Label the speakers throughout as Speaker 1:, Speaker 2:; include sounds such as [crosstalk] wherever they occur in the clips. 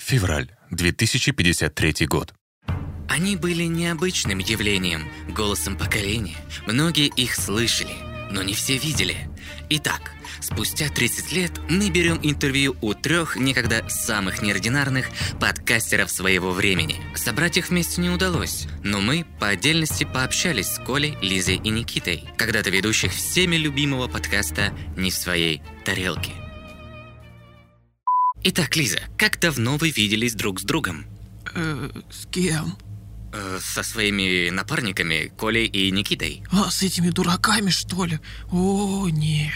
Speaker 1: Февраль 2053 год.
Speaker 2: Они были необычным явлением, голосом поколения. Многие их слышали, но не все видели. Итак, спустя 30 лет мы берем интервью у трех никогда самых неординарных подкастеров своего времени. Собрать их вместе не удалось, но мы по отдельности пообщались с Колей, Лизой и Никитой, когда-то ведущих всеми любимого подкаста «Не в своей тарелке». Итак, Лиза, как давно вы виделись друг с другом?
Speaker 3: Э, с кем?
Speaker 2: Э, со своими напарниками Колей и Никитой.
Speaker 3: А, с этими дураками, что ли? О, не.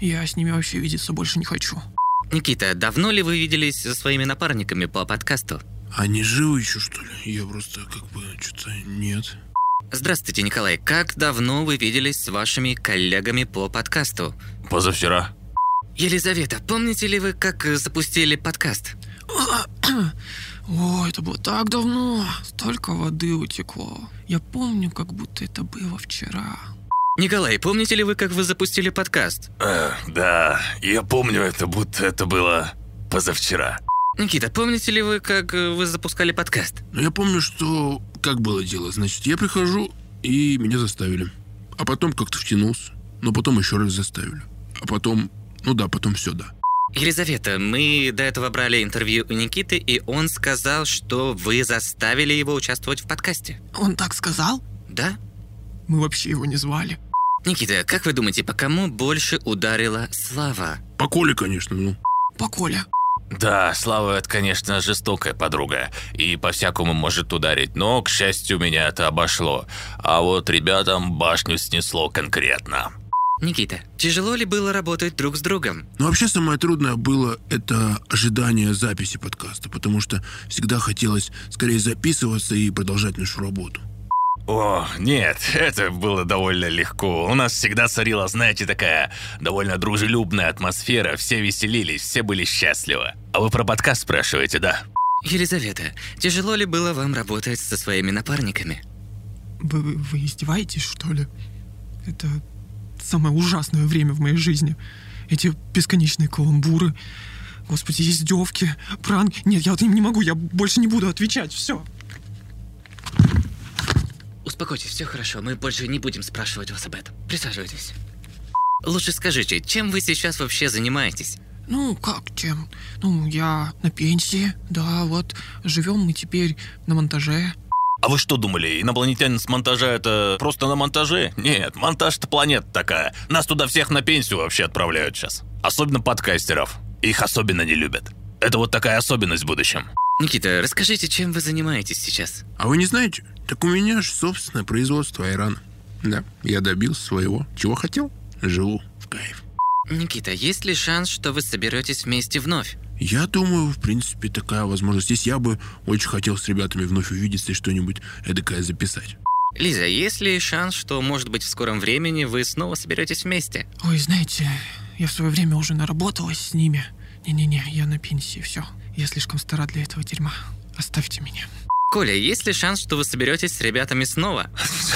Speaker 3: Я с ними вообще видеться больше не хочу. [clears throat]
Speaker 2: Никита, давно ли вы виделись со своими напарниками по подкасту?
Speaker 4: Они живы еще, что ли? Я просто как бы что-то нет.
Speaker 2: Здравствуйте, Николай. Как давно вы виделись с вашими коллегами по подкасту?
Speaker 1: Позавчера.
Speaker 2: Елизавета, помните ли вы, как э, запустили подкаст?
Speaker 3: О, это было так давно. Столько воды утекло. Я помню, как будто это было вчера.
Speaker 2: Николай, помните ли вы, как вы запустили подкаст?
Speaker 1: Э, да, я помню это, будто это было позавчера.
Speaker 2: Никита, помните ли вы, как э, вы запускали подкаст?
Speaker 4: Но Ну, я помню, что как было дело. Значит, я прихожу, и меня заставили. А потом как-то втянулся. Но потом еще раз заставили. А потом, ну да, потом все, да.
Speaker 2: Елизавета, мы до этого брали интервью у Никиты, и он сказал, что вы заставили его участвовать в подкасте.
Speaker 3: Он так сказал?
Speaker 2: Да?
Speaker 3: Мы вообще его не звали.
Speaker 2: Никита, как вы думаете, по кому больше ударила слава?
Speaker 4: По Коле, конечно, ну.
Speaker 3: По Коля.
Speaker 1: Да, Слава это, конечно, жестокая подруга и по-всякому может ударить, но, к счастью, меня это обошло. А вот ребятам башню снесло конкретно.
Speaker 2: Никита, тяжело ли было работать друг с другом?
Speaker 4: Но вообще самое трудное было это ожидание записи подкаста, потому что всегда хотелось скорее записываться и продолжать нашу работу.
Speaker 1: О, нет, это было довольно легко. У нас всегда царила, знаете, такая довольно дружелюбная атмосфера. Все веселились, все были счастливы. А вы про подкаст спрашиваете, да?
Speaker 2: Елизавета, тяжело ли было вам работать со своими напарниками?
Speaker 3: Вы, вы- вы издеваетесь, что ли? Это самое ужасное время в моей жизни. Эти бесконечные каламбуры. Господи, издевки, пранк. Нет, я вот не могу, я больше не буду отвечать, все.
Speaker 2: Успокойтесь, все хорошо, мы больше не будем спрашивать вас об этом. Присаживайтесь. Лучше скажите, чем вы сейчас вообще занимаетесь?
Speaker 3: Ну, как чем? Ну, я на пенсии, да, вот, живем мы теперь на монтаже.
Speaker 1: А вы что думали, инопланетяне с монтажа это просто на монтаже? Нет, монтаж-то планета такая. Нас туда всех на пенсию вообще отправляют сейчас. Особенно подкастеров. Их особенно не любят. Это вот такая особенность в будущем.
Speaker 2: Никита, расскажите, чем вы занимаетесь сейчас?
Speaker 4: А вы не знаете? Так у меня же собственное производство айрана. Да, я добился своего. Чего хотел? Живу в кайф.
Speaker 2: Никита, есть ли шанс, что вы соберетесь вместе вновь?
Speaker 4: Я думаю, в принципе, такая возможность есть. Я бы очень хотел с ребятами вновь увидеться и что-нибудь эдакое записать.
Speaker 2: Лиза, есть ли шанс, что, может быть, в скором времени вы снова соберетесь вместе?
Speaker 3: Ой, знаете, я в свое время уже наработалась с ними. Не-не-не, я на пенсии, все. Я слишком стара для этого дерьма. Оставьте меня.
Speaker 2: Коля, есть ли шанс, что вы соберетесь с ребятами снова?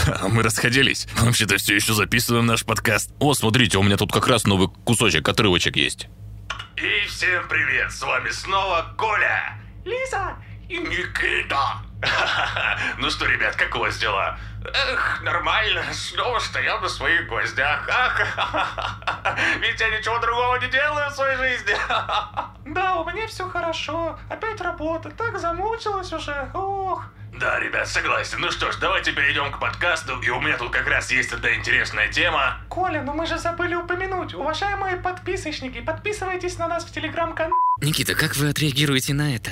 Speaker 1: А [laughs] мы расходились. Вообще-то все еще записываем наш подкаст. О, смотрите, у меня тут как раз новый кусочек, отрывочек есть.
Speaker 5: И всем привет! С вами снова Коля, Лиза и Никита. [laughs] Ну что, ребят, как у вас дела? Эх, нормально, снова стоял на своих гвоздях. Ах, [laughs] Ведь я ничего другого не делаю в своей жизни. [laughs] Да, у меня все хорошо. Опять работа. Так замучилась уже. Ох.
Speaker 1: Да, ребят, согласен. Ну что ж, давайте перейдем к подкасту. И у меня тут как раз есть одна интересная тема.
Speaker 5: Коля, ну мы же забыли упомянуть. Уважаемые подписочники, подписывайтесь на нас в телеграм-канал.
Speaker 2: Никита, как вы отреагируете на это?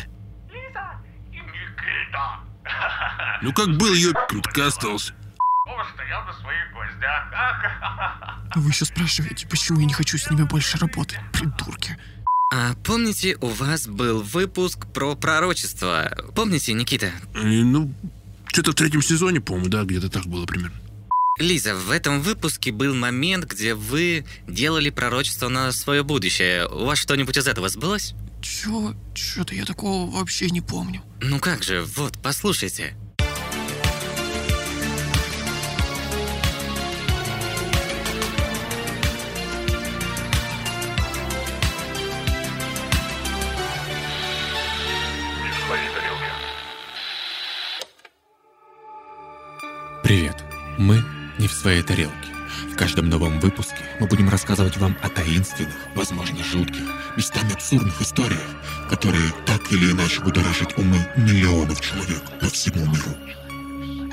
Speaker 5: Лиза и Никита.
Speaker 4: Ну как был ёбком, так и остался.
Speaker 5: Снова стоял на своих гвоздях. Ах.
Speaker 3: А вы еще спрашиваете, почему я не хочу с ними больше работать, придурки.
Speaker 2: А помните, у вас был выпуск про пророчество? Помните, Никита?
Speaker 4: Э, Ну, что-то в третьем сезоне, по-моему, да, где-то так было примерно.
Speaker 2: Лиза, в этом выпуске был момент, где вы делали пророчество на свое будущее. У вас что-нибудь из этого сбылось?
Speaker 3: Чё? Чё-то я такого вообще не помню.
Speaker 2: Ну как же, вот, послушайте.
Speaker 6: Привет. Мы не в своей тарелке. В каждом новом выпуске мы будем рассказывать вам о таинственных, возможно, жутких, местами абсурдных историях, которые так или иначе будоражат умы миллионов человек по всему миру.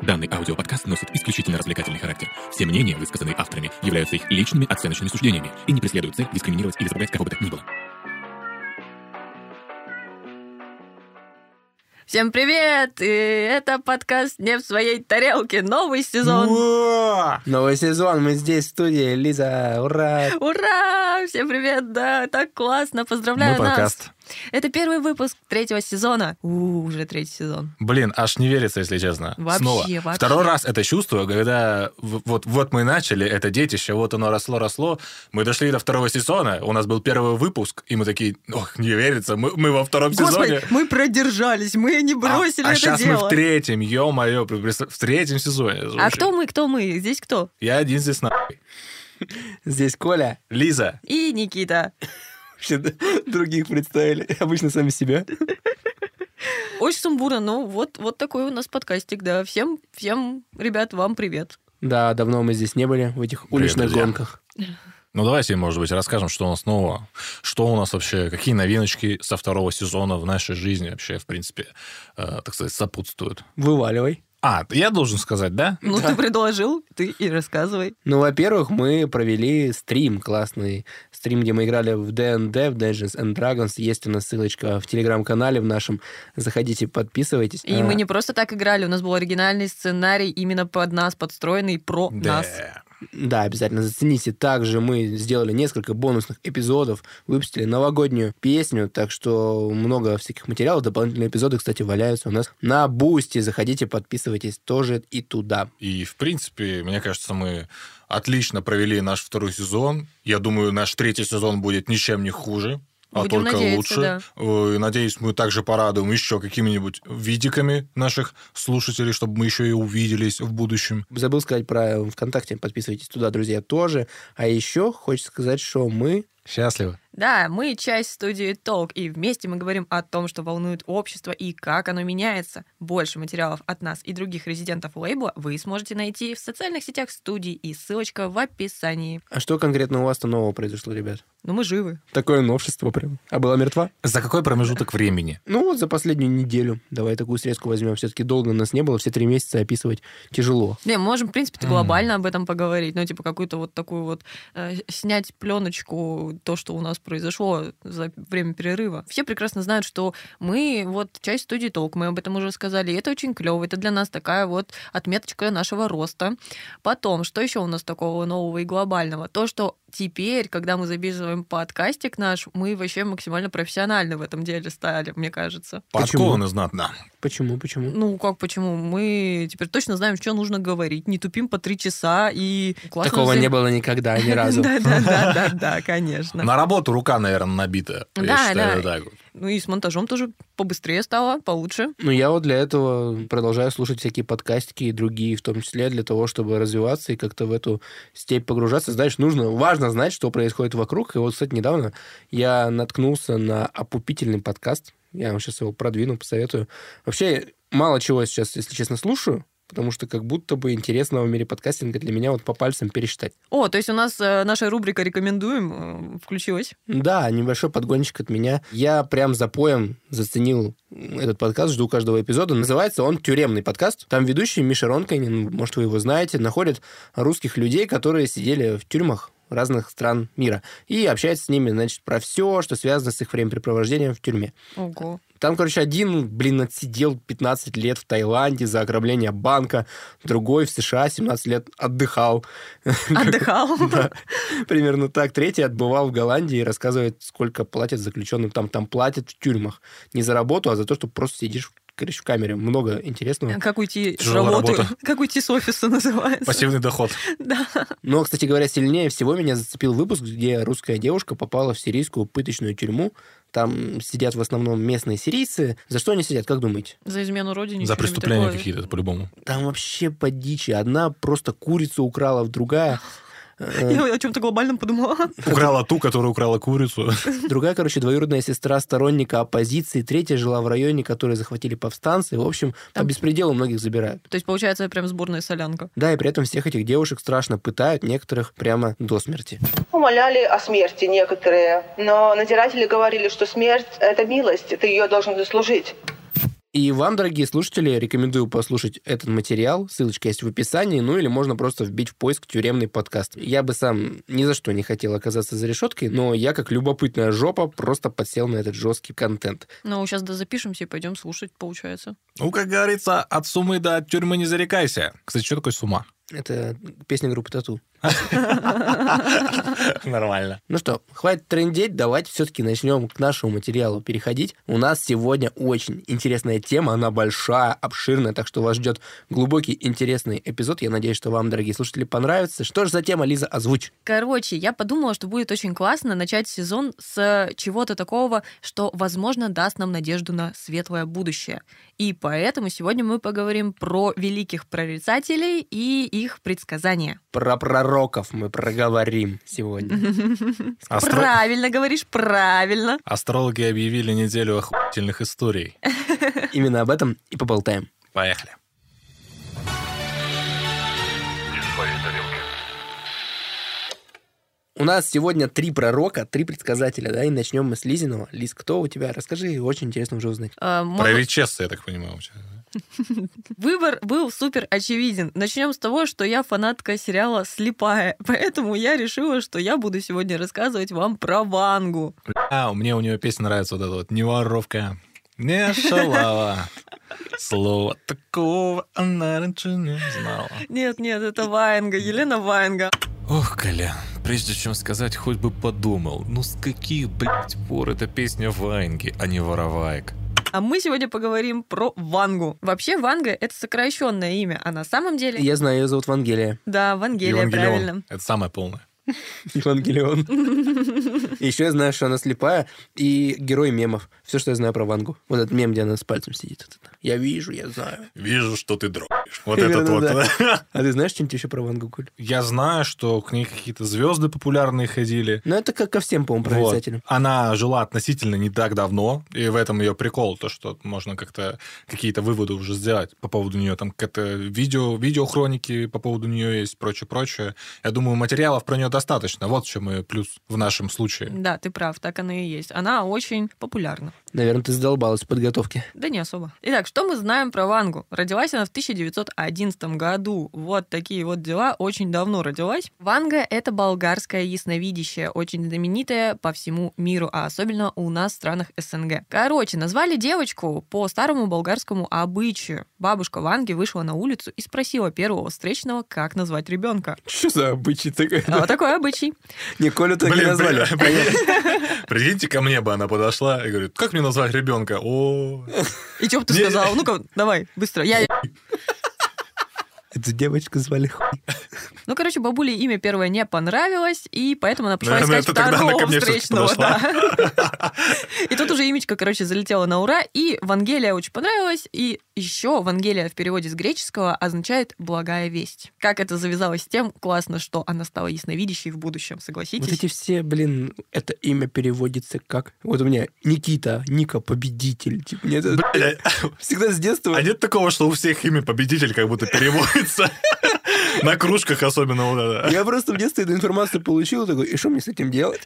Speaker 6: Данный аудиоподкаст носит исключительно развлекательный характер. Все мнения, высказанные авторами, являются их личными оценочными суждениями и не преследуют цель дискриминировать или запугать кого бы то ни было.
Speaker 7: Всем привет! И это подкаст «Не в своей тарелке». Новый сезон.
Speaker 8: Ура! Новый сезон, мы здесь в студии, Лиза, ура!
Speaker 7: Ура! Всем привет! Да, так классно! Поздравляю
Speaker 9: Мы
Speaker 7: Э, нас!
Speaker 9: подкаст.
Speaker 7: Это первый выпуск третьего сезона. У, уже третий сезон.
Speaker 9: Блин, аж не верится, если честно.
Speaker 7: Вообще,
Speaker 9: Снова.
Speaker 7: вообще.
Speaker 9: Второй раз это чувствую, когда в- вот, вот мы начали это детище, вот оно росло, росло. Мы дошли до второго сезона, у нас был первый выпуск, и мы такие, ох, не верится, мы, мы во втором сезоне.
Speaker 7: Господи, мы продержались, мы не бросили
Speaker 9: а, а
Speaker 7: это
Speaker 9: сейчас
Speaker 7: дело.
Speaker 9: мы в третьем, ё-моё, при- при- в третьем сезоне.
Speaker 7: а
Speaker 9: слушай.
Speaker 7: кто мы, кто мы? Здесь кто?
Speaker 9: Я один здесь нахуй.
Speaker 8: Здесь Коля.
Speaker 9: Лиза,
Speaker 7: И Никита.
Speaker 8: Вообще, да, других представили, обычно сами себя.
Speaker 7: Очень сумбурно, ну вот, вот такой у нас подкастик, да. Всем, всем, ребят, вам привет.
Speaker 8: Да, давно мы здесь не были, в этих уличных
Speaker 9: друзья.
Speaker 8: гонках.
Speaker 9: ну давайте, может быть, расскажем, что у нас нового. Что у нас вообще, какие новиночки со второго сезона в нашей жизни вообще, в принципе, э, так сказать, сопутствуют.
Speaker 8: Вываливай.
Speaker 9: А, я должен сказать, да?
Speaker 7: Ну, ты предложил, ты и рассказывай.
Speaker 8: Ну, во-первых, мы провели стрим классный. Стрим, где мы играли в D&D, в Dungeons and Dragons. Есть у нас ссылочка в телеграм-канале в нашем. Заходите, подписывайтесь.
Speaker 7: И
Speaker 8: А,
Speaker 7: мы не просто так играли, у нас был оригинальный сценарий именно под нас, подстроенный про нас.
Speaker 9: Да.
Speaker 8: Да, обязательно зацените. Также мы сделали несколько бонусных эпизодов, выпустили новогоднюю песню, так что много всяких материалов. Дополнительные эпизоды, кстати, валяются у нас на Бусти. Заходите, подписывайтесь тоже и туда.
Speaker 9: И, в принципе, мне кажется, мы отлично провели наш второй сезон. Я думаю, наш третий сезон будет ничем не хуже, а
Speaker 7: Будем
Speaker 9: только
Speaker 7: надеяться,
Speaker 9: лучше.
Speaker 7: да.
Speaker 9: Э, Надеюсь, мы также порадуем еще какими-нибудь видиками наших слушателей, чтобы мы еще и увиделись в будущем.
Speaker 8: Забыл сказать про ВКонтакте. Подписывайтесь туда, друзья, тоже. А еще хочется сказать, что мы...
Speaker 9: Счастливы.
Speaker 7: Да, мы часть студии Толк, и вместе мы говорим о том, что волнует общество и как оно меняется. Больше материалов от нас и других резидентов лейбла вы сможете найти в социальных сетях студии, и ссылочка в описании.
Speaker 8: А что конкретно у вас-то нового произошло, ребят?
Speaker 7: Ну, мы живы.
Speaker 8: Такое новшество прям. А была мертва?
Speaker 9: За какой промежуток времени?
Speaker 8: Ну вот за последнюю неделю. Давай такую срезку возьмем. Все-таки долго нас не было, все три месяца описывать тяжело.
Speaker 7: Не, мы можем, в принципе, глобально об этом поговорить, ну, типа, какую-то вот такую вот э, снять пленочку, то, что у нас произошло за время перерыва. Все прекрасно знают, что мы вот часть студии Толк, мы об этом уже сказали, и это очень клево, это для нас такая вот отметочка нашего роста. Потом, что еще у нас такого нового и глобального? То, что теперь, когда мы записываем подкастик наш, мы вообще максимально профессиональны в этом деле стали, мне кажется.
Speaker 8: Почему?
Speaker 9: Подкованы знатно.
Speaker 8: Почему, почему?
Speaker 7: Ну, как почему? Мы теперь точно знаем, что нужно говорить. Не тупим по три часа и классно
Speaker 8: Такого
Speaker 7: взаим-
Speaker 8: не было никогда,
Speaker 7: [laughs]
Speaker 8: ни разу.
Speaker 7: Да, да, да, да,
Speaker 8: [laughs]
Speaker 7: да, конечно.
Speaker 9: На работу рука, наверное, набита. Я
Speaker 7: Да,
Speaker 9: считаю,
Speaker 7: да.
Speaker 9: так вот.
Speaker 7: Ну и с монтажом тоже побыстрее стало, получше.
Speaker 8: Ну, я вот для этого продолжаю слушать всякие подкастики и другие, в том числе для того, чтобы развиваться и как-то в эту степь погружаться. Знаешь, нужно, важно знать, что происходит вокруг. И вот, кстати, недавно я наткнулся на опупительный подкаст. Я вам сейчас его продвину, посоветую. Вообще, мало чего я сейчас, если честно, слушаю, потому что как будто бы интересного в мире подкастинга для меня вот по пальцам пересчитать.
Speaker 7: О, то есть у нас э, наша рубрика «Рекомендуем» э, включилась.
Speaker 8: Да, небольшой подгончик от меня. Я прям за поем заценил этот подкаст, жду каждого эпизода. Называется он «Тюремный подкаст». Там ведущий Миша Ронканин, может, вы его знаете, находит русских людей, которые сидели в тюрьмах разных стран мира. И общается с ними, значит, про все, что связано с их времяпрепровождением в тюрьме.
Speaker 7: Ого.
Speaker 8: Там, короче, один, блин, отсидел 15 лет в Таиланде за ограбление банка, другой в США 17 лет отдыхал.
Speaker 7: Отдыхал.
Speaker 8: [laughs] [laughs] Да, примерно так. Третий отбывал в Голландии и рассказывает, сколько платят заключенным там. Там платят в тюрьмах. Не за работу, а за то, что просто сидишь короче, в камере. Много интересного.
Speaker 7: Как уйти с
Speaker 9: Тяжелая
Speaker 7: работы? [laughs]
Speaker 9: работа.
Speaker 7: Как уйти с офиса называется?
Speaker 9: Пассивный доход.
Speaker 7: Да.
Speaker 8: Но, кстати говоря, сильнее всего меня зацепил выпуск, где русская девушка попала в сирийскую пыточную тюрьму. Там сидят в основном местные сирийцы. За что они сидят, как думаете?
Speaker 7: За измену родине.
Speaker 9: За
Speaker 7: что-нибудь
Speaker 9: преступления
Speaker 7: такое.
Speaker 9: какие-то, по-любому.
Speaker 8: Там вообще по дичи. Одна просто курицу украла, другая Э,
Speaker 7: [laughs] Я о чем-то
Speaker 8: [laughs]
Speaker 7: глобальном подумала.
Speaker 9: Украла ту, которая украла курицу.
Speaker 8: Другая, короче, двоюродная сестра сторонника оппозиции. Третья жила в районе, который захватили повстанцы. В общем, по
Speaker 7: Там-
Speaker 8: беспределу многих забирают.
Speaker 7: То есть, получается, прям сборная солянка.
Speaker 8: Да, и при этом всех этих девушек страшно пытают, некоторых прямо до смерти.
Speaker 10: Умоляли о смерти некоторые, но надиратели говорили, что смерть – это милость, ты ее должен заслужить.
Speaker 8: И вам, дорогие слушатели, рекомендую послушать этот материал. Ссылочка есть в описании. Ну или можно просто вбить в поиск тюремный подкаст. Я бы сам ни за что не хотел оказаться за решеткой, но я, как любопытная жопа, просто подсел на этот жесткий контент.
Speaker 7: Ну, сейчас запишемся и пойдем слушать, получается.
Speaker 9: Ну, как говорится, от сумы до от тюрьмы не зарекайся. Кстати, что
Speaker 11: [laughs]
Speaker 9: такое сума?
Speaker 8: Это песня группы Тату.
Speaker 9: Нормально.
Speaker 8: Ну что, хватит трендеть, давайте все-таки начнем к нашему материалу переходить. У нас сегодня очень интересная тема, она большая, обширная, так что вас ждет глубокий, интересный эпизод. Я надеюсь, что вам, дорогие слушатели, понравится. Что же за тема, Лиза, озвучь.
Speaker 7: Короче, я подумала, что будет очень классно начать сезон с э, чего-то такого, что, возможно, даст нам надежду на светлое будущее. И поэтому сегодня мы поговорим про великих прорицателей и их предсказания.
Speaker 8: Про пророков мы проговорим сегодня.
Speaker 9: Астро-
Speaker 7: Правильно говоришь, правильно.
Speaker 9: Астрологи объявили неделю охуительных историй.
Speaker 8: Именно об этом и поболтаем.
Speaker 9: Поехали.
Speaker 12: Из своей тарелки.
Speaker 8: У нас сегодня три пророка, три предсказателя, да, и начнем мы с Лизиного. Лиз, кто у тебя? Расскажи, очень интересно уже узнать.
Speaker 7: Э, мол-
Speaker 9: Про Вичесса, я так понимаю. у тебя.
Speaker 7: Выбор был супер очевиден. Начнем с того, что я фанатка сериала «Слепая», [laughs] поэтому я решила, что я буду сегодня рассказывать вам про Вангу.
Speaker 9: А, мне у нее песня нравится вот эта вот. Не воровка, не шалава. Слово такого она раньше не знала.
Speaker 7: Нет, нет, это Ваенга, Елена Ваенга.
Speaker 11: Ох, Коля, прежде чем сказать, хоть бы подумал, ну с каких, блядь, пор эта песня Ваенги, а не вороваек?
Speaker 7: А мы сегодня поговорим про Вангу. Вообще, Ванга — это сокращенное имя, а на самом деле...
Speaker 8: Я знаю, ее зовут Вангелия.
Speaker 7: Да, Вангелия, правильно.
Speaker 9: Это самое полное.
Speaker 8: [laughs] Евангелион. [laughs] Еще я знаю, что она слепая и герой мемов. Все, что я знаю про Вангу. Вот этот мем, где она с пальцем сидит. Вот это. Я вижу, я знаю.
Speaker 9: Вижу, что ты дробишь.
Speaker 7: [laughs]
Speaker 9: Вот
Speaker 8: Примерно,
Speaker 9: этот вот.
Speaker 8: да.
Speaker 9: да.
Speaker 8: [laughs] А ты знаешь что-нибудь еще про Вангу, Коль?
Speaker 9: Я знаю, что к ней какие-то звезды популярные ходили.
Speaker 8: Ну, это как ко всем, по-моему,
Speaker 9: Вот.
Speaker 8: прорицателям.
Speaker 9: Она жила относительно не так давно, и в этом ее прикол, то, что можно как-то какие-то выводы уже сделать по поводу нее. Там как-то видео, видеохроники по поводу нее есть, прочее-прочее. Я думаю, материалов про нее достаточно. Вот в чем ее плюс в нашем случае.
Speaker 7: Да, ты прав, так оно и есть. Она очень популярна.
Speaker 8: Наверное, ты задолбалась в подготовке. [laughs]
Speaker 7: Да не особо. Итак, что мы знаем про Вангу? Родилась она в 1911 году. Вот такие вот дела. Очень давно родилась. Ванга — это болгарская ясновидящая, очень знаменитая по всему миру, а особенно у нас в странах СНГ. Короче, назвали девочку по старому болгарскому обычаю. Бабушка Ванги вышла на улицу и спросила первого встречного, как назвать ребенка.
Speaker 8: Что за обычай такой?
Speaker 7: А Вот такой обычай.
Speaker 8: Не, Колю так не
Speaker 9: Блин,
Speaker 8: назвали.
Speaker 9: блин, блин. Прикиньте, ко мне бы она подошла и говорит, как мне назвать ребенка?
Speaker 7: [laughs]
Speaker 9: О,
Speaker 7: И что бы ты
Speaker 9: Не-
Speaker 7: сказала? Ну-ка, давай, быстро. Я...
Speaker 8: Эту девочку звали хуй.
Speaker 7: Ну, короче, бабуле имя первое не понравилось, и поэтому она пошла
Speaker 9: Наверное,
Speaker 7: искать
Speaker 9: Ну, это тогда она
Speaker 7: второго
Speaker 9: ко мне всё-таки
Speaker 7: встречного.
Speaker 9: подошла.
Speaker 7: да. И тут уже имечка, короче, залетела на ура, и Вангелия очень понравилась, и еще Вангелия в переводе с греческого означает «благая весть». Как это завязалось с тем, классно, что она стала ясновидящей в будущем, согласитесь?
Speaker 8: Вот эти все, блин, это имя переводится как... Вот у меня Никита, Ника, победитель. Типа, мне это
Speaker 9: бля.
Speaker 8: всегда с детства...
Speaker 9: А нет такого, что у всех имя победитель как будто переводится. [laughs] На кружках особенно вот это.
Speaker 8: Я просто в детстве эту информацию получил, такой, и что мне с этим делать?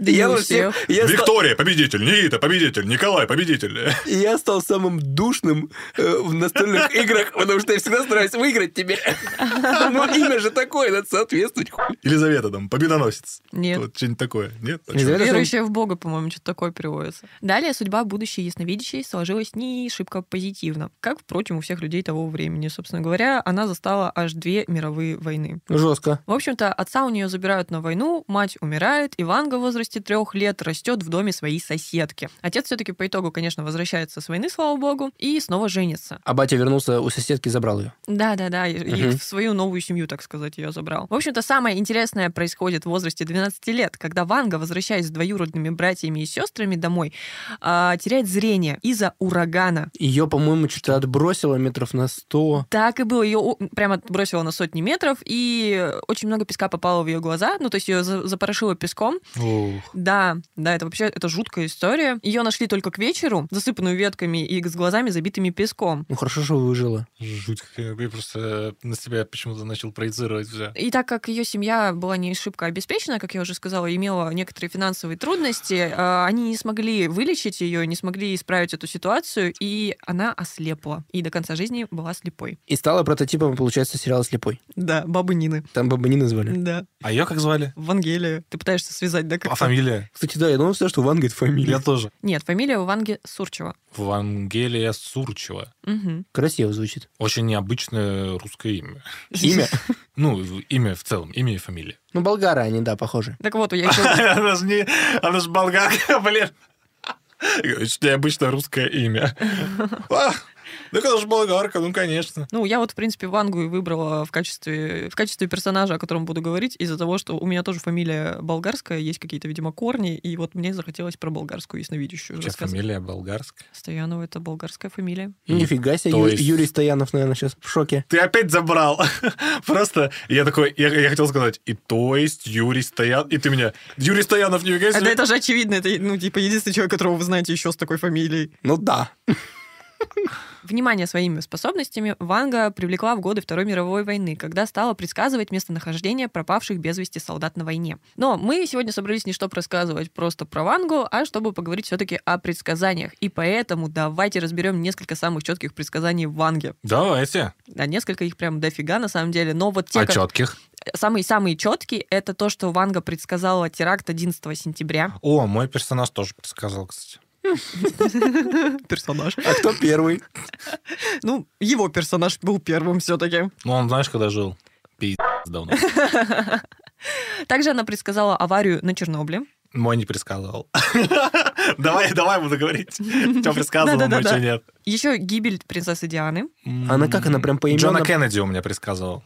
Speaker 7: Да
Speaker 8: я
Speaker 7: не у
Speaker 8: во всех-
Speaker 7: всех.
Speaker 8: я стал-
Speaker 9: Виктория, победитель, Никита, победитель, Николай, победитель. [laughs]
Speaker 8: И я стал самым душным э, в настольных играх, потому что я всегда стараюсь выиграть тебе. [laughs] Но имя же такое, надо соответствовать. хуй.
Speaker 9: Елизавета там, победоносец.
Speaker 7: Нет.
Speaker 9: Вот что-нибудь такое. Нет? А
Speaker 8: Елизавета-
Speaker 9: чё?
Speaker 8: Это же-
Speaker 7: Верующая в Бога, по-моему, что-то такое переводится. Далее судьба будущей ясновидящей сложилась не шибко позитивно, как, впрочем, у всех людей того времени. Собственно говоря, она застала аж две мировые войны.
Speaker 8: Ну, Жестко.
Speaker 7: В общем-то, отца у нее забирают на войну, мать умирает, Иванга в возрасте трех лет растет в доме своей соседки. Отец все-таки по итогу, конечно, возвращается с войны, слава богу, и снова женится.
Speaker 8: А батя вернулся у соседки и забрал ее.
Speaker 7: Да-да-да, и- и
Speaker 8: Мгм.
Speaker 7: в свою новую семью, так сказать, ее забрал. В общем-то, самое интересное происходит в возрасте 12 лет, когда Ванга, возвращаясь с двоюродными братьями и сестрами домой, а, теряет зрение из-за урагана.
Speaker 8: Ее, по-моему, что-то отбросило метров на сто.
Speaker 7: Так и было. Ее у- прямо бросило на сотни метров, и очень много песка попало в ее глаза. Ну, то есть ее за- запорошило песком. Да, да, это вообще это жуткая история. Ее нашли только к вечеру, засыпанную ветками и с глазами, забитыми песком.
Speaker 8: Ну хорошо, что выжила.
Speaker 9: Жуть, как я я просто э, на себя почему-то начал проецировать все.
Speaker 7: И так как ее семья была не шибко обеспечена, как я уже сказала, имела некоторые финансовые трудности, э, они не смогли вылечить ее, не смогли исправить эту ситуацию, и она ослепла. И до конца жизни была слепой.
Speaker 8: И стала прототипом, получается, сериала «Слепой».
Speaker 7: Да, бабы Нины.
Speaker 8: Там бабы не назвали.
Speaker 7: Да,
Speaker 9: А ее как звали?
Speaker 7: Вангелия. Ты пытаешься связать, да, как
Speaker 9: А фамилия?
Speaker 8: Кстати, да, я думал всегда, что Ванга — это фамилия.
Speaker 9: Я тоже.
Speaker 7: Нет, фамилия у Ванги Сурчева.
Speaker 9: Вангелия Сурчева.
Speaker 7: Мгм.
Speaker 8: Красиво звучит.
Speaker 9: Очень необычное русское имя. [laughs]
Speaker 8: Имя?
Speaker 9: Ну, в- имя в целом, имя и фамилия.
Speaker 8: Ну, болгары они, да, похожи.
Speaker 7: Так вот, [laughs] я
Speaker 9: [laughs]
Speaker 7: еще...
Speaker 9: Она же не... Она же болгарка, [laughs] блин. Очень необычное русское [laughs] имя. А, Ну, это же болгарка, ну, конечно.
Speaker 7: Ну, я вот, в принципе, Вангу и выбрала в качестве, в качестве персонажа, о котором буду говорить, из-за того, что у меня тоже фамилия болгарская, есть какие-то, видимо, корни, и вот мне захотелось про болгарскую ясновидящую
Speaker 9: У тебя
Speaker 7: рассказать.
Speaker 9: фамилия болгарская?
Speaker 7: Стоянова — это болгарская фамилия.
Speaker 8: Нифига себе,
Speaker 9: то
Speaker 8: Ю-
Speaker 9: есть-
Speaker 8: Юрий Стоянов, наверное, сейчас в шоке.
Speaker 9: Ты опять забрал. [laughs] Просто я такой, я, я хотел сказать, и то есть Юрий Стоянов, и ты меня, Юрий Стоянов, нифига
Speaker 7: А, да
Speaker 9: себе.
Speaker 7: это же очевидно, это, ну, типа, единственный человек, которого вы знаете еще с такой фамилией.
Speaker 8: Ну да.
Speaker 7: Внимание своими способностями Ванга привлекла в годы Второй мировой войны, когда стала предсказывать местонахождение пропавших без вести солдат на войне. Но мы сегодня собрались не чтобы рассказывать просто про Вангу, а чтобы поговорить все-таки о предсказаниях. И поэтому давайте разберем несколько самых четких предсказаний Ванги.
Speaker 9: Давайте.
Speaker 7: Да, несколько их прям дофига на самом деле, но вот те,
Speaker 9: а
Speaker 7: как-
Speaker 9: четких?
Speaker 7: самые-самые четкие, это то, что Ванга предсказала теракт 11 сентября.
Speaker 9: О, мой персонаж тоже подсказал, кстати.
Speaker 7: Персонаж.
Speaker 8: А кто первый?
Speaker 7: Ну, его персонаж был первым все-таки.
Speaker 9: Ну, он, знаешь, когда жил? Пиздец [laughs] давно.
Speaker 7: Также она предсказала аварию на Чернобыле.
Speaker 9: Мой не предсказывал. [laughs] Давай, давай буду [laughs] говорить. Что предсказывал,
Speaker 7: Да-да-да-да.
Speaker 9: мой что нет.
Speaker 7: Еще гибель принцессы Дианы.
Speaker 8: Она как, она прям
Speaker 9: Джона
Speaker 8: поименно...
Speaker 9: Кеннеди у меня предсказывал.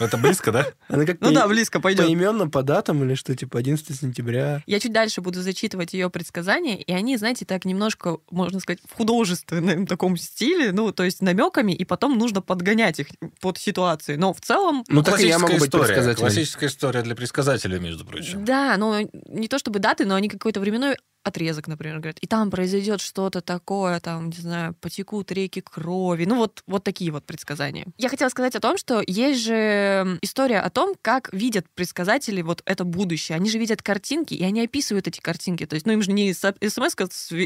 Speaker 9: Это близко, да?
Speaker 8: Она как
Speaker 7: Ну
Speaker 8: пои-
Speaker 7: да, близко пойдет.
Speaker 8: поименно по датам или что, типа 11 сентября?
Speaker 7: Я чуть дальше буду зачитывать ее предсказания, и они, знаете, так немножко, можно сказать, в художественном таком стиле, ну, то есть намеками, и потом нужно подгонять их под ситуации. Но в целом,
Speaker 8: Ну, так и я
Speaker 9: Классическая
Speaker 8: могу быть
Speaker 9: история.
Speaker 8: предсказателем.
Speaker 9: Классическая история для предсказателя, между прочим.
Speaker 7: да, ну, не то чтобы даты, но они какой-то временной отрезок, например, говорят, и там произойдет что-то такое, там, не знаю, потекут реки крови, ну вот, вот такие вот предсказания. Я хотела сказать о том, что есть же история о том, как видят предсказатели вот это будущее. Они же видят картинки, и они описывают эти картинки. То есть, ну им же не смс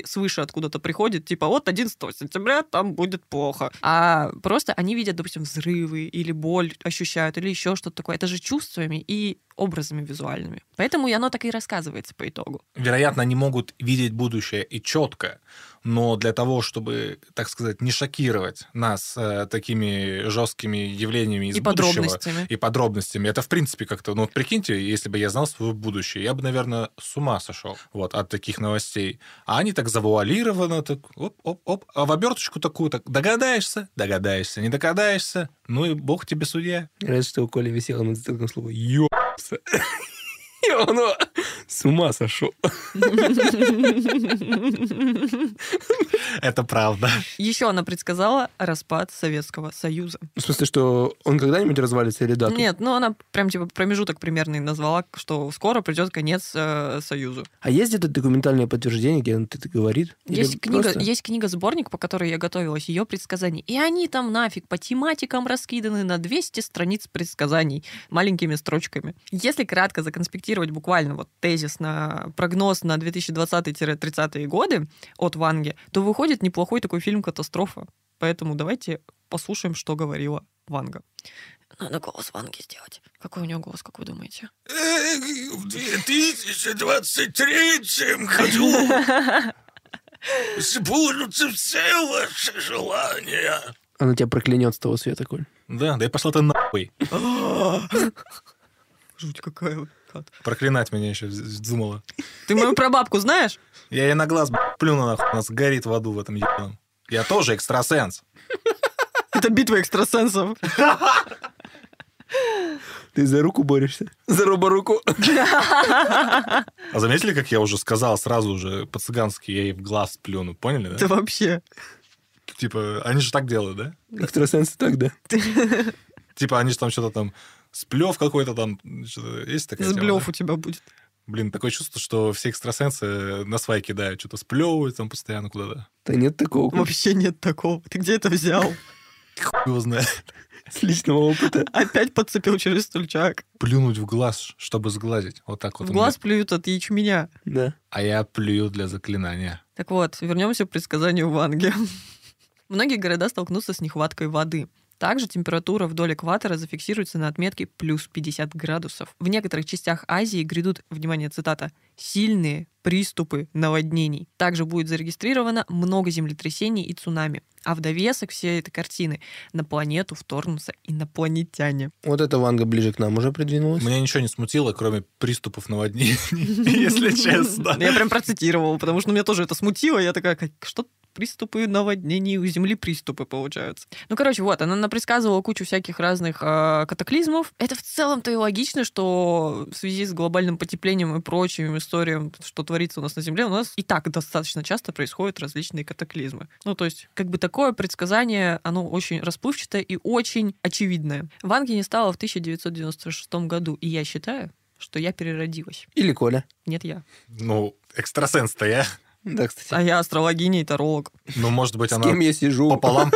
Speaker 7: свыше откуда-то приходит, типа вот 11 сентября там будет плохо. А просто они видят, допустим, взрывы или боль ощущают, или еще что-то такое. Это же чувствами и образами визуальными. Поэтому и оно так и рассказывается по итогу.
Speaker 9: Вероятно, они могут видеть будущее и четко, но для того, чтобы, так сказать, не шокировать нас э, такими жесткими явлениями из
Speaker 7: и
Speaker 9: будущего
Speaker 7: подробностями.
Speaker 9: и подробностями, это в принципе как-то, ну вот прикиньте, если бы я знал свое будущее, я бы, наверное, с ума сошел вот от таких новостей. А они так завуалированы, так оп-оп-оп, а в оберточку такую так догадаешься, догадаешься, не догадаешься, ну и бог тебе судья.
Speaker 8: Раз что у Коли висело над столом слово «ёпса». [laughs] И он о, с ума сошел.
Speaker 9: Это правда.
Speaker 7: Еще она предсказала распад Советского Союза.
Speaker 8: В смысле, что он когда-нибудь развалится или дату?
Speaker 7: Нет, ну она прям типа промежуток примерный назвала, что скоро придет конец э, Союзу.
Speaker 8: А есть где-то документальное подтверждение, где он это говорит? Или
Speaker 7: Есть книга,
Speaker 8: просто?
Speaker 7: есть книга сборник, по которой я готовилась, ее предсказания. И они там нафиг по тематикам раскиданы на 200 страниц предсказаний маленькими строчками. Если кратко законспектировать буквально вот тезис на прогноз на 2020-30 годы от Ванги, то выходит неплохой такой фильм «Катастрофа». Поэтому давайте послушаем, что говорила Ванга. Надо голос Ванги сделать. Какой у нее голос, как вы думаете? [laughs]
Speaker 13: В 2023 году сбудутся все ваши желания.
Speaker 8: Она тебя проклянет с того света, Коль.
Speaker 9: Да, да и пошла ты нахуй.
Speaker 7: Жуть какая.
Speaker 9: Проклинать меня еще думала.
Speaker 7: Ты мою прабабку знаешь?
Speaker 9: Я ей на глаз б***ь, плюну нахуй, она сгорит в аду в этом ебаном. Я тоже экстрасенс.
Speaker 7: Это битва экстрасенсов.
Speaker 8: Ты за руку борешься? За роборуку.
Speaker 9: А заметили, как я уже сказал сразу же по-цыгански, я ей в глаз плюну, поняли,
Speaker 7: Это
Speaker 9: да?
Speaker 7: вообще.
Speaker 9: Типа, они же так делают, да?
Speaker 8: Экстрасенсы так, да?
Speaker 9: Типа, они же там что-то там, сплев какой-то там, что-то есть такая тема,
Speaker 7: Сблев
Speaker 9: да?
Speaker 7: у тебя будет.
Speaker 9: Блин, такое чувство, что все экстрасенсы на свай кидают, что-то сплевывают там постоянно куда-то.
Speaker 8: Да нет такого. как
Speaker 7: Вообще нет такого. Ты где это взял?
Speaker 9: Хуй его знает.
Speaker 8: С личного опыта.
Speaker 7: Опять подцепил через стульчак.
Speaker 9: Плюнуть в глаз, чтобы сглазить. Вот так вот.
Speaker 7: В
Speaker 9: у меня.
Speaker 7: глаз плюют от ячменя.
Speaker 8: Да.
Speaker 9: А я плюю для заклинания.
Speaker 7: Так вот, вернемся к предсказанию Ванги. Многие города столкнутся с нехваткой воды. Также температура вдоль экватора зафиксируется на отметке плюс 50 градусов. В некоторых частях Азии грядут, внимание, цитата, сильные приступы наводнений. Также будет зарегистрировано много землетрясений и цунами. А в довесок всей этой картины на планету вторгнутся инопланетяне.
Speaker 8: Вот эта ванга ближе к нам уже придвинулась.
Speaker 9: Меня ничего не смутило, кроме приступов наводнений, [laughs]
Speaker 7: [laughs]
Speaker 8: [laughs]
Speaker 9: если честно.
Speaker 7: Я прям процитировала, потому что меня тоже это смутило. Я такая, «Как- что приступы наводнений, у Земли приступы получаются. Ну, короче, вот, она предсказывала кучу всяких разных э, катаклизмов. Это в целом-то и логично, что в связи с глобальным потеплением и прочим историям, что творится у нас на Земле, у нас и так достаточно часто происходят различные катаклизмы. Ну, то есть, как бы такое предсказание, оно очень расплывчатое и очень очевидное. Ванги не стало в 1996 году, и я считаю, что я переродилась.
Speaker 8: Или Коля.
Speaker 7: Нет, я.
Speaker 9: Ну, экстрасенс-то я.
Speaker 8: Да, кстати.
Speaker 7: А я астрологиня и таролог.
Speaker 9: Ну, может быть,
Speaker 8: С
Speaker 9: она
Speaker 8: кем я
Speaker 9: [laughs]
Speaker 8: сижу?
Speaker 9: пополам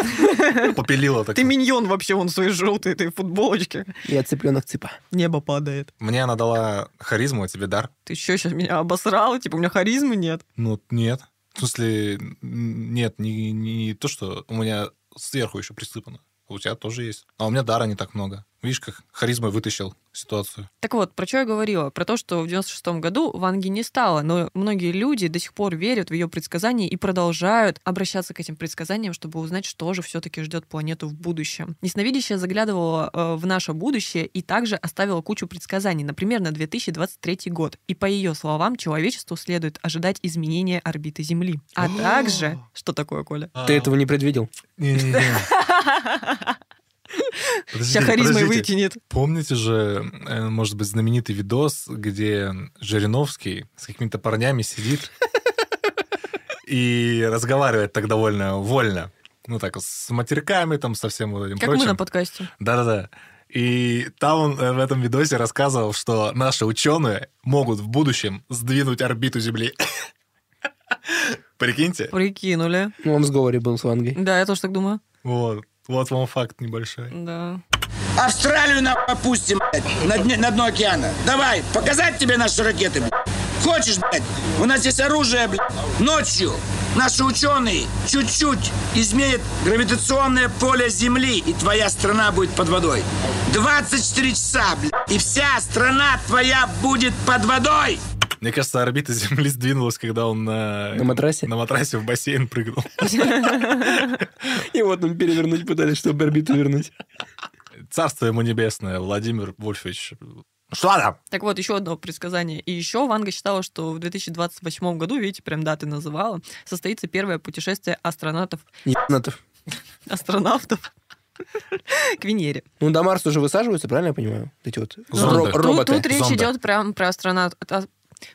Speaker 9: попилила. так.
Speaker 7: Ты миньон вообще, он в своей желтой этой футболочке.
Speaker 8: [laughs] Я цыпленок типа. цыпа.
Speaker 7: Небо падает.
Speaker 9: Мне она дала харизму, а тебе дар?
Speaker 7: Ты еще сейчас меня обосрала? Типа, у меня харизмы нет.
Speaker 9: Ну, нет. В смысле, н- нет, не, не то, что у меня сверху еще присыпано. А У тебя тоже есть. А у меня дара не так много. Видишь, как харизмой вытащил ситуацию.
Speaker 7: Так вот, про что я говорила? Про то, что в 96-м году Ванги не стало, но многие люди до сих пор верят в ее предсказания и продолжают обращаться к этим предсказаниям, чтобы узнать, что же все-таки ждет планету в будущем. Ясновидящая заглядывала э, в наше будущее и также оставила кучу предсказаний, например, на 2023 год. И по ее словам, человечеству следует ожидать изменения орбиты Земли. А также... Что такое, Коля?
Speaker 8: Ты этого не предвидел?
Speaker 9: Сейчас
Speaker 7: Сейчас харизмой выкинет.
Speaker 9: Помните же, э, может быть, знаменитый видос, где Жириновский с какими-то парнями сидит и разговаривает так довольно вольно. Ну так, с матерками, там, со всем вот этим
Speaker 7: Как мы
Speaker 9: прочим.
Speaker 7: на подкасте.
Speaker 9: Да-да-да. И там он э, в этом видосе рассказывал, что наши ученые могут в будущем сдвинуть орбиту Земли. [coughs] Прикиньте?
Speaker 7: Прикинули.
Speaker 8: Ну, он в сговоре был с вангой.
Speaker 7: Да, я тоже так думаю.
Speaker 9: Вот. Вот вам факт небольшой.
Speaker 7: Да.
Speaker 14: Австралию на опустим, блядь, на, дне- на дно океана. Давай, показать тебе наши ракеты, блядь. Хочешь, блядь? У нас есть оружие, блядь. Ночью наши ученые чуть-чуть изменят гравитационное поле Земли, и твоя страна будет под водой. 24 часа, блядь, и вся страна твоя будет под водой.
Speaker 9: Мне кажется, орбита Земли сдвинулась, когда он на...
Speaker 8: На матрасе?
Speaker 9: На матрасе в бассейн прыгнул.
Speaker 8: И вот нам перевернуть пытались, чтобы орбиту вернуть.
Speaker 9: Царство ему небесное, Владимир Вольфович. Что там?
Speaker 7: Так вот, еще одно предсказание. И еще Ванга считала, что в 2028 году, видите, прям даты называла, состоится первое путешествие астронавтов,
Speaker 8: Ебанатов.
Speaker 7: астронавтов [laughs] к Венере.
Speaker 8: Ну, до Марса уже высаживаются, правильно я понимаю? Эти вот
Speaker 9: Зонды.
Speaker 8: ро-
Speaker 9: Тут-
Speaker 7: Тут,
Speaker 8: роботы.
Speaker 7: тут речь
Speaker 9: зонды.
Speaker 7: идет прям про астронавтов.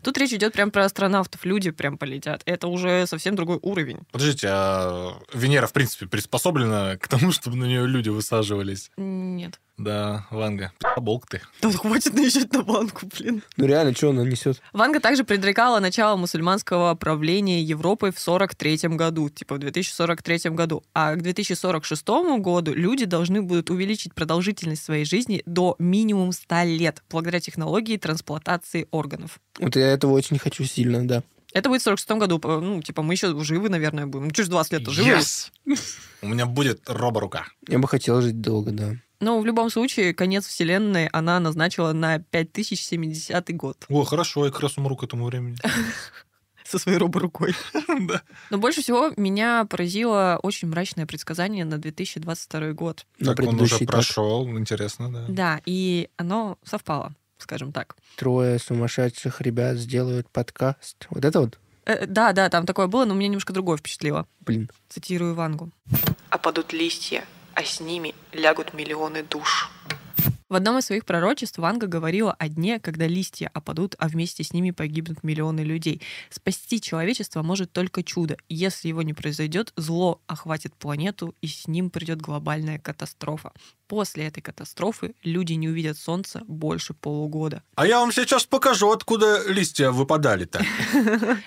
Speaker 7: Тут речь идет прям про астронавтов. Люди прям полетят. Это уже совсем другой уровень.
Speaker 9: Подождите, а Венера, в принципе, приспособлена к тому, чтобы на нее люди высаживались?
Speaker 7: Нет.
Speaker 9: Да, Ванга, пи***болк ты.
Speaker 7: Да хватит наезжать на банку, блин.
Speaker 8: Ну, реально, что она несет?
Speaker 7: Ванга также предрекала начало мусульманского правления Европой в 43 году, типа в 2043 году. А к 2046 году люди должны будут увеличить продолжительность своей жизни до минимум 100 лет благодаря технологии трансплантации органов.
Speaker 8: Вот я этого очень хочу сильно, да.
Speaker 7: Это будет в 46 году. по- Ну, типа, мы еще живы, наверное, будем. Ну, чё ж 20 лет-то живы?
Speaker 9: У меня будет роборука.
Speaker 8: Я бы хотел жить долго, да.
Speaker 7: Но в любом случае, конец Вселенной она назначила на 5070 год
Speaker 9: О, хорошо, я как раз умру к этому времени.
Speaker 7: [laughs] со своей роборукой.
Speaker 9: [laughs] Да.
Speaker 7: Но больше всего меня поразило очень мрачное предсказание на 2022 год.
Speaker 8: На
Speaker 9: Так он уже
Speaker 8: предыдущий этап.
Speaker 9: прошел, интересно, да.
Speaker 7: Да, и оно совпало. скажем так.
Speaker 8: Трое сумасшедших ребят сделают подкаст. Вот это вот?
Speaker 7: Э, да, да, там такое было, но меня немножко другое впечатлило.
Speaker 8: Блин.
Speaker 7: Цитирую Вангу.
Speaker 15: Опадут листья, а с ними лягут миллионы душ.
Speaker 7: В одном из своих пророчеств Ванга говорила о дне, когда листья опадут, а вместе с ними погибнут миллионы людей. Спасти человечество может только чудо. Если его не произойдет, зло охватит планету, и с ним придет глобальная катастрофа. После этой катастрофы люди не увидят солнца больше полугода.
Speaker 9: А я вам сейчас покажу, откуда листья выпадали-то.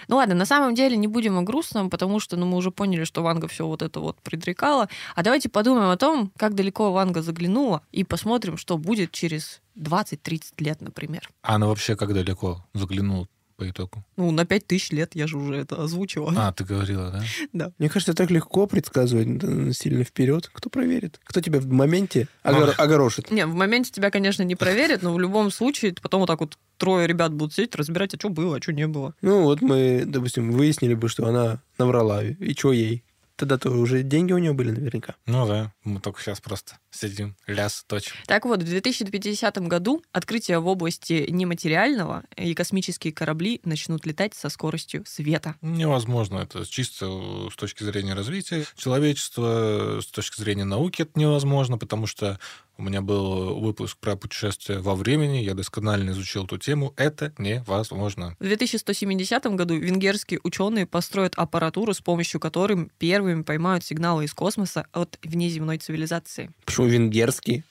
Speaker 7: Ну ладно, на самом деле не будем о грустном, потому что ну, мы уже поняли, что Ванга все вот это вот предрекала. А давайте подумаем о том, как далеко Ванга заглянула, и посмотрим, что будет через 20-30 лет, например.
Speaker 9: А она вообще как далеко заглянула по итогу?
Speaker 7: Ну, на 5000 лет я же уже это озвучила.
Speaker 9: А, ты говорила, да?
Speaker 7: Да.
Speaker 8: Мне кажется, так легко предсказывать м, сильно вперед. Кто проверит? Кто тебя в моменте
Speaker 9: Ну,
Speaker 8: огор- огорошит?
Speaker 7: Не, в моменте тебя, конечно, не проверят, но в любом случае потом вот так вот трое ребят будут сидеть, разбирать, а что было, а что не было.
Speaker 8: Ну, вот мы, допустим, выяснили бы, что она наврала. И что ей? Тогда-то уже деньги у нее были наверняка.
Speaker 9: Ну да, мы только сейчас просто сидим, ляс точим.
Speaker 7: Так вот, в 2050 году открытия в области нематериального и космические корабли начнут летать со скоростью света.
Speaker 9: Невозможно это чисто э, с точки зрения развития человечества, э, с точки зрения науки это невозможно, потому что у меня был выпуск про путешествие во времени, я досконально изучил эту тему, это невозможно.
Speaker 7: В 2170 году венгерские ученые построят аппаратуру, с помощью которой первыми поймают сигналы из космоса от внеземной цивилизации.
Speaker 8: Почему [laughs] венгерский?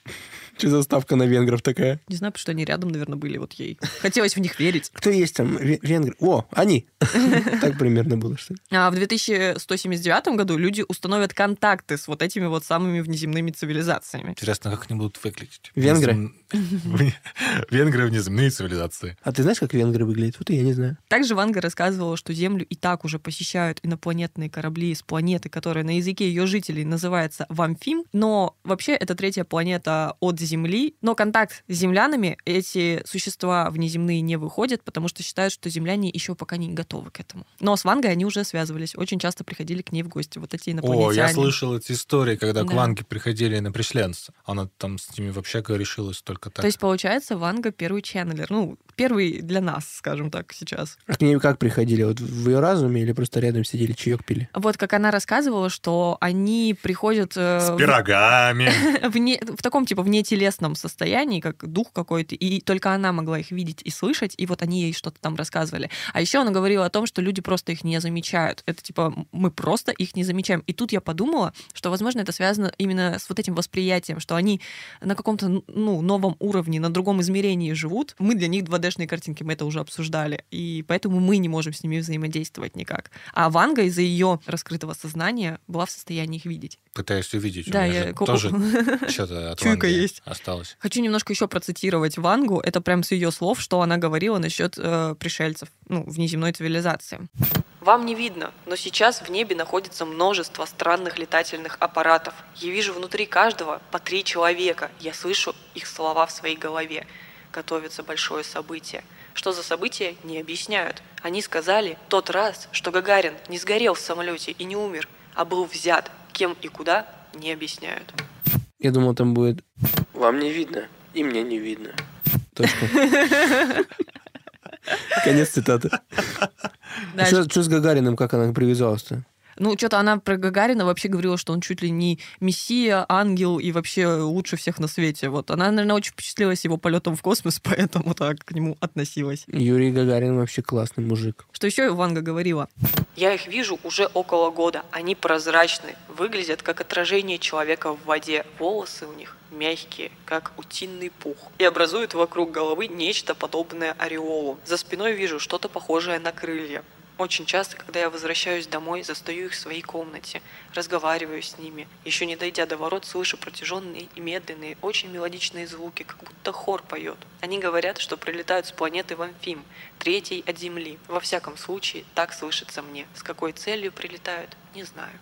Speaker 8: Что за ставка на венгров такая?
Speaker 7: Не знаю, потому что они рядом, наверное, были вот ей. Хотелось в них верить.
Speaker 8: Кто есть там? Ве- Венгры? О, они! [laughs] Так примерно было, что ли?
Speaker 7: А в 2179 году люди установят контакты с вот этими вот самыми внеземными цивилизациями.
Speaker 9: Интересно, как они будут выглядеть?
Speaker 8: Венгры?
Speaker 9: Внезем- [laughs] Венгры внеземные цивилизации.
Speaker 8: А ты знаешь, как венгры выглядят? Вот и я не знаю.
Speaker 7: Также Ванга рассказывала, что Землю и так уже посещают инопланетные корабли с планеты, которая на языке ее жителей называется Вамфим, но вообще это третья планета от Земли. Но контакт с землянами эти существа внеземные не выходят, потому что считают, что земляне еще пока не готовы к этому. Но с Вангой они уже связывались, очень часто приходили к ней в гости, вот эти инопланетяне.
Speaker 9: О, я слышал эти истории, когда к
Speaker 7: Да.
Speaker 9: Ванге приходили на пришленца. Она там с ними вообще решилась только так.
Speaker 7: То есть, получается, Ванга первый ченнелер. Ну, первый для нас, скажем так, сейчас.
Speaker 8: А к ней как приходили? Вот в ее разуме или просто рядом сидели, чаек пили?
Speaker 7: Вот как она рассказывала, что они приходят... э, в-
Speaker 9: [laughs] Пирогами.
Speaker 7: в, не- в таком типа внетелесном состоянии, как дух какой-то, и только она могла их видеть и слышать, и вот они ей что-то там рассказывали. А еще она говорила о том, что люди просто их не замечают. Это типа м- мы просто их не замечаем. И тут я подумала, что, возможно, это связано именно с вот этим восприятием, что они на каком-то ну, новом уровне, на другом измерении живут. Мы для них 2D-шные картинки, мы это уже обсуждали, и поэтому мы не можем с ними взаимодействовать никак. А Ванга из-за ее раскрытого сознания была в состоянии их видеть.
Speaker 9: Пытаюсь увидеть.
Speaker 7: Да,
Speaker 9: у меня
Speaker 7: я
Speaker 9: же
Speaker 7: ко-
Speaker 9: тоже
Speaker 7: [laughs]
Speaker 9: что-то от
Speaker 7: Чуйка
Speaker 9: Ванги
Speaker 7: есть.
Speaker 9: осталось.
Speaker 7: Хочу немножко еще процитировать Вангу. Это прям с ее слов, что она говорила насчет э, пришельцев, ну, внеземной цивилизации.
Speaker 15: Вам не видно, но сейчас в небе находится множество странных летательных аппаратов. Я вижу внутри каждого по три человека. Я слышу их слова в своей голове. Готовится большое событие. Что за событие, не объясняют. Они сказали тот раз, что Гагарин не сгорел в самолете и не умер, а был взят. Кем и куда, не объясняют.
Speaker 8: Я думал, там будет... Вам не видно, и мне не видно. Точка. [laughs] Конец цитаты.
Speaker 7: Дальше.
Speaker 8: Что с Гагарином, как она привязалась-то?
Speaker 7: Ну, что-то она про Гагарина вообще говорила, что он чуть ли не мессия, ангел и вообще лучше всех на свете. Вот она, наверное, очень впечатлилась его полетом в космос, [laughs] поэтому так к нему относилась.
Speaker 8: Юрий Гагарин вообще классный мужик.
Speaker 7: Что еще Ванга говорила?
Speaker 15: Я их вижу уже около года. Они прозрачны, выглядят как отражение человека в воде. Волосы у них мягкие, как утиный пух. И образуют вокруг головы нечто подобное ореолу. За спиной вижу что-то похожее на крылья. Очень часто, когда я возвращаюсь домой, застаю их в своей комнате, разговариваю с ними. Еще не дойдя до ворот, слышу протяженные и медленные, очень мелодичные звуки, как будто хор поет. Они говорят, что прилетают с планеты Вамфим, третьей от Земли. Во всяком случае, так слышится мне. С какой целью прилетают, не знаю.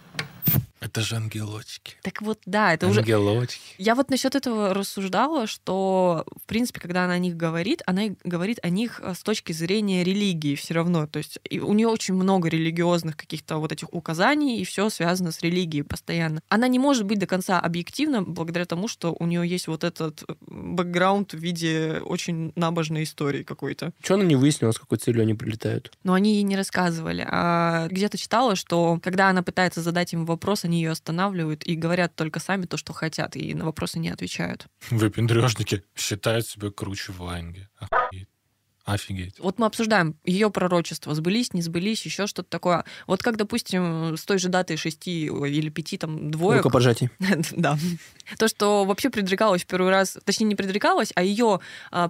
Speaker 9: Это же ангелочки.
Speaker 7: Так вот, да, это уже...
Speaker 9: [laughs]
Speaker 7: Я вот насчет этого рассуждала, что, в принципе, когда она о них говорит, она и говорит о них э, с точки зрения религии все равно. То есть и у нее очень много религиозных каких-то вот этих указаний, и все связано с религией постоянно. Она не может быть до конца объективна благодаря тому, что у нее есть вот этот э, бэкграунд в виде очень набожной истории какой-то.
Speaker 8: Что она не выяснила, с какой целью они прилетают?
Speaker 7: Но они ей не рассказывали. А где-то читала, что когда она пытается задать им вопрос, они ее останавливают и говорят только сами то, что хотят, и на вопросы не отвечают.
Speaker 9: Выпендрежники считают себя круче Ваенги. Охуеть. Офигеть.
Speaker 7: Вот мы обсуждаем ее пророчества, сбылись, не сбылись, еще что-то такое. Вот как, допустим, с той же daтой шести ой, или пяти, там, двоек...
Speaker 8: Рукопожатий.
Speaker 7: [laughs] Да. То, что вообще предрекалось в первый раз, точнее, не предрекалось, а ее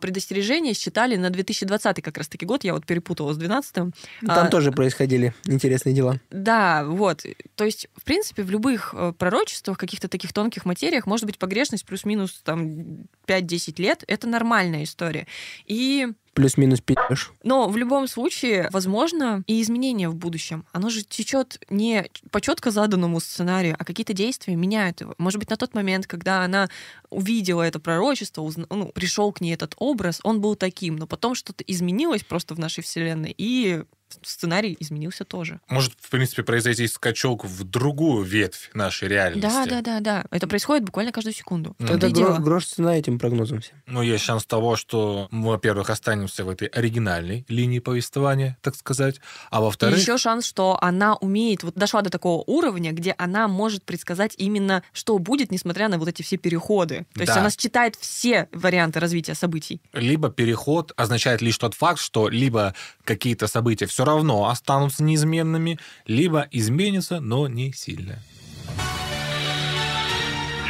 Speaker 7: предостережение считали на 2020 как раз-таки год, я вот перепутала с 12 А,
Speaker 8: Там
Speaker 7: э,
Speaker 8: тоже происходили интересные дела.
Speaker 7: Да, вот. То есть, в принципе, в любых э, пророчествах, каких-то таких тонких материях может быть погрешность плюс-минус там 5-10 лет. Это нормальная история. И
Speaker 8: Плюс-минус пи***ш.
Speaker 7: но в любом случае, возможно, и изменения в будущем. Оно же течет не по четко заданному сценарию, а какие-то действия меняют его. Может быть, на тот момент, когда она увидела это пророчество, узна- ну, пришел к ней этот образ, он был таким, но потом что-то изменилось просто в нашей вселенной, и сценарий изменился тоже.
Speaker 9: Может, в принципе, произойти скачок в другую ветвь нашей реальности.
Speaker 7: Да, да, да, да. Это происходит буквально каждую секунду. В том-то
Speaker 8: Это
Speaker 7: и дело.
Speaker 8: гро- грош цена этим прогнозом всем.
Speaker 9: Но есть шанс того, что мы, во-первых, останемся в этой оригинальной линии повествования, так сказать, а
Speaker 7: И
Speaker 9: во-вторых...
Speaker 7: еще шанс, что она умеет, вот дошла до такого уровня, где она может предсказать именно, что будет, несмотря на вот эти все переходы. То есть
Speaker 9: Да.
Speaker 7: она считает все варианты развития событий.
Speaker 9: Либо переход означает лишь тот факт, что либо какие-то события все равно останутся неизменными, либо изменятся, но не сильно.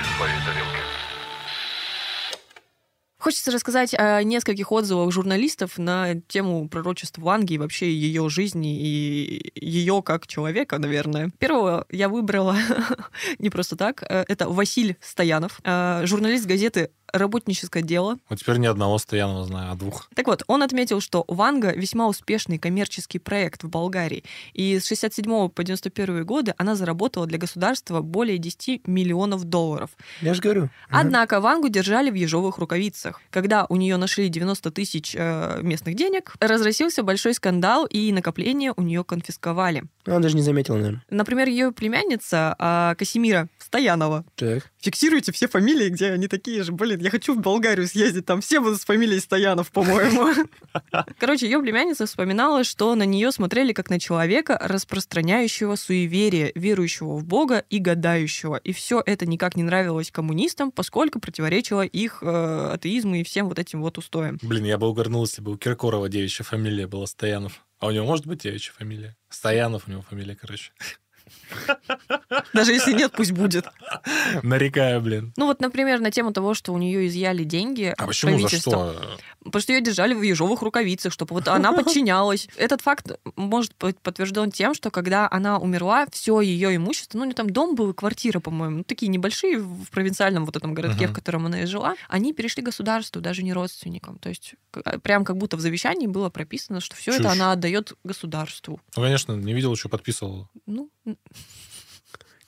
Speaker 13: Из своей тарелки.
Speaker 7: Хочется рассказать о нескольких отзывах журналистов на тему пророчества Ванги и вообще ее жизни и ее как человека, наверное. Первого я выбрала [laughs] не просто так. э, Это Василь Стоянов, э, журналист газеты «Работническое дело»,
Speaker 9: Вот теперь ни одного Стоянова знаю, а двух.
Speaker 7: Так вот, он отметил, что Ванга весьма успешный коммерческий проект в Болгарии. И с 67 по 91 годы она заработала для государства более 10 миллионов долларов.
Speaker 8: Я же говорю.
Speaker 7: Однако Вангу держали в ежовых рукавицах. Когда у нее нашли 90 тысяч э, местных денег, разросился большой скандал, и накопления у нее конфисковали.
Speaker 8: Она Ну, даже не заметила, наверное.
Speaker 7: Например, ее племянница а, Касимира Стоянова.
Speaker 8: Так.
Speaker 7: Фиксируйте все фамилии, где они такие же. Блин, я хочу в Болгарию съездить, там все будут с фамилией Стоянов, по-моему. [laughs] Короче, ее племянница вспоминала, что на нее смотрели как на человека, распространяющего суеверие, верующего в Бога и гадающего. И все это никак не нравилось коммунистам, поскольку противоречило их э, атеизму и всем вот этим вот устоям.
Speaker 9: Блин, я бы угорнул, если бы у Киркорова девичья фамилия была Стоянов. А у него может быть девичья фамилия? Стоянов у него фамилия, короче. [laughs]
Speaker 7: Даже если нет, пусть будет.
Speaker 9: Нарекаю, блин.
Speaker 7: Ну вот, например, на тему того, что у нее изъяли деньги.
Speaker 9: А почему за
Speaker 7: правительством.
Speaker 9: что?
Speaker 7: Потому что ее держали в ежовых рукавицах, чтобы
Speaker 9: [laughs]
Speaker 7: вот она подчинялась. Этот факт может быть подтвержден тем, что когда она умерла, все ее имущество, ну, у неё там дом был и квартира, по-моему, ну, такие небольшие в провинциальном вот этом городке,
Speaker 9: Мгм.
Speaker 7: в котором она и жила, они перешли государству, даже не родственникам. То есть к- а, прям как будто в завещании было прописано, что все это
Speaker 9: Чушь.
Speaker 7: она отдает государству.
Speaker 9: Ну, конечно, не видел, еще подписывал.
Speaker 7: Ну,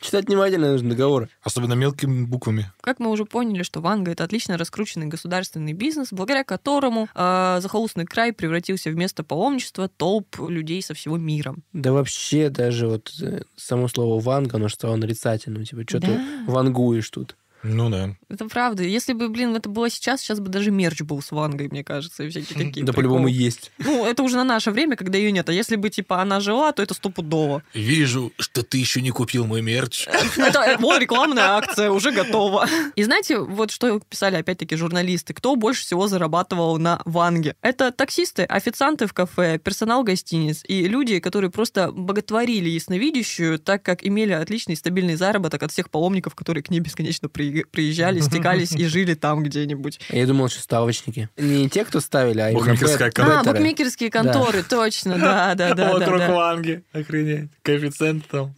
Speaker 8: Читать внимательно нужно договоры.
Speaker 9: Особенно мелкими буквами.
Speaker 7: Как мы уже поняли, что Ванга это отлично раскрученный государственный бизнес, благодаря которому э, захолустный край превратился в место паломничества толп людей со всего мира.
Speaker 8: Да вообще даже вот э, само слово «ванг», оно же стало нарицательным. Типа, что
Speaker 7: Да.
Speaker 8: ты вангуешь тут?
Speaker 9: Ну да.
Speaker 7: Это правда. Если бы, блин, это было сейчас, сейчас бы даже мерч был с Вангой, мне кажется, и всякие такие.
Speaker 8: Хм, Да по-любому
Speaker 7: приколы.
Speaker 8: есть.
Speaker 7: Ну, это уже на наше время, когда ее нет. А если бы, типа, она жила, то это стопудово.
Speaker 9: Вижу, что ты еще не купил мой мерч.
Speaker 7: Это э, вот рекламная акция, уже готова. И знаете, вот что писали опять-таки журналисты. Кто больше всего зарабатывал на Ванге? Это таксисты, официанты в кафе, персонал гостиниц и люди, которые просто боготворили ясновидящую, так как имели отличный и стабильный заработок от всех паломников, которые к ней бесконечно при- при-
Speaker 8: [laughs]
Speaker 7: приезжали, стекались и жили там где-нибудь.
Speaker 8: А Я думал, что ставочники. Не те, кто ставили, а именно
Speaker 10: Букмекерская
Speaker 8: бет-
Speaker 7: А,
Speaker 8: беттеры.
Speaker 10: [laughs]
Speaker 7: букмекерские конторы, точно, да, да, да. да,
Speaker 10: Вокруг
Speaker 7: да.
Speaker 10: Ванги. Охренеть. Коэффициент там.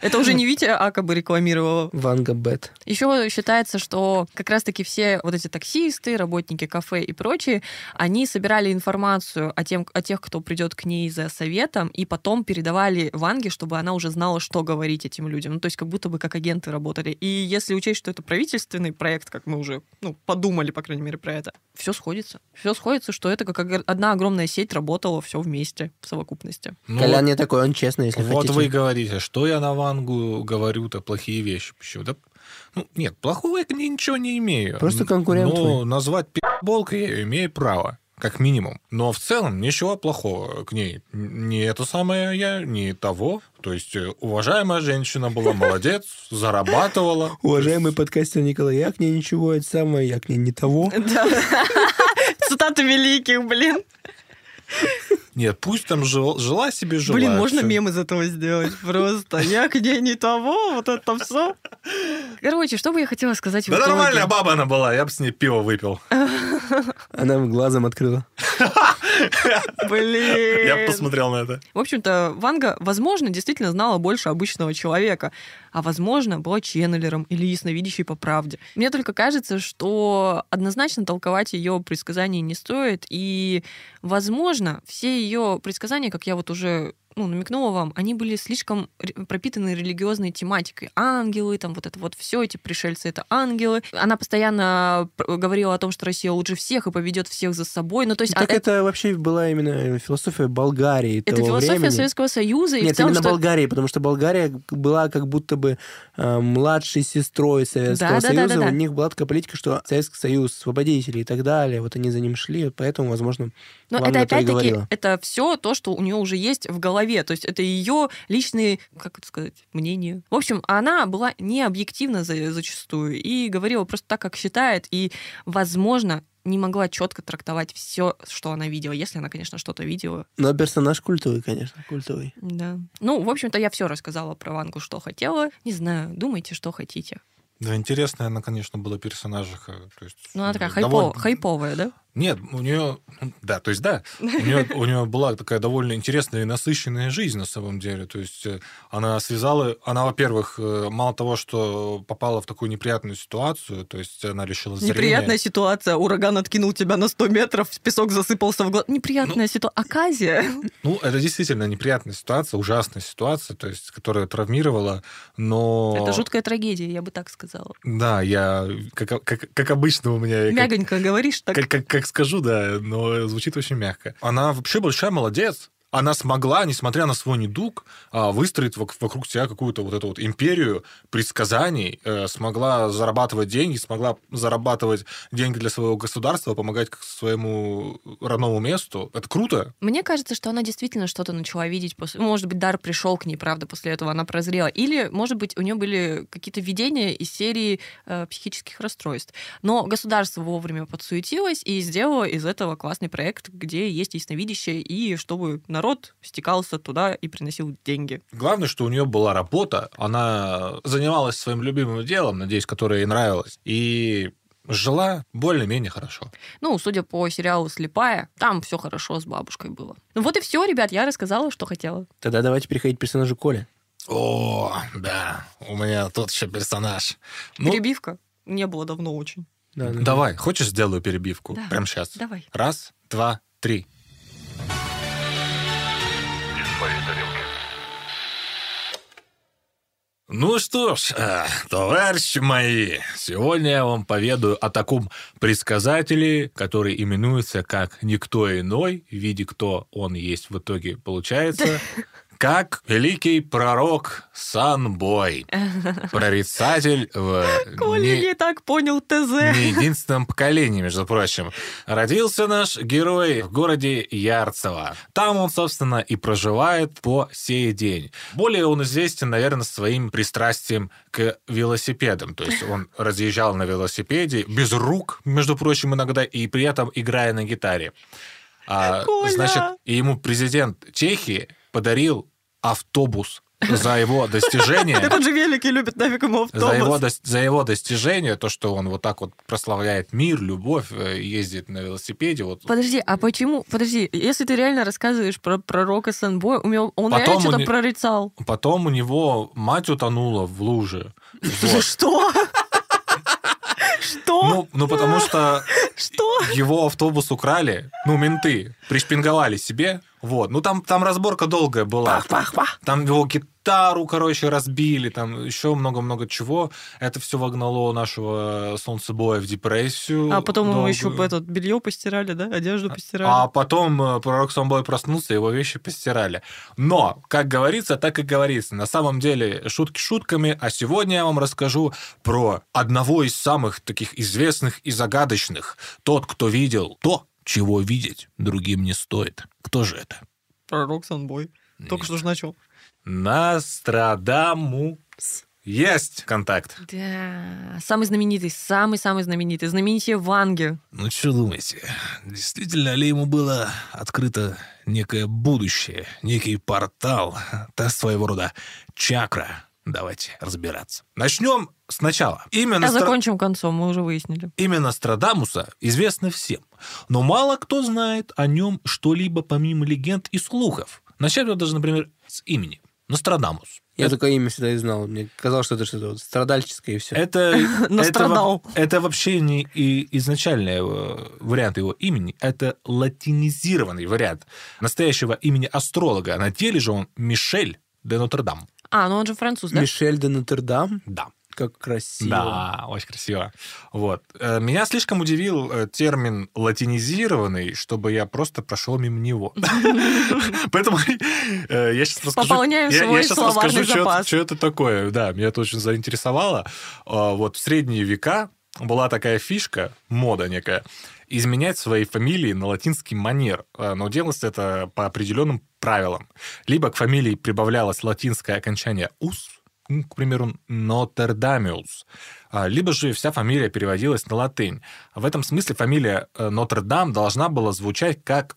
Speaker 7: Это уже не Витя Акобы рекламировала.
Speaker 8: Ванга Бет.
Speaker 7: Еще считается, что как раз-таки все вот эти таксисты, работники кафе и прочие, они собирали информацию о, тем, о тех, кто придет к ней за советом, и потом передавали Ванге, чтобы она уже знала, что говорить этим людям. Ну, то есть как будто бы как агенты работали. И если учесть, что это правительственный проект, как мы уже ну, подумали, по крайней мере, про это, все сходится. Все сходится, что это как одна огромная сеть работала все вместе в совокупности.
Speaker 9: Ну,
Speaker 8: Колян
Speaker 9: вот-
Speaker 8: не такой, он честный, если
Speaker 9: Вот
Speaker 8: хотите.
Speaker 9: вы и говорите, что я на Вангу говорю-то плохие вещи. Почему? Да, ну, нет, плохого я к ней ничего не имею.
Speaker 8: Просто конкурент
Speaker 9: Но
Speaker 8: твой.
Speaker 9: назвать пи***болкой я имею право, как минимум. Но в целом ничего плохого к ней. Не это самое я, не того. То есть э, уважаемая женщина была молодец, [laughs] зарабатывала.
Speaker 8: Уважаемый подкастер Николай, я к ней ничего, это самое, я к ней не того.
Speaker 7: [laughs] Цитаты великих, блин.
Speaker 9: Нет, пусть там жил- жила себе жила.
Speaker 7: Блин, можно
Speaker 9: всё.
Speaker 7: мем из этого сделать просто. Я к ней не того, вот это все. Короче, что бы я хотела сказать в
Speaker 9: Да
Speaker 7: итоге?
Speaker 9: нормальная баба она была, я бы с ней пиво выпил.
Speaker 8: Она им глазом открыла.
Speaker 7: Блин.
Speaker 9: Я бы посмотрел на это.
Speaker 7: В общем-то, Ванга, возможно, действительно знала больше обычного человека, а, возможно, была ченнелером или ясновидящей по правде. Мне только кажется, что однозначно толковать ее предсказания не стоит, и, возможно, все ее предсказания, как я вот уже ну, намекнула вам, они были слишком ре- пропитаны религиозной тематикой. Ангелы, там вот это вот все, эти пришельцы это ангелы. Она постоянно пр- говорила о том, что Россия лучше всех и поведет всех за собой. Ну, то есть а
Speaker 8: Так
Speaker 7: э-
Speaker 8: это вообще была именно философия Болгарии
Speaker 7: это
Speaker 8: того
Speaker 7: философия
Speaker 8: времени.
Speaker 7: Советского Союза. и в
Speaker 8: Нет,
Speaker 7: целом,
Speaker 8: именно
Speaker 7: что-
Speaker 8: Болгарии, потому что Болгария была как будто бы э, младшей сестрой Советского
Speaker 7: Да, да, да,
Speaker 8: Союза.
Speaker 7: да, да.
Speaker 8: У них была такая политика, что Советский Союз, освободители и так далее. Вот они за ним шли, поэтому, возможно,
Speaker 7: Но
Speaker 8: Ванга
Speaker 7: Ну, это
Speaker 8: то и
Speaker 7: опять-таки,
Speaker 8: говорила.
Speaker 7: это все то, что у нее уже есть в голове. То есть это ее личные, как это сказать, мнения. В общем, она была необъективна за- зачастую и говорила просто так, как считает, и, возможно, не могла четко трактовать все, что она видела, если она, конечно, что-то видела.
Speaker 8: Но персонаж культовый, конечно, культовый.
Speaker 7: Да. Ну, в общем-то, я все рассказала про Вангу, что хотела. Не знаю, думайте, что хотите.
Speaker 9: Да, интересная она, конечно, была персонажиха. То есть,
Speaker 7: Ну, она такая
Speaker 9: э,
Speaker 7: хайпо-
Speaker 9: довольно-
Speaker 7: хайповая, да?
Speaker 9: Нет, у нее, да, то есть да, у нее, у нее была такая довольно интересная и насыщенная жизнь на самом деле. То есть э, она связала, она, во-первых, э, мало того, что попала в такую неприятную ситуацию, то есть она лишила зрения.
Speaker 7: Неприятная ситуация. Ураган откинул тебя на 100 метров, песок засыпался в глаз. Неприятная ситуация. Аказия.
Speaker 9: Ну, это действительно неприятная ситуация, ужасная ситуация, то есть которая травмировала, но...
Speaker 7: Это жуткая трагедия, я бы так сказала.
Speaker 9: Да, я, как, как, как обычно у меня... я как-
Speaker 7: Мягонько говоришь так.
Speaker 9: Как, как, как скажу, да, но звучит очень мягко. Она вообще большая молодец. Она смогла, несмотря на свой недуг, а, выстроить вок- вокруг себя какую-то вот эту вот империю предсказаний, э, смогла зарабатывать деньги, смогла зарабатывать деньги для своего государства, помогать к своему родному месту. Это круто.
Speaker 7: Мне кажется, что она действительно что-то начала видеть после... ну, Может быть, дар пришел к ней, правда, после этого она прозрела. Или, может быть, у нее были какие-то видения из серии э, психических расстройств. Но государство вовремя подсуетилось и сделало из этого классный проект, где есть ясновидящее, и чтобы народ стекался туда и приносил деньги.
Speaker 9: Главное, что у нее была работа, она занималась своим любимым делом, надеюсь, которое ей нравилось, и жила более-менее хорошо.
Speaker 7: Ну, судя по сериалу «Слепая», там все хорошо с бабушкой было. Ну вот и все, ребят, я рассказала, что хотела.
Speaker 8: Тогда давайте переходить к персонажу Коля.
Speaker 9: О, да, у меня тот еще персонаж. Ну,
Speaker 7: Перебивка не было давно очень.
Speaker 9: Давай, хочешь сделаю перебивку?
Speaker 7: Да.
Speaker 9: Прям сейчас.
Speaker 7: Давай.
Speaker 9: Раз, два, три.
Speaker 13: Из своей тарелки.
Speaker 10: Ну что ж, э, товарищи мои,
Speaker 9: Сегодня я вам поведаю о таком предсказателе, который именуется как никто иной, в виде кто он есть в итоге получается, как великий пророк Санбой. Прорицатель в
Speaker 7: Коля
Speaker 9: не-
Speaker 7: не так понял ТЗ.
Speaker 9: не единственном поколении, между прочим. Родился наш герой в городе Ярцево. Там он, собственно, и проживает по сей день. Более он известен, наверное, своим пристрастием к велосипедам. То есть он разъезжал на велосипеде без рук, между прочим, иногда, и при этом играя на гитаре. А,
Speaker 10: Коля!
Speaker 9: значит, и ему президент Чехии подарил автобус за его
Speaker 7: [laughs]
Speaker 9: достижение.
Speaker 7: Так он же велики любит, нафиг ему
Speaker 9: За его,
Speaker 7: автобус.
Speaker 9: дос- за его достижение, то, что он вот так вот прославляет мир, любовь, э, ездит на велосипеде. Вот.
Speaker 7: Подожди, а почему? Подожди, если ты реально рассказываешь про пророка Сэнбой, у меня он
Speaker 9: Потом
Speaker 7: реально что-то
Speaker 9: у не-
Speaker 7: прорицал.
Speaker 9: Потом у него мать утонула в луже. Вот.
Speaker 7: [laughs] Что? Что?
Speaker 9: Ну, ну, потому что
Speaker 7: Что?
Speaker 9: его автобус украли, ну, менты, пришпинговали себе, вот. Ну, там, там разборка долгая была.
Speaker 7: А
Speaker 9: Там его гитару, короче, разбили, там еще много-много чего. Это все вогнало нашего солнцебоя в депрессию.
Speaker 7: А потом ему еще
Speaker 9: долгую.
Speaker 7: этот белье постирали, да? Одежду постирали.
Speaker 9: Ну, А потом э, пророк Самбой проснулся, его вещи постирали. Но, как говорится, так и говорится. На самом деле, шутки шутками, а сегодня я вам расскажу про одного из самых таких известных и загадочных. Тот, кто видел то, чего видеть другим не стоит. Кто же это?
Speaker 7: Пророк Санбой. Только что же начал.
Speaker 9: Нострадамус. Есть контакт.
Speaker 7: Да, самый знаменитый, самый-самый знаменитый, знаменитее Ванги.
Speaker 16: Ну что думаете, действительно ли ему было открыто некое будущее, некий портал, та своего рода чакра? Давайте разбираться.
Speaker 9: Начнем сначала. Имя
Speaker 7: А
Speaker 9: Ностра-
Speaker 7: закончим концом, мы уже выяснили.
Speaker 9: Имя Нострадамуса известно всем, но мало кто знает о нем что-либо помимо легенд и слухов. Начать надо даже, например, с имени. Нострадамус.
Speaker 8: Я такое имя всегда и знал. Мне казалось, что это что-то вот страдальческое и все.
Speaker 9: Это, это,
Speaker 8: Нострадал.
Speaker 9: во- это вообще не и изначальный э, вариант его имени, это латинизированный вариант настоящего имени астролога. На деле же он Мишель де Нотр-Дам.
Speaker 7: А, ну он же француз, да?
Speaker 8: Мишель де Нотр-Дам?
Speaker 9: Да.
Speaker 8: Как красиво.
Speaker 9: Да, очень красиво. Вот. Э, Меня слишком удивил э, термин латинизированный, чтобы я просто прошел мимо
Speaker 7: [laughs]
Speaker 9: него. Поэтому э, я сейчас расскажу...
Speaker 7: Пополняем
Speaker 9: я- я
Speaker 7: свой
Speaker 9: щас
Speaker 7: словарный
Speaker 9: расскажу, чё это-
Speaker 7: запас.
Speaker 9: чё это такое. Да, меня это очень заинтересовало. А, Вот в средние века была такая фишка, мода некая, изменять свои фамилии на латинский манер. А, Но делалось это по определенным правилам. Либо к фамилии прибавлялось латинское окончание «ус», ну, к примеру, Нотр-Дамиус. А, Либо же вся фамилия переводилась на латынь. В этом смысле фамилия э, Нотр-Дам должна была звучать как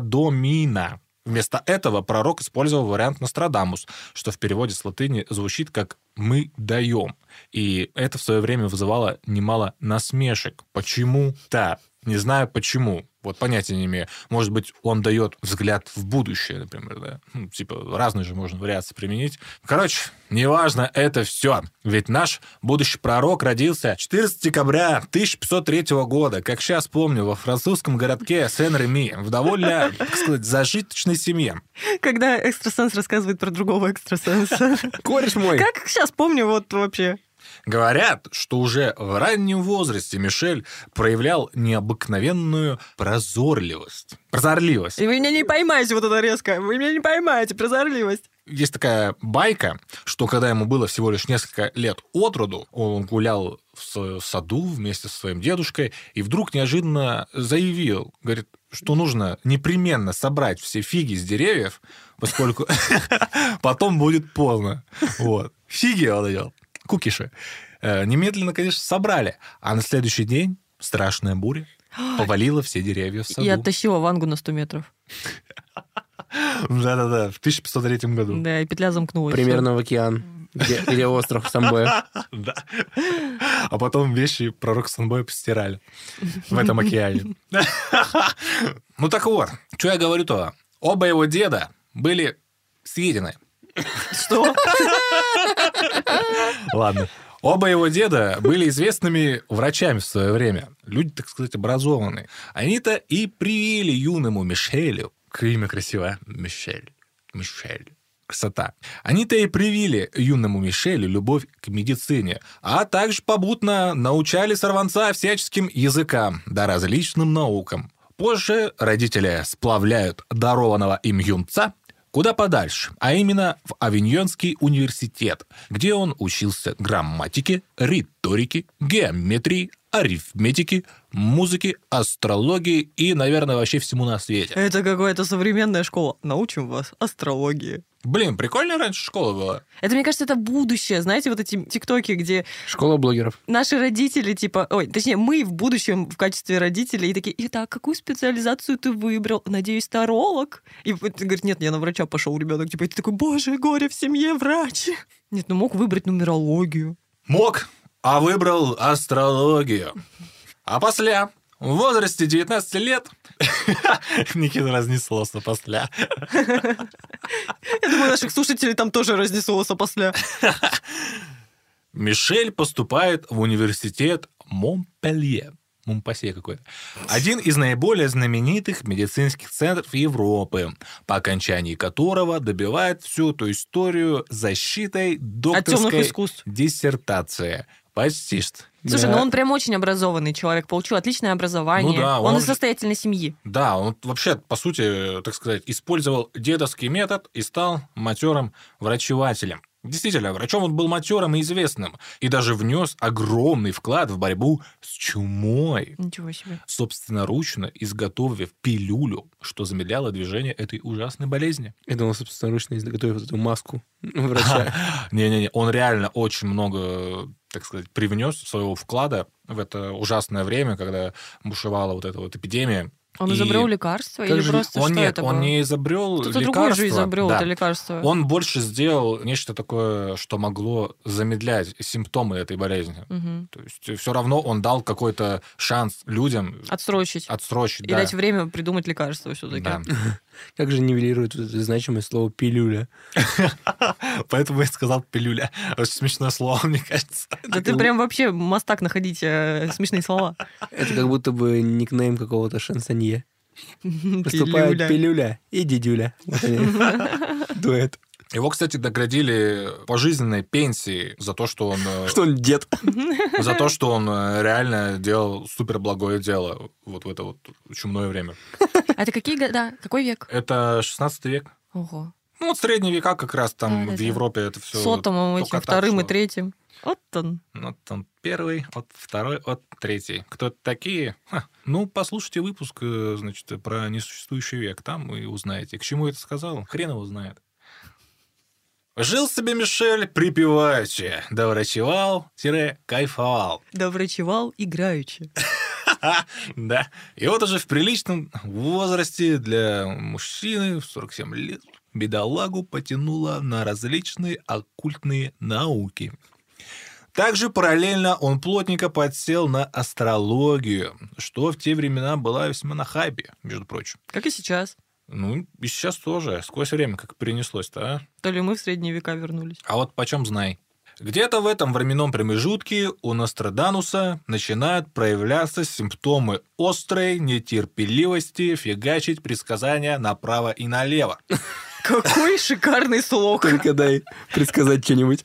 Speaker 9: Нострадомина. Вместо этого пророк использовал вариант Нострадамус, что в переводе с латыни звучит как «мы даем». И это в свое время вызывало немало насмешек. Почему? Да, не знаю почему. Вот понятия не имею. Может быть, он дает взгляд в будущее, например, да? Ну, типа, разные же можно вариации применить. Короче, неважно это все. Ведь наш будущий пророк родился 14 декабря 1503 года, как сейчас помню, во французском городке Сен-Реми, в довольно, так сказать, зажиточной семье.
Speaker 7: Когда экстрасенс рассказывает про другого экстрасенса.
Speaker 9: [laughs] Кореш мой.
Speaker 7: Как сейчас помню, вот вообще.
Speaker 9: Говорят, что уже в раннем возрасте Мишель проявлял необыкновенную прозорливость. Прозорливость.
Speaker 7: И вы меня не поймаете вот это резко. Вы меня не поймаете, прозорливость.
Speaker 9: Есть такая байка, что когда ему было всего лишь несколько лет от роду, он гулял в с- саду вместе со своим дедушкой и вдруг неожиданно заявил, говорит, что нужно непременно собрать все фиги с деревьев, поскольку [laughs] потом будет поздно. Вот. Фиги он ел, кукиши. Э, Немедленно, конечно, собрали. А на следующий день страшная буря повалила все деревья в
Speaker 7: И
Speaker 9: саду.
Speaker 7: оттащила Вангу на 100 метров.
Speaker 9: Да-да-да, в 1503 году.
Speaker 7: Да, и петля замкнулась.
Speaker 8: Примерно в океан, где, где остров Самбоя.
Speaker 9: Да. А потом вещи пророк Санбоя постирали в этом океане. Ну так вот, что я говорю-то? Оба его деда были съедены.
Speaker 7: Что?
Speaker 9: Ладно. Оба его деда были известными врачами в свое время. Люди, так сказать, образованные. Они-то и привили юному Мишелю. К- Имя красивое. Мишель. Мишель. Красота. Они-то и привили юному Мишелю любовь к медицине, а также побутно научали сорванца всяческим языкам, да различным наукам. Позже родители сплавляют дарованного им юнца Куда подальше, а именно в Авиньонский университет, где он учился грамматике, риторике, геометрии, арифметики, музыки, астрологии и, наверное, вообще всему на свете.
Speaker 7: Это какая-то современная школа. Научим вас астрологии.
Speaker 9: Блин, прикольно раньше школа была.
Speaker 7: Это, мне кажется, это будущее. Знаете, вот эти тиктоки, где
Speaker 13: Школа блогеров.
Speaker 7: наши родители, типа, ой, точнее, мы в будущем в качестве родителей, и такие, итак, какую специализацию ты выбрал? Надеюсь, таролог? И вот ты говоришь, нет, я на врача пошел, ребенок. Типа, и ты такой, боже, горе в семье, врач. Нет, ну мог выбрать нумерологию.
Speaker 9: Мог, а выбрал астрологию. А после, в возрасте 19 лет... [laughs] Никита разнесло после.
Speaker 7: Я думаю, наших слушателей там тоже разнесло сопосля.
Speaker 9: Мишель поступает в университет Монпелье. Монпасе какой-то. Один из наиболее знаменитых медицинских центров Европы, по окончании которого добивает всю эту историю защитой докторской
Speaker 7: искусств.
Speaker 9: диссертации. Почти что.
Speaker 7: Слушай, ну
Speaker 9: Да.
Speaker 7: он прям очень образованный человек, получил отличное образование.
Speaker 9: Ну да,
Speaker 7: он,
Speaker 9: он
Speaker 7: из
Speaker 9: же-
Speaker 7: состоятельной семьи.
Speaker 9: Да, он вообще, по сути, так сказать, использовал дедовский метод и стал матерым врачевателем. Действительно, врачом он был матерым и известным, и даже внес огромный вклад в борьбу с чумой,
Speaker 7: Ничего себе.
Speaker 9: собственноручно изготовив пилюлю, что замедляло движение этой ужасной болезни.
Speaker 13: Я думал, собственноручно изготовил вот эту маску [laughs] врача.
Speaker 9: Не-не-не, он реально очень много, так сказать, привнес своего вклада в это ужасное время, когда бушевала вот эта вот эпидемия.
Speaker 7: Он
Speaker 9: И-
Speaker 7: изобрел лекарство
Speaker 9: Как
Speaker 7: или
Speaker 9: же-
Speaker 7: просто
Speaker 9: он
Speaker 7: что
Speaker 9: нет,
Speaker 7: это
Speaker 9: он
Speaker 7: было?
Speaker 9: не изобрел
Speaker 7: Кто-то
Speaker 9: лекарство.
Speaker 7: другой же изобрел
Speaker 9: да.
Speaker 7: это лекарство.
Speaker 9: Он больше сделал нечто такое, что могло замедлять симптомы этой болезни.
Speaker 7: Мгм.
Speaker 9: То есть все равно он дал какой-то шанс людям
Speaker 7: Отсрочить.
Speaker 9: отсрочить.
Speaker 7: И
Speaker 9: да.
Speaker 7: дать время придумать лекарство все-таки.
Speaker 9: Да.
Speaker 13: Как же нивелирует вот это значимое слово «пилюля».
Speaker 9: Поэтому я сказал «пилюля». Очень смешное слово, [laughs] мне кажется.
Speaker 7: Да ты прям вообще мастак находить э,
Speaker 9: [laughs]
Speaker 7: смешные слова.
Speaker 13: Это как будто бы никнейм какого-то шансонье. Поступает
Speaker 7: Пилюля.
Speaker 13: пилюля и дедюля. Вот
Speaker 7: [laughs]
Speaker 13: они. Дуэт.
Speaker 9: Его, кстати, наградили пожизненной пенсией за то, что он... э,
Speaker 13: Что он дед?
Speaker 9: За то, что он э, реально делал супер благое дело вот в это вот чумное время.
Speaker 7: А это какие года? Какой век?
Speaker 9: Это 16 век.
Speaker 7: Ого.
Speaker 9: Ну, вот средние века как раз там в
Speaker 7: Да-да-да.
Speaker 9: Европе это все...
Speaker 7: Сотом этим, вторым и третьим. Вот он.
Speaker 9: Ну, Вот там первый, вот второй, вот третий. Кто это такие? Ха. Ну, послушайте выпуск, э, значит, про несуществующий век. Там вы узнаете. К чему я это сказал? Хрен его знает. Жил себе Мишель припеваючи, доврачевал, тире, кайфовал.
Speaker 7: Да врачевал играючи.
Speaker 9: [laughs] А, Да. И вот уже в приличном возрасте для мужчины в 47 лет бедолагу потянуло на различные оккультные науки. Также параллельно он плотненько подсел на астрологию, что в те времена была весьма на хайпе, между прочим.
Speaker 7: Как и сейчас.
Speaker 9: Ну, и сейчас тоже. Сквозь время как перенеслось-то, а?
Speaker 7: То ли мы в средние века вернулись.
Speaker 9: А вот почем знай. Где-то в этом временном промежутке у Нострадануса начинают проявляться симптомы острой нетерпеливости фигачить предсказания направо и налево.
Speaker 7: [laughs] Какой шикарный слог.
Speaker 13: Только дай предсказать что-нибудь.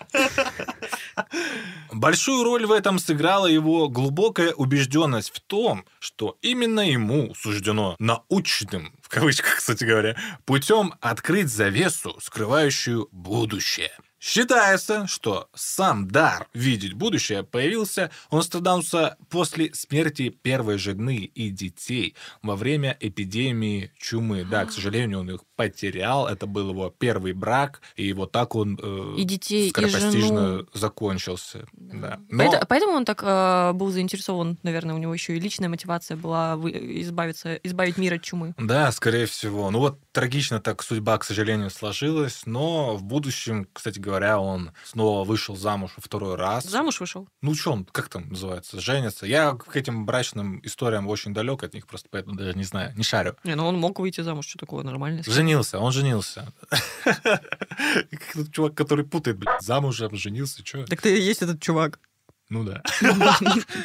Speaker 9: Большую роль в этом сыграла его глубокая убежденность в том, что именно ему суждено научным, в кавычках, кстати говоря, путем открыть завесу, скрывающую будущее. Считается, что сам дар видеть будущее появился у Нострадамуса после смерти первой жены и детей во время эпидемии чумы. Да, к сожалению, он их потерял. Это был его первый брак, и вот так он э,
Speaker 7: И детей, и
Speaker 9: скоропостижно
Speaker 7: жену.
Speaker 9: закончился. Да. Но
Speaker 7: Поэт- Поэтому он так э, был заинтересован, наверное, у него еще и личная мотивация была вы- избавиться, избавить мир от чумы.
Speaker 9: Да, скорее всего. Ну вот трагично так судьба, к сожалению, сложилась, но в будущем, кстати говоря, он снова вышел замуж во второй раз.
Speaker 7: Замуж вышел.
Speaker 9: Ну что он, как там называется, женится? Я к этим брачным историям очень далек от них, просто поэтому даже не знаю, не шарю.
Speaker 7: Не, ну он мог выйти замуж, что такое нормальное.
Speaker 9: Женился, он женился. [laughs] Как тот чувак, который путает, блядь, замужем, женился, что?
Speaker 7: Так ты и есть этот чувак.
Speaker 9: Ну да. [laughs]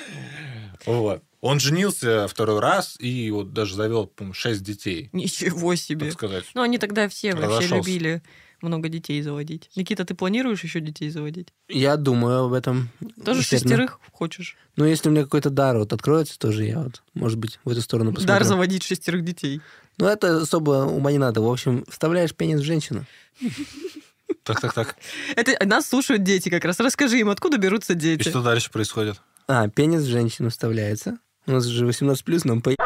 Speaker 9: Вот. Он женился второй раз и вот даже завел, по-моему, шесть детей.
Speaker 7: Ничего себе.
Speaker 9: Так сказать.
Speaker 7: Ну, они тогда все вообще
Speaker 9: Разошелся.
Speaker 7: любили много детей заводить. Никита, ты планируешь еще детей заводить?
Speaker 13: Я думаю об этом.
Speaker 7: Тоже
Speaker 13: усердно.
Speaker 7: шестерых хочешь?
Speaker 13: Ну, если у меня какой-то дар вот откроется, тоже я вот, может быть, в эту сторону посмотрю.
Speaker 7: Дар заводить шестерых детей.
Speaker 13: Ну, это особо ума не надо. В общем, вставляешь пенис в женщину.
Speaker 9: Так, так, так.
Speaker 7: [laughs] Это нас слушают дети как раз. Расскажи им, откуда берутся
Speaker 9: И
Speaker 7: дети.
Speaker 9: что дальше происходит?
Speaker 13: А, пенис в женщину вставляется. У нас же 18 плюс, нам поебать.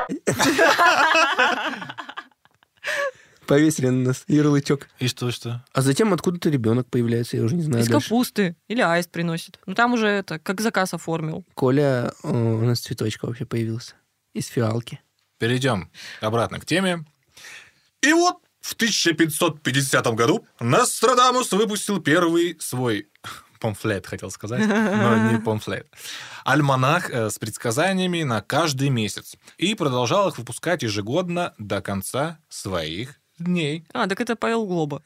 Speaker 13: [laughs] Повесили на нас ярлычок.
Speaker 9: И что, что?
Speaker 13: А затем откуда-то ребенок появляется, я уже не знаю
Speaker 7: Из
Speaker 13: дальше.
Speaker 7: капусты. Или аист приносит. Ну там уже это, как заказ оформил.
Speaker 13: Коля э, у нас цветочка вообще появился. Из фиалки.
Speaker 9: Перейдем обратно к теме. И вот в 1550 году Нострадамус выпустил первый свой памфлет, хотел сказать, но [laughs] не памфлет. Альманах э, с предсказаниями на каждый месяц. И продолжал их выпускать ежегодно до конца своих дней.
Speaker 7: А, так это Павел Глоба.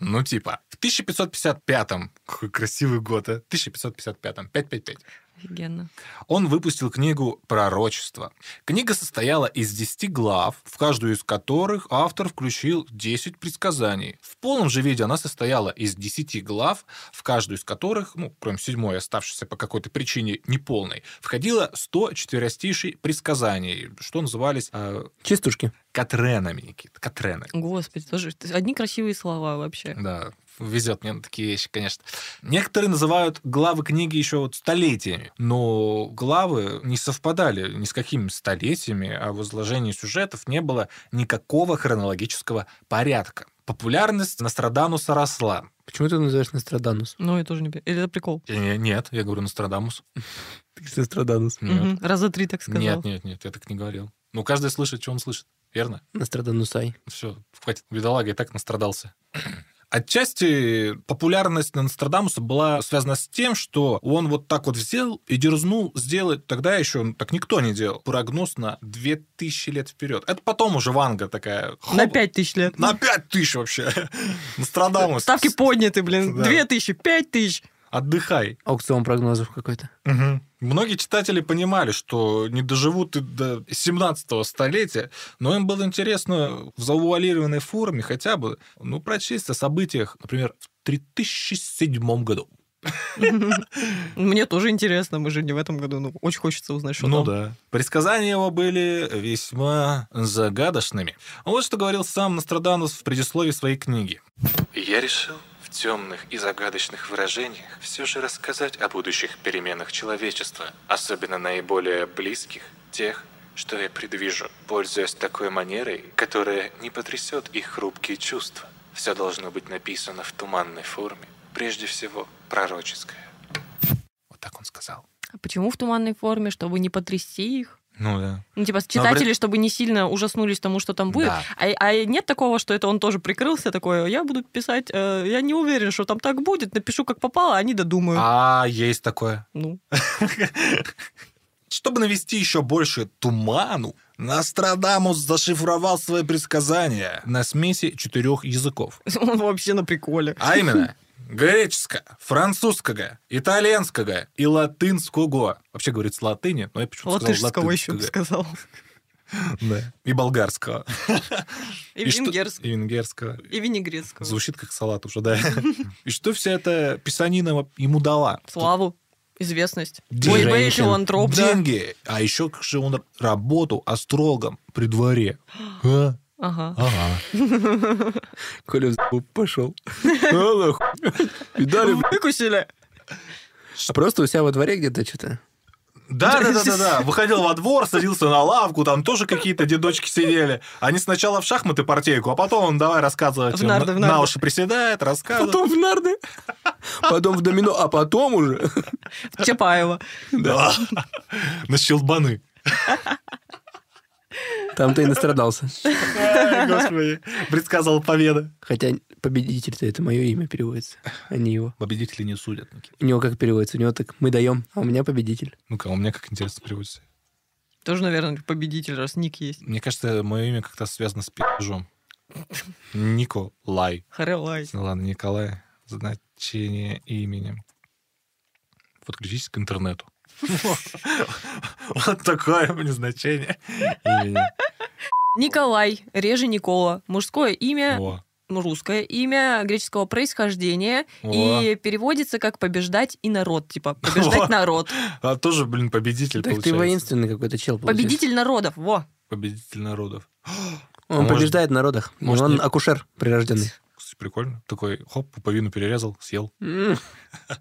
Speaker 9: Ну, типа, в 1555-м, какой красивый год, а, 1555-м, 555,
Speaker 7: Офигенно.
Speaker 9: он выпустил книгу «Пророчество». Книга состояла из 10 глав, в каждую из которых автор включил 10 предсказаний. В полном же виде она состояла из 10 глав, в каждую из которых, ну, кроме седьмой, оставшейся по какой-то причине неполной, входило 100 четверостишей предсказаний, что назывались... э,
Speaker 13: Чистушки.
Speaker 9: Катренами, Никит, катрены.
Speaker 7: Господи, тоже одни красивые слова вообще.
Speaker 9: Да, везет мне на такие вещи, конечно. Некоторые называют главы книги еще вот столетиями, но главы не совпадали ни с какими столетиями, а в изложении сюжетов не было никакого хронологического порядка. Популярность Нострадамуса росла.
Speaker 13: Почему ты называешь Нострадамус?
Speaker 7: Ну, я тоже не... пи- Или это прикол?
Speaker 9: Я не- Э, Нет, я говорю Нострадамус.
Speaker 13: Ты Нострадамус.
Speaker 9: Нет.
Speaker 7: Мгм, Раза три так сказал.
Speaker 9: Нет, нет, нет, я так не говорил. Ну, каждый слышит, что он слышит, верно?
Speaker 13: Нострадамусай.
Speaker 9: Все, хватит, бедолага, и так настрадался. Отчасти популярность Нострадамуса была связана с тем, что он вот так вот взял и дерзнул сделать, тогда еще ну, так никто не делал, прогноз на 2000 лет вперед. Это потом уже Ванга такая...
Speaker 7: На
Speaker 9: хоп,
Speaker 7: пять тысяч лет.
Speaker 9: на 5000 вообще. [laughs] Нострадамус.
Speaker 7: Ставки подняты, блин.
Speaker 9: Да.
Speaker 7: Две тысячи, пять тысяч.
Speaker 9: [laughs] Отдыхай.
Speaker 13: Аукцион прогнозов какой-то.
Speaker 9: Мгм. Многие читатели понимали, что не доживут и до 17-го столетия, но им было интересно в завуалированной форме хотя бы ну, прочесть о событиях, например, в 3007 году.
Speaker 7: Мне тоже интересно, мы же не в этом году. Ну, очень хочется узнать, что там.
Speaker 9: Предсказания его были весьма загадочными. Вот что говорил сам Нострадамус в предисловии своей книги.
Speaker 17: Я решил в темных и загадочных выражениях все же рассказать о будущих переменах человечества, особенно наиболее близких, тех, что я предвижу, пользуясь такой манерой, которая не потрясет их хрупкие чувства. Все должно быть написано в туманной форме, прежде всего пророческое.
Speaker 9: Вот так он сказал.
Speaker 7: А Почему в туманной форме, чтобы не потрясти их?
Speaker 9: Ну да.
Speaker 7: Ну, типа,
Speaker 9: Но вред-
Speaker 7: читатели, чтобы не сильно ужаснулись тому, что там будет.
Speaker 9: Да.
Speaker 7: А, а нет такого, что это он тоже прикрылся такое, я буду писать, э, я не уверен, что там так будет, напишу как попало, а они додумают.
Speaker 9: А, есть такое. [laughs]
Speaker 7: Ну. [laughs]
Speaker 9: Чтобы навести еще больше туману, Нострадамус зашифровал свои предсказания на смеси четырех языков.
Speaker 7: Он вообще на приколе.
Speaker 9: А
Speaker 7: [laughs]
Speaker 9: именно, греческого, французского, итальянского и латынского. Вообще говорит с латыни, но я почему-то сказал
Speaker 7: Латышского еще бы
Speaker 9: латынского.
Speaker 7: сказал.
Speaker 9: [laughs] Да. И болгарского.
Speaker 7: [laughs] И
Speaker 9: что-
Speaker 7: венгерского.
Speaker 9: И венгерского.
Speaker 7: И винегрецкого.
Speaker 9: Звучит как салат уже, да. [laughs] И что вся эта писанина ему дала?
Speaker 7: Славу, известность.
Speaker 9: Деньги.
Speaker 7: Ой, бей, филантроп, да.
Speaker 9: Деньги. А еще как же он работал астрологом при дворе. А?
Speaker 7: Ага.
Speaker 9: Ага.
Speaker 13: Коля в за**б пошел. А, нахуй. Видали, блядь?
Speaker 7: Выкусили.
Speaker 13: А просто у себя во дворе где-то что-то.
Speaker 9: Да, да, да, да, [laughs] да. Выходил во двор, садился на лавку, там тоже какие-то дедочки сидели. Они сначала в шахматы партейку, а потом он давай рассказывать.
Speaker 13: В
Speaker 9: им
Speaker 13: нарды, в
Speaker 9: на
Speaker 13: нарды.
Speaker 9: уши приседает, рассказывает.
Speaker 13: Потом в нарды. Потом в домино, а потом уже.
Speaker 7: В Чапаева.
Speaker 9: Да. [laughs] На щелбаны.
Speaker 13: Там ты и настрадался.
Speaker 9: Ай, [laughs] Господи, предсказал победа.
Speaker 13: Хотя победитель-то это мое имя переводится, а не его.
Speaker 9: Победители не судят, Никита.
Speaker 13: У него как переводится? У него так мы даем, а у меня победитель.
Speaker 9: Ну-ка, у меня как интересно переводится.
Speaker 7: Тоже, наверное, победитель, раз ник есть.
Speaker 9: Мне кажется, мое имя как-то связано с пи***жом. Николай.
Speaker 7: Харелай.
Speaker 9: Ну ладно, Николай. Значение именем. Подключитесь к интернету. Вот такое мне значение имени.
Speaker 7: Николай, реже Никола. Мужское имя,
Speaker 9: Во.
Speaker 7: ну, русское имя греческого происхождения.
Speaker 9: Во.
Speaker 7: И переводится как «побеждать и народ». Типа, побеждать
Speaker 9: Во.
Speaker 7: народ.
Speaker 9: А тоже, блин, победитель
Speaker 13: Так ты
Speaker 9: получается.
Speaker 13: воинственный какой-то чел получается.
Speaker 7: Победитель народов, во.
Speaker 9: Победитель народов.
Speaker 13: Он
Speaker 9: А может-
Speaker 13: побеждает в народах.
Speaker 9: может,
Speaker 13: он
Speaker 9: не-
Speaker 13: акушер прирожденный.
Speaker 9: кстати, прикольно. Такой, хоп, пуповину перерезал, съел.
Speaker 13: М.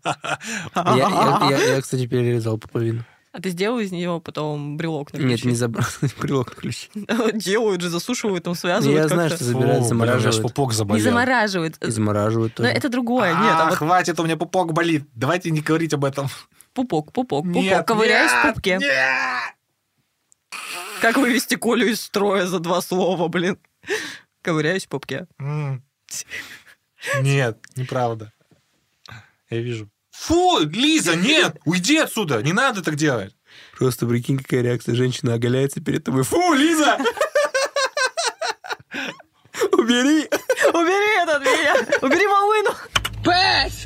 Speaker 13: Я, я-
Speaker 7: [laughs]
Speaker 13: я- я, кстати, перерезал пуповину.
Speaker 7: А ты сделал из нее потом брелок на
Speaker 13: Нет,
Speaker 7: ключи?
Speaker 13: не [laughs] забрал брелок на ключи.
Speaker 7: [laughs] Делают же, засушивают, там связывают.
Speaker 13: Я знаю, что
Speaker 7: А как-то.
Speaker 13: забирают,
Speaker 9: О, бля, у меня аж
Speaker 13: замораживают.
Speaker 9: пупок
Speaker 7: Не замораживают.
Speaker 13: И замораживают
Speaker 7: Но
Speaker 13: тоже.
Speaker 7: это другое. Нет, а вот
Speaker 9: хватит, у меня пупок болит. Давайте не говорить об этом.
Speaker 7: пупок, пупок,
Speaker 9: Нет,
Speaker 7: пупок. Ковыряюсь в
Speaker 9: нет,
Speaker 7: пупке. Как вывести Колю из строя за два слова, блин? Ковыряюсь в пупке.
Speaker 9: [laughs] М. Нет, неправда. Я вижу. Фу, Лиза, нет, уйди отсюда, не надо так делать.
Speaker 13: Просто прикинь, какая реакция. Женщина оголяется перед тобой. Фу, Лиза! Убери!
Speaker 7: Убери это от меня! Убери волыну!
Speaker 14: Пес!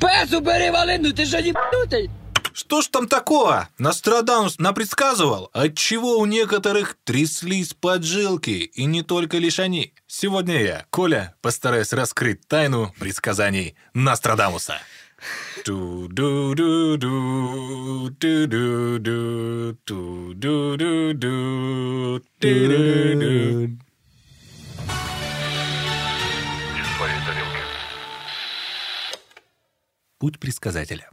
Speaker 14: Пес, убери волыну, ты же не ебанутый!
Speaker 9: Что ж там такого? Нострадамус напредсказывал, отчего у некоторых тряслись поджилки, и не только лишь они. Сегодня я, Коля, постараюсь раскрыть тайну предсказаний Нострадамуса. Ту-ду-ду-ду, ту-ду-ду, ту-ду-ду-ду, ти-ду-ду.
Speaker 5: Из своей тарелки.
Speaker 9: Путь предсказателя.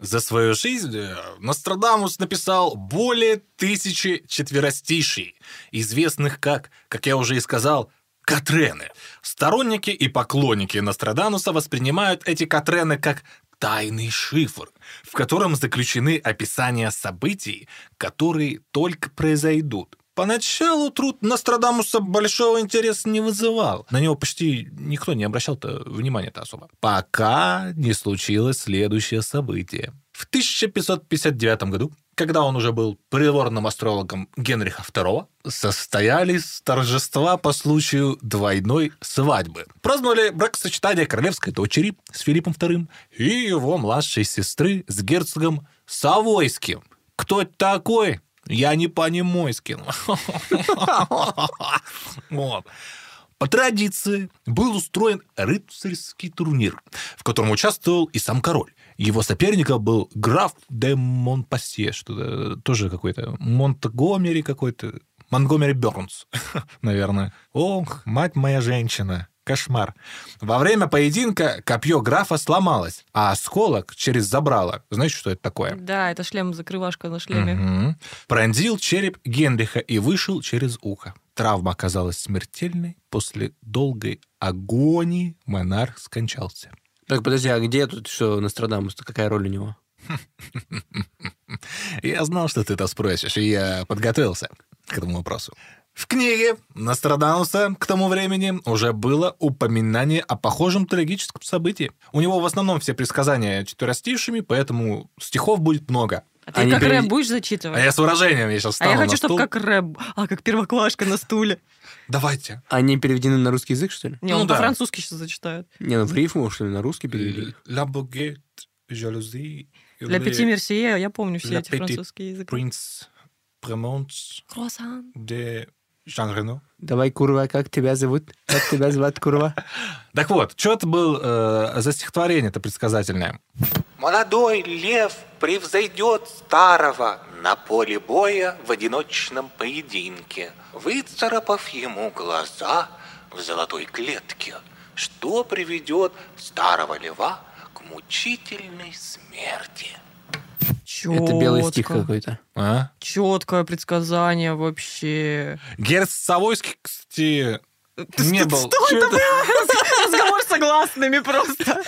Speaker 9: За свою жизнь э, Нострадамус написал более тысячи четверостиший, известных как, как я уже и сказал, Катрены. Сторонники и поклонники Нострадамуса воспринимают эти Катрены как тайный шифр, в котором заключены описания событий, которые только произойдут. Поначалу труд Нострадамуса большого интереса не вызывал. На него почти никто не обращал внимания-то особо. Пока не случилось следующее событие. В 1559 году, когда он уже был придворным астрологом Генриха II, состоялись торжества по случаю двойной свадьбы. Праздновали бракосочетание королевской дочери с Филиппом II и его младшей сестры с герцогом Савойским. Кто это такой? Я не по-немойски. [laughs] Вот. По традиции был устроен рыцарский турнир, в котором участвовал и сам король. Его соперником был граф де Монпасье, что-то э, тоже какой-то Монтгомери какой-то, Монгомери Бернс, [laughs] наверное. Ох, мать моя женщина, кошмар. Во время поединка копье графа сломалось, а осколок через забрало. Знаете, что это такое?
Speaker 7: Да, это шлем, закрывашка на шлеме.
Speaker 9: Мгм. Пронзил череп Генриха и вышел через ухо. Травма оказалась смертельной. После долгой агонии монарх скончался.
Speaker 13: Так, подожди, а где тут что Нострадамус? Какая роль у него?
Speaker 9: Я знал, что ты это спросишь, и я подготовился к этому вопросу. В книге Нострадамуса к тому времени уже было упоминание о похожем трагическом событии. У него в основном все предсказания четверостившими, поэтому стихов будет много.
Speaker 7: А ты как рэп будешь зачитывать?
Speaker 9: А я с выражением я сейчас
Speaker 7: А
Speaker 9: встану
Speaker 7: я
Speaker 9: на
Speaker 7: хочу, чтобы
Speaker 9: стул.
Speaker 7: как рэп, а как первоклашка на стуле.
Speaker 9: Давайте. Ну
Speaker 13: Они переведены на русский язык, что ли?
Speaker 7: Не, он по-французски сейчас зачитает.
Speaker 13: Не, ну в рифму, что ли, на русский перевели?
Speaker 9: La baguette, jalousie,
Speaker 7: Для
Speaker 9: le-
Speaker 7: пяти мерсье, я помню все
Speaker 9: le
Speaker 7: эти
Speaker 9: petit
Speaker 7: французские языки.
Speaker 9: Prince Premonts
Speaker 7: Круассан.
Speaker 9: de Jean Reno.
Speaker 13: Давай, курва, как тебя зовут? Как тебя зовут, курва?
Speaker 9: Так вот, что это было э, за стихотворение-то предсказательное?
Speaker 18: Молодой лев превзойдет старого на поле боя в одиночном поединке, выцарапав ему глаза в золотой клетке, что приведет старого льва к мучительной смерти.
Speaker 13: [laughs] Это белый стих
Speaker 7: Чётко.
Speaker 13: какой-то.
Speaker 9: А?
Speaker 7: Четкое
Speaker 9: [laughs]
Speaker 7: предсказание вообще.
Speaker 9: Герц Савойский, кстати, не был...
Speaker 7: Что это [laughs] было? Разговор с согласными просто.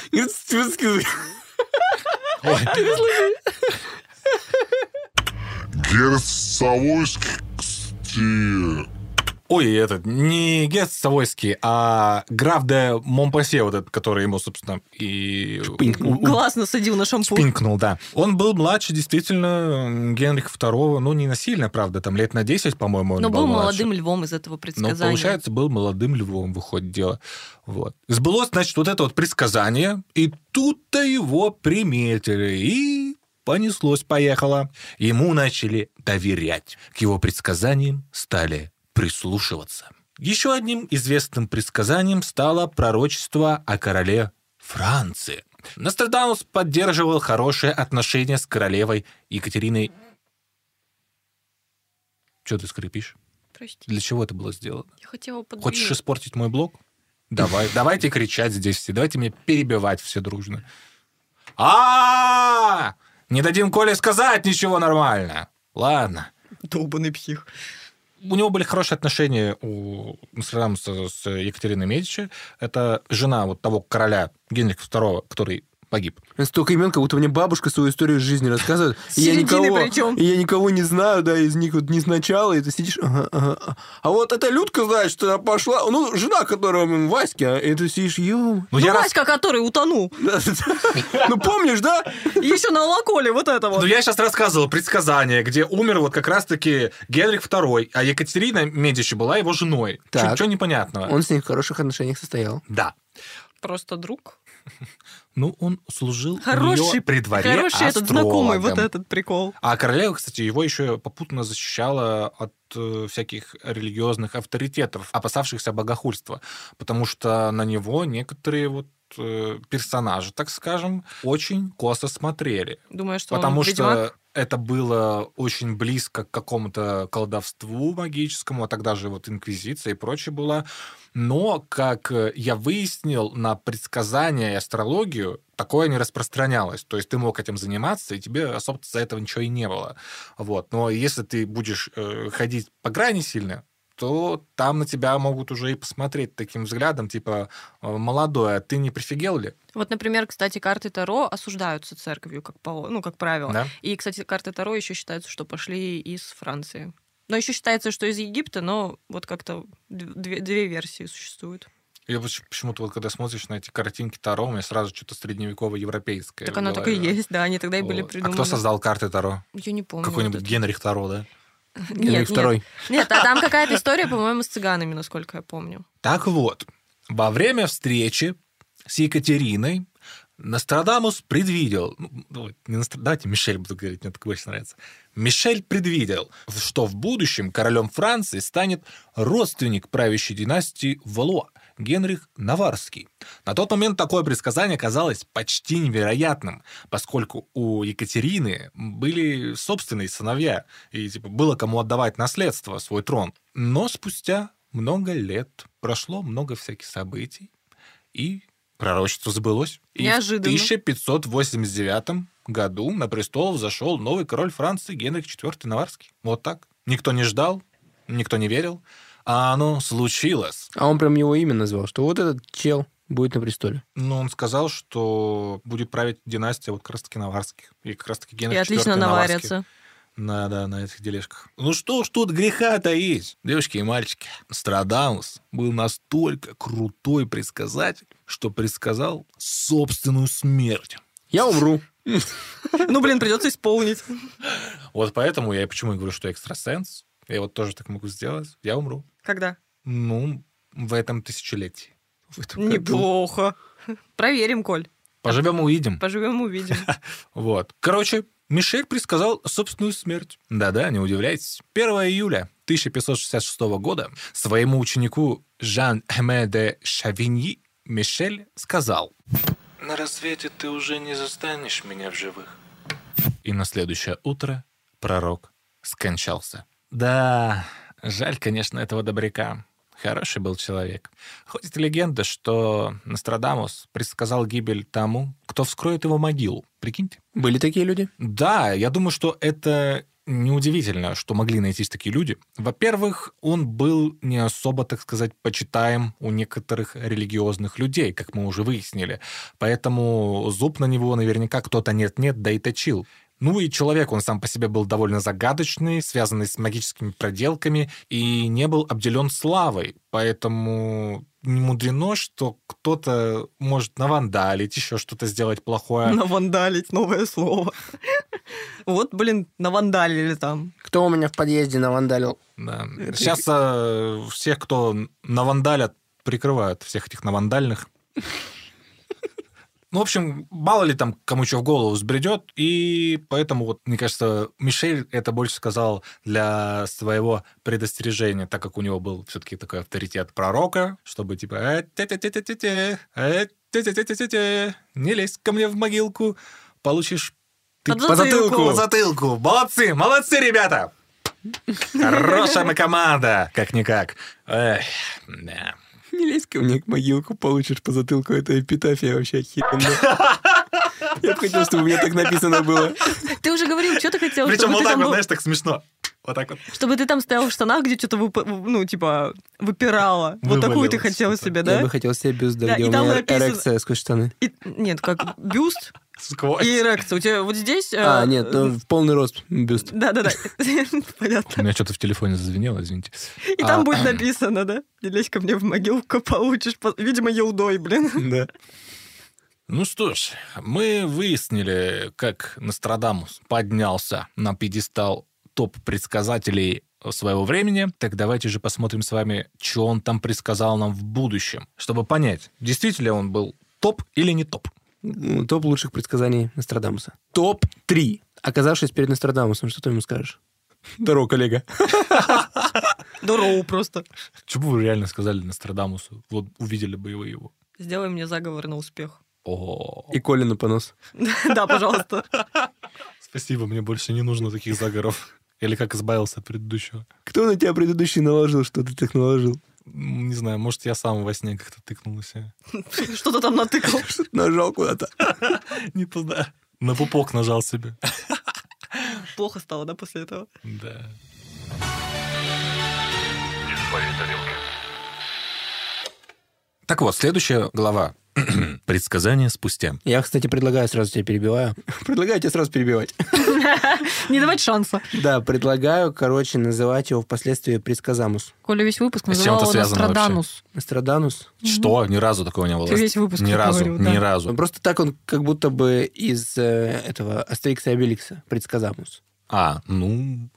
Speaker 19: Герц Савойский, кстати,
Speaker 9: Ой, этот, не Герц Савойский, а граф де Монпасье, вот этот, который ему, собственно, и... у- у-
Speaker 7: Глаз насадил на шампунь.
Speaker 9: Пинкнул, да. Он был младше, действительно, Генриха II, ну, не насильно, правда, там лет на 10, по-моему, он
Speaker 7: Но был
Speaker 9: младше.
Speaker 7: молодым львом из этого
Speaker 9: Но,
Speaker 7: предсказания.
Speaker 9: получается, был молодым львом, выходит дело. Вот. Сбылось, значит, вот это вот предсказание, и тут-то его приметили, и понеслось, поехало. Ему начали доверять. К его предсказаниям стали прислушиваться. Еще одним известным предсказанием стало пророчество о короле Франции. Нострадамус поддерживал хорошие отношения с королевой Екатериной... Что ты скрипишь?
Speaker 7: Прости,
Speaker 9: Для чего это было сделано?
Speaker 7: я хотела подвинуть.
Speaker 9: Хочешь испортить мой блог? Давай, давайте кричать здесь все, давайте меня перебивать все дружно. а Не дадим Коле сказать ничего нормально. Ладно.
Speaker 3: Долбанный псих.
Speaker 9: У него были хорошие отношения у Нострадамуса с Екатериной Медичи. Это жена вот того короля Генриха II, который погиб.
Speaker 13: Столько имен, как будто мне бабушка свою историю жизни рассказывает.
Speaker 9: С
Speaker 13: И я
Speaker 9: середины
Speaker 13: никого,
Speaker 9: причем.
Speaker 13: и я никого не знаю, да, из них вот не сначала, и ты сидишь, ага, ага. а. А вот эта Людка, значит, что пошла, ну, жена, которая м, Васька, и ты сидишь, ё.
Speaker 7: Ну, Васька, который утонул.
Speaker 13: Ну, помнишь, да?
Speaker 7: Еще на локоле вот это вот.
Speaker 9: Ну, я сейчас рассказывал предсказание, где умер вот как раз-таки Генрих II, а Екатерина Медичи была его женой.
Speaker 13: Так.
Speaker 9: Чего непонятного?
Speaker 13: Он с ней в хороших отношениях состоял.
Speaker 9: Да.
Speaker 7: Просто друг.
Speaker 9: Ну, он служил у
Speaker 7: Хороший,
Speaker 9: неё при дворе
Speaker 7: хороший этот знакомый, вот
Speaker 9: астрологом.
Speaker 7: этот прикол.
Speaker 9: А королева, кстати, его еще попутно защищала от э, всяких религиозных авторитетов, опасавшихся богохульства, потому что на него некоторые вот э, персонажи, так скажем, очень косо смотрели.
Speaker 7: Думаю, что он
Speaker 9: Потому что
Speaker 7: ведьмак?
Speaker 9: это было очень близко к какому-то колдовству магическому, а тогда же вот инквизиция и прочее была. Но, как э, я выяснил, на предсказания и астрологию такое не распространялось. То есть ты мог этим заниматься, и тебе особо за этого ничего и не было. Вот. Но если ты будешь э, ходить по грани сильно, то там на тебя могут уже и посмотреть таким взглядом, типа, э, молодой, а ты не прифигел ли?
Speaker 7: Вот, например, кстати, карты Таро осуждаются церковью, как, по, ну, как правило.
Speaker 9: Да.
Speaker 7: И, кстати, карты Таро еще считаются, что пошли из Франции. Но еще считается, что из Египта, но вот как-то дв- две, две версии существуют.
Speaker 9: Я поч- почему-то вот когда смотришь на эти картинки Таро, у меня сразу что-то средневеково-европейское.
Speaker 7: так
Speaker 9: в
Speaker 7: оно так и
Speaker 9: голове.
Speaker 7: есть, да, они тогда и были
Speaker 9: Вот.
Speaker 7: придуманы.
Speaker 9: А кто создал карты Таро?
Speaker 7: Я не помню.
Speaker 9: Какой-нибудь
Speaker 7: вот это.
Speaker 9: Генрих Таро, да?
Speaker 7: Нет, нет. Нет, а там какая-то история, по-моему, с цыганами, насколько я помню.
Speaker 9: Так вот, во время встречи с Екатериной Нострадамус предвидел, ну, давай, не Ностра- давайте Мишель буду говорить, мне так больше нравится. Мишель предвидел, что в будущем королем Франции станет родственник правящей династии Валуа, Генрих Наварский. На тот момент такое предсказание казалось почти невероятным, поскольку у Екатерины были собственные сыновья, и типа, было кому отдавать наследство, свой трон. Но спустя много лет прошло много всяких событий, и пророчество сбылось. И
Speaker 7: Неожиданно.
Speaker 9: в 1589 году на престол взошел новый король Франции Генрих IV Наварский. Вот так. Никто не ждал, никто не верил, а оно случилось.
Speaker 13: А он прям его имя назвал, что вот этот чел будет на престоле.
Speaker 9: Но он сказал, что будет править династия вот как раз-таки наварских. И как раз-таки Генрих
Speaker 7: И отлично
Speaker 9: IV наварский.
Speaker 7: наварятся.
Speaker 9: На, да, на этих дележках. Ну что ж тут греха таить, девочки и мальчики. Страдамус был настолько крутой предсказатель, что предсказал собственную смерть.
Speaker 13: Я умру.
Speaker 7: Ну, блин, придется исполнить.
Speaker 9: Вот поэтому я и почему и говорю, что экстрасенс. Я вот тоже так могу сделать. Я умру.
Speaker 7: Когда?
Speaker 9: Ну, в этом тысячелетии.
Speaker 7: Неплохо. Проверим, Коль.
Speaker 9: Поживем, увидим.
Speaker 7: Поживем, увидим.
Speaker 9: Вот. Короче, Мишель предсказал собственную смерть. Да-да, не удивляйтесь. 1 июля 1566 года своему ученику Жан-Эме де Шавиньи Мишель сказал,
Speaker 17: На рассвете ты уже не застанешь меня в живых.
Speaker 9: и на следующее утро пророк скончался. Да, жаль, конечно, этого добряка. Хороший был человек. Ходит легенда, что Нострадамус предсказал гибель тому, кто вскроет его могилу. Прикиньте.
Speaker 13: Были такие люди?
Speaker 9: Да, я думаю, что это неудивительно, что могли найтись такие люди. Во-первых, он был не особо, так сказать, почитаем у некоторых религиозных людей, как мы уже выяснили. Поэтому зуб на него наверняка кто-то нет-нет, да и точил. Ну и человек, он сам по себе был довольно загадочный, связанный с магическими проделками и не был обделен славой. Поэтому не мудрено, что кто-то может навандалить, еще что-то сделать плохое.
Speaker 7: Навандалить, новое слово. Вот, блин, навандалили там.
Speaker 13: Кто у меня в подъезде навандалил?
Speaker 9: Да.
Speaker 13: Это-
Speaker 9: Сейчас э, всех, кто навандалят, прикрывают всех этих навандальных. Ну, в общем, мало ли там кому что в голову взбредет, и поэтому, вот, мне кажется, Мишель это больше сказал для своего предостережения, так как у него был все-таки такой авторитет пророка, чтобы типа «Э, те-те-те-те-те-те, э, те-те-те-те-те-те, не лезь ко мне в могилку, получишь ты
Speaker 13: Под затылку.
Speaker 9: По затылку. Молодцы, молодцы, ребята!
Speaker 13: [laughs]
Speaker 9: Хорошая мы команда, как-никак. Эх, да.
Speaker 8: [laughs] Не лезь ко мне к могилку, получишь по затылку. Это эпитафия вообще охеренно. Я бы хотел, чтобы у меня так написано было.
Speaker 10: Ты уже говорил, что ты хотел,
Speaker 13: Причем
Speaker 10: чтобы
Speaker 13: вот
Speaker 10: ты
Speaker 13: так
Speaker 10: там
Speaker 13: вот,
Speaker 10: был-
Speaker 13: знаешь, так смешно. Вот так вот.
Speaker 10: чтобы ты там стоял в штанах, где что-то, выпа- ну, типа, выпирало. Вот такую ты хотела себе, да?
Speaker 8: Я бы хотел себе бюст, да,
Speaker 10: Да,
Speaker 8: где
Speaker 10: и
Speaker 8: у
Speaker 10: там
Speaker 8: меня
Speaker 10: написано-
Speaker 8: эрекция сквозь штаны.
Speaker 10: И- нет, как бюст и эрекция. У тебя вот здесь... э,
Speaker 8: А, нет, ну, в полный рост
Speaker 7: [laughs]
Speaker 8: бюст.
Speaker 10: Да-да-да, [laughs] понятно.
Speaker 9: У меня что-то в телефоне зазвенело, извините.
Speaker 10: И там
Speaker 9: А,
Speaker 10: будет написано, да? Не лезь ко мне в могилку, получишь, по- видимо, елдой, блин.
Speaker 8: Да.
Speaker 9: Ну что ж, мы выяснили, как Нострадамус поднялся на пьедестал топ-предсказателей своего времени. Так давайте же посмотрим с вами, что он там предсказал нам в будущем, чтобы понять, действительно ли он был топ или не топ.
Speaker 8: Ну, Топ лучших предсказаний Нострадамуса. Топ-3. Оказавшись перед Нострадамусом, что ты ему скажешь? Здорово, коллега.
Speaker 10: Здорово просто.
Speaker 9: Что бы вы реально сказали Нострадамусу? Вот увидели бы вы его.
Speaker 10: Сделай мне заговор на успех. [laughs]
Speaker 9: О,
Speaker 8: И Колину понос.
Speaker 10: Да, пожалуйста.
Speaker 9: спасибо, мне больше не нужно таких заговоров. Или как избавился от предыдущего.
Speaker 8: Кто на тебя предыдущий наложил, что ты так наложил?
Speaker 9: М, Не знаю, может, я сам во сне как-то тыкнулся.
Speaker 10: Что-то там натыкал.
Speaker 8: [laughs] Нажал куда-то.
Speaker 9: [laughs] Не туда. На пупок нажал себе.
Speaker 10: Плохо стало, да, после этого?
Speaker 9: Да.
Speaker 20: Из твоей тарелки.
Speaker 9: Так вот, следующая глава. [clears throat] Предсказание спустя.
Speaker 8: Я, кстати, предлагаю, сразу тебя перебиваю. [laughs] Предлагаю тебя сразу перебивать.
Speaker 10: [laughs] Не давать шанса.
Speaker 8: [laughs] Да, предлагаю, короче, называть его впоследствии предсказамус.
Speaker 10: Коля весь выпуск
Speaker 9: А с чем это
Speaker 10: называл его
Speaker 9: связано вообще?
Speaker 10: Ностраданус.
Speaker 8: Ностраданус?
Speaker 9: Что? Ни разу такого не было.
Speaker 10: Ты весь выпуск
Speaker 9: Ни
Speaker 10: так
Speaker 9: разу,
Speaker 10: говорил,
Speaker 9: ни
Speaker 10: да.
Speaker 9: разу.
Speaker 8: Ну, Просто так он как будто бы из э, этого Астерикса и Обеликса, предсказамус.
Speaker 9: А, ну,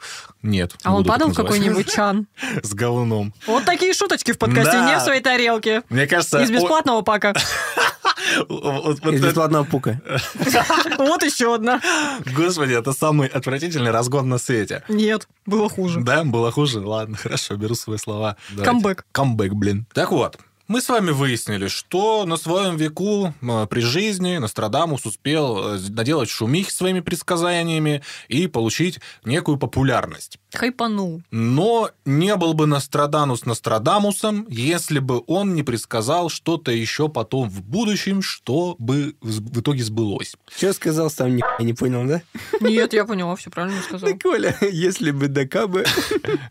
Speaker 9: нет.
Speaker 10: А
Speaker 9: не
Speaker 10: он
Speaker 9: буду так
Speaker 10: падал в
Speaker 9: называть.
Speaker 10: какой-нибудь чан?
Speaker 9: [laughs] С говном.
Speaker 10: [laughs] Вот такие шуточки в подкасте
Speaker 9: Да.
Speaker 10: не в своей тарелке.
Speaker 9: Мне кажется,
Speaker 10: Из
Speaker 9: [laughs]
Speaker 10: бесплатного пака.
Speaker 8: Из бесплатного [laughs] пука.
Speaker 10: Вот еще одна.
Speaker 9: Господи, это самый отвратительный разгон на свете.
Speaker 10: Нет, было хуже.
Speaker 9: Да, было хуже. Ладно, хорошо, беру свои слова. Давайте.
Speaker 10: Камбэк.
Speaker 9: Камбэк, блин. Так вот, мы с вами выяснили, что на своем веку, э, при жизни, Нострадамус успел э, наделать шумихи своими предсказаниями и получить некую популярность.
Speaker 10: Хайпанул.
Speaker 9: Но не был бы Ностраданус Нострадамусом, если бы он не предсказал что-то еще потом в будущем, что бы в в итоге сбылось.
Speaker 8: Че сказал сам, ни не понял, да?
Speaker 10: Нет, я поняла, все правильно сказал. Да,
Speaker 8: Коля, [laughs] если бы да кабы.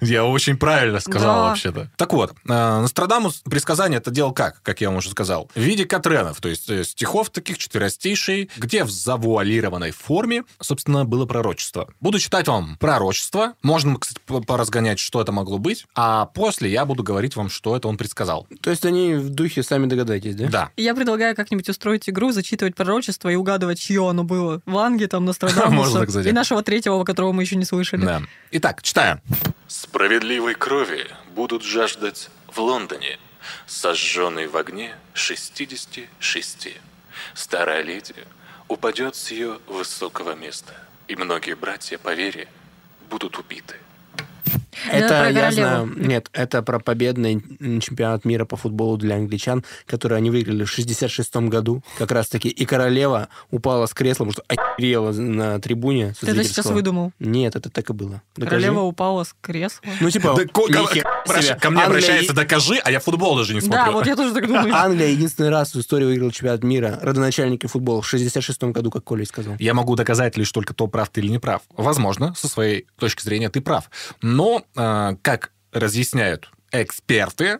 Speaker 9: Я очень правильно сказал
Speaker 10: Да.
Speaker 9: вообще-то. Так вот, э, Нострадамус предсказание это делал как, как я вам уже сказал? В виде катренов, то есть э, стихов таких четверостейшей, где в завуалированной форме, собственно, было пророчество. Буду читать вам пророчество. Можно, кстати, по- поразгонять, что это могло быть. А после я буду говорить вам, что это он предсказал.
Speaker 8: То есть они в духе сами догадайтесь, да?
Speaker 9: Да.
Speaker 10: Я предлагаю как-нибудь устроить игру, зачитывать пророчество и угадывать, чье оно было. Ванги,
Speaker 9: [laughs]
Speaker 10: там,
Speaker 9: Можно
Speaker 10: Нострадамуса.
Speaker 9: так, кстати.
Speaker 10: И нашего третьего, которого мы еще не слышали.
Speaker 9: Да. Итак, читаем.
Speaker 21: Справедливой крови будут жаждать в Лондоне, сожженной в огне 66. Старая леди упадет с ее высокого места, и многие братья по вере будут убиты.
Speaker 8: Ну, Это,
Speaker 10: Э,
Speaker 21: про
Speaker 8: я
Speaker 21: королеву.
Speaker 8: знаю, нет, это про победный м, чемпионат мира по футболу для англичан, который они выиграли в 66-м году, как раз-таки. И королева упала с кресла, потому что охерела на трибуне.
Speaker 10: Ты это сейчас
Speaker 8: зрительского.
Speaker 10: выдумал?
Speaker 8: Нет, это так и было. Докажи.
Speaker 10: Королева упала с кресла.
Speaker 8: Ну, типа,
Speaker 9: Да ко-
Speaker 8: ни
Speaker 9: ко-
Speaker 8: хера
Speaker 9: прошу,
Speaker 8: себе.
Speaker 9: ко мне
Speaker 8: Англия
Speaker 9: обращается,
Speaker 8: е-
Speaker 9: докажи, а я футбол даже не смотрю. [laughs]
Speaker 10: тоже так
Speaker 8: [laughs]
Speaker 10: думаю.
Speaker 8: Англия единственный раз в истории выиграла чемпионат мира, родоначальники футбола, в 66-м году, как Коля и сказал.
Speaker 9: Я могу доказать лишь только то, прав ты или не прав. Возможно, со своей точки зрения ты прав. Но, э, как разъясняют эксперты,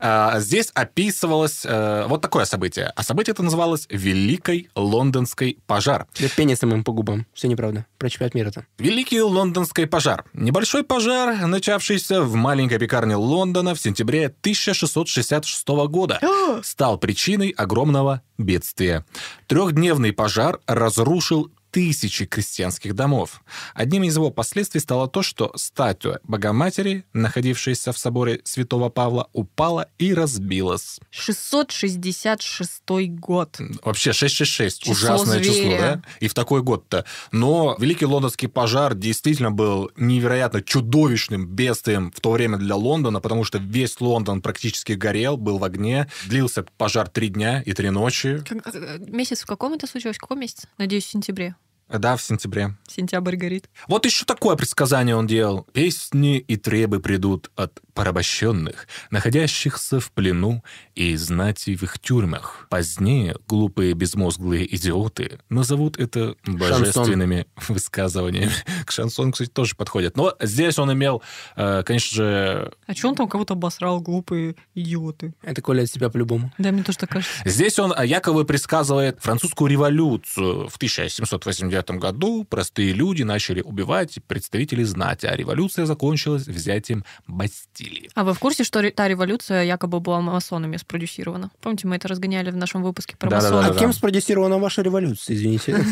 Speaker 9: э, здесь описывалось э, вот такое событие. А событие это называлось «Великой лондонской пожар».
Speaker 8: Да пенисом им по губам. Все неправда. Про чемпионат мира-то.
Speaker 9: Великий лондонский пожар. Небольшой пожар, начавшийся в маленькой пекарне Лондона в сентябре 1666 года,
Speaker 10: [gasps]
Speaker 9: [laughs] стал причиной огромного бедствия. Трехдневный пожар разрушил тысячи крестьянских домов. Одним из его последствий стало то, что статуя Богоматери, находившаяся в соборе Святого Павла, упала и разбилась.
Speaker 10: 666 год.
Speaker 9: Вообще 666,
Speaker 10: Число
Speaker 9: ужасное число,
Speaker 10: зверя.
Speaker 9: да? И в такой год-то. Но Великий Лондонский пожар действительно был невероятно чудовищным бедствием в то время для Лондона, потому что весь Лондон практически горел, был в огне. Длился пожар три дня и три ночи.
Speaker 10: Как- э, Месяц в каком это случилось? В каком месяце? Надеюсь, в сентябре.
Speaker 9: Да, в сентябре.
Speaker 7: Сентябрь горит.
Speaker 9: Вот еще такое предсказание он делал. «Песни и требы придут от порабощенных, находящихся в плену и знати в их тюрьмах. Позднее глупые безмозглые идиоты назовут это божественными высказываниями». [laughs] К шансону, кстати, тоже подходит. Но здесь он имел, э, конечно же...
Speaker 7: А че он там кого-то обосрал, глупые идиоты?
Speaker 8: Это Коля от себя по-любому.
Speaker 7: Да, мне тоже так кажется.
Speaker 9: Здесь он а, якобы предсказывает французскую революцию в 1789 году. Простые люди начали убивать представителей знати, а революция закончилась взятием Бастилии.
Speaker 7: А вы в курсе, что ре- та революция якобы была масонами спродюсирована? Помните, мы это разгоняли в нашем выпуске про
Speaker 8: А
Speaker 7: масонов?
Speaker 8: кем спродюсирована ваша революция,
Speaker 10: [laughs]
Speaker 8: извините?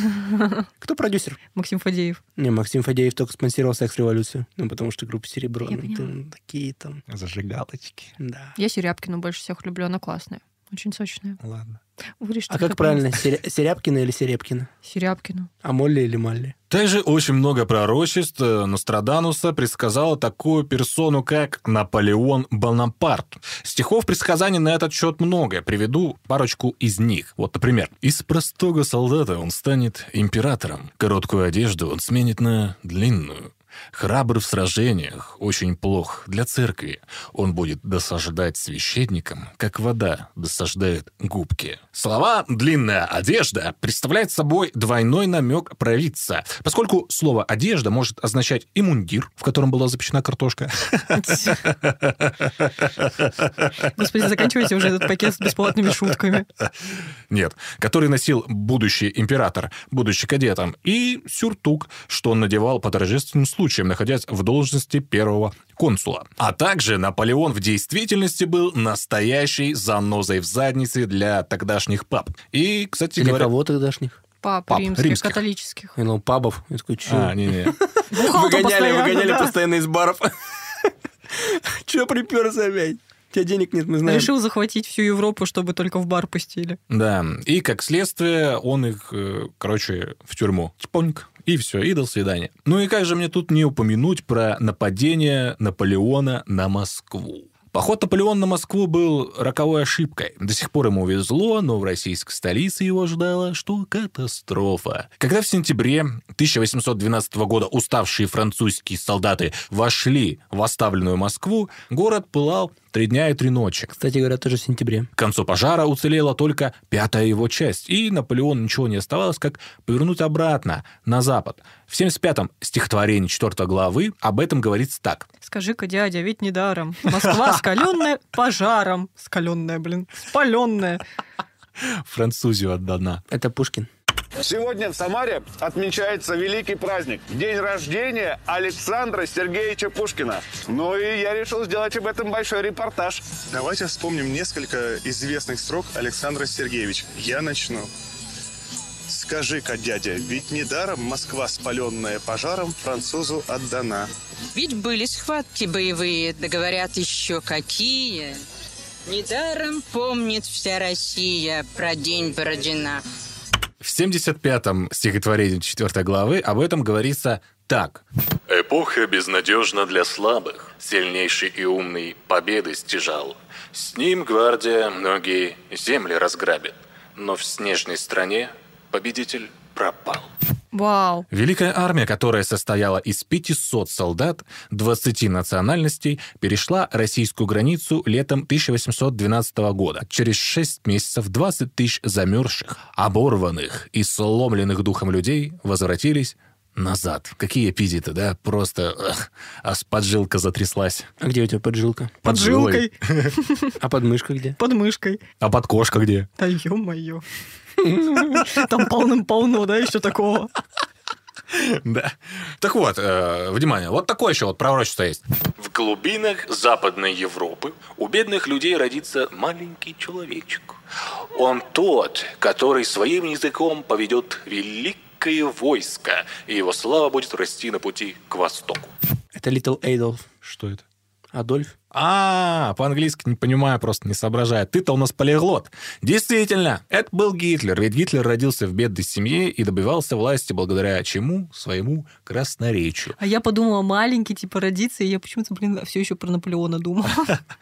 Speaker 8: Кто продюсер?
Speaker 7: Максим Фадеев.
Speaker 8: Не, Максим Фадеев только спонсировал секс-революцию. Ну, потому что группа «Серебро».
Speaker 7: Я
Speaker 8: ну,
Speaker 7: поняла.
Speaker 8: там такие там...
Speaker 9: Зажигалочки.
Speaker 8: Да.
Speaker 7: Я Серябкину больше всех люблю, она классная. Очень сочная.
Speaker 9: Ладно.
Speaker 7: Вырежь
Speaker 8: А
Speaker 7: ты
Speaker 8: как
Speaker 7: это,
Speaker 8: правильно,
Speaker 7: пожалуйста.
Speaker 8: Серя- Серябкина или Серебкина? [laughs]
Speaker 7: Серябкину.
Speaker 8: А Молли или Малли?
Speaker 9: Также очень много пророчеств э, Нострадамуса предсказала такую персону, как Наполеон Бонапарт. Стихов предсказаний на этот счет много. Приведу парочку из них. Вот, например. «Из простого солдата он станет императором. Короткую одежду он сменит на длинную. Храбр в сражениях, очень плох для церкви. Он будет досаждать священникам, как вода досаждает губки. Слова «длинная одежда» представляет собой двойной намек провидца, поскольку слово «одежда» может означать и мундир, в котором была запечена картошка.
Speaker 7: Господи, заканчивайте уже этот пакет с бесплатными шутками.
Speaker 9: Нет, который носил будущий император, будучи кадетом, и сюртук, что он надевал по торжественным случаям, находясь в должности первого консула. А также Наполеон в действительности был настоящей занозой в заднице для тогдашних пап. И, кстати
Speaker 8: Для
Speaker 9: говоря...
Speaker 8: кого тогдашних?
Speaker 7: Пап,
Speaker 9: Пап,
Speaker 7: римских,
Speaker 9: римских.
Speaker 7: католических.
Speaker 8: Я думал, пабов. Я такой, чё?
Speaker 9: А, не-не.
Speaker 7: Бухал там постоянно, да.
Speaker 8: из баров. [laughs] Че приперся опять? У тебя денег нет, мы знаем.
Speaker 7: Решил захватить всю Европу, чтобы только в бар пустили.
Speaker 9: Да, и как следствие он их, э, короче, в тюрьму. Типоньк. И все, и до свидания. Ну и как же мне тут не упомянуть про нападение Наполеона на Москву? Поход Наполеона на Москву был роковой ошибкой. До сих пор ему везло, но в российской столице его ждала, что катастрофа. Когда в сентябре 1812 года уставшие французские солдаты вошли в оставленную Москву, город пылал три дня и три ночи.
Speaker 8: Кстати говоря, тоже в сентябре.
Speaker 9: К концу пожара уцелела только пятая его часть, и Наполеону ничего не оставалось, как повернуть обратно, на запад. В 75-м стихотворении 4 главы об этом говорится так.
Speaker 7: Скажи-ка, дядя, ведь недаром. Москва скаленная пожаром. Скаленная, блин. Спаленная.
Speaker 9: Французию отдана.
Speaker 8: Это Пушкин.
Speaker 22: Сегодня в Самаре отмечается великий праздник – день рождения Александра Сергеевича Пушкина. Ну и я решил сделать об этом большой репортаж.
Speaker 23: Давайте вспомним несколько известных строк Александра Сергеевича. Я начну. Скажи-ка, дядя, ведь недаром Москва, спаленная пожаром, французу отдана.
Speaker 21: Ведь были схватки боевые, да говорят еще какие. Недаром помнит вся Россия про день Бородина.
Speaker 9: В 75-м стихотворении 4 главы об этом говорится так.
Speaker 17: Эпоха безнадежна для слабых. Сильнейший и умный победы стяжал. С ним гвардия многие земли разграбит. Но в снежной стране победитель пропал.
Speaker 7: Вау.
Speaker 9: Великая армия, которая состояла из 500 солдат 20 национальностей, перешла российскую границу летом 1812 года. Через 6 месяцев 20 тысяч замерзших, оборванных и сломленных духом людей возвратились назад. Какие эпидиты, да? Просто эх, аж поджилка затряслась.
Speaker 8: А где у тебя поджилка?
Speaker 9: Под жилой.
Speaker 8: А подмышка где?
Speaker 7: Под мышкой.
Speaker 9: А подкошка где?
Speaker 7: Да ё-моё. Там полным-полно, да, еще такого.
Speaker 9: Да. Так вот, э, внимание, вот такое еще вот пророчество есть.
Speaker 17: В глубинах Западной Европы у бедных людей родится маленький человечек. Он тот, который своим языком поведет великое войско, и его слава будет расти на пути к востоку.
Speaker 8: Это Литл Эйдолф.
Speaker 9: Что это?
Speaker 8: Адольф.
Speaker 9: А, по-английски не понимаю, просто не соображаю. Ты-то у нас полиглот. Действительно, это был Гитлер, ведь Гитлер родился в бедной семье и добивался власти благодаря чему? Своему красноречию.
Speaker 7: А я подумала, маленький, типа, родится, и я почему-то, блин, все еще про Наполеона думала.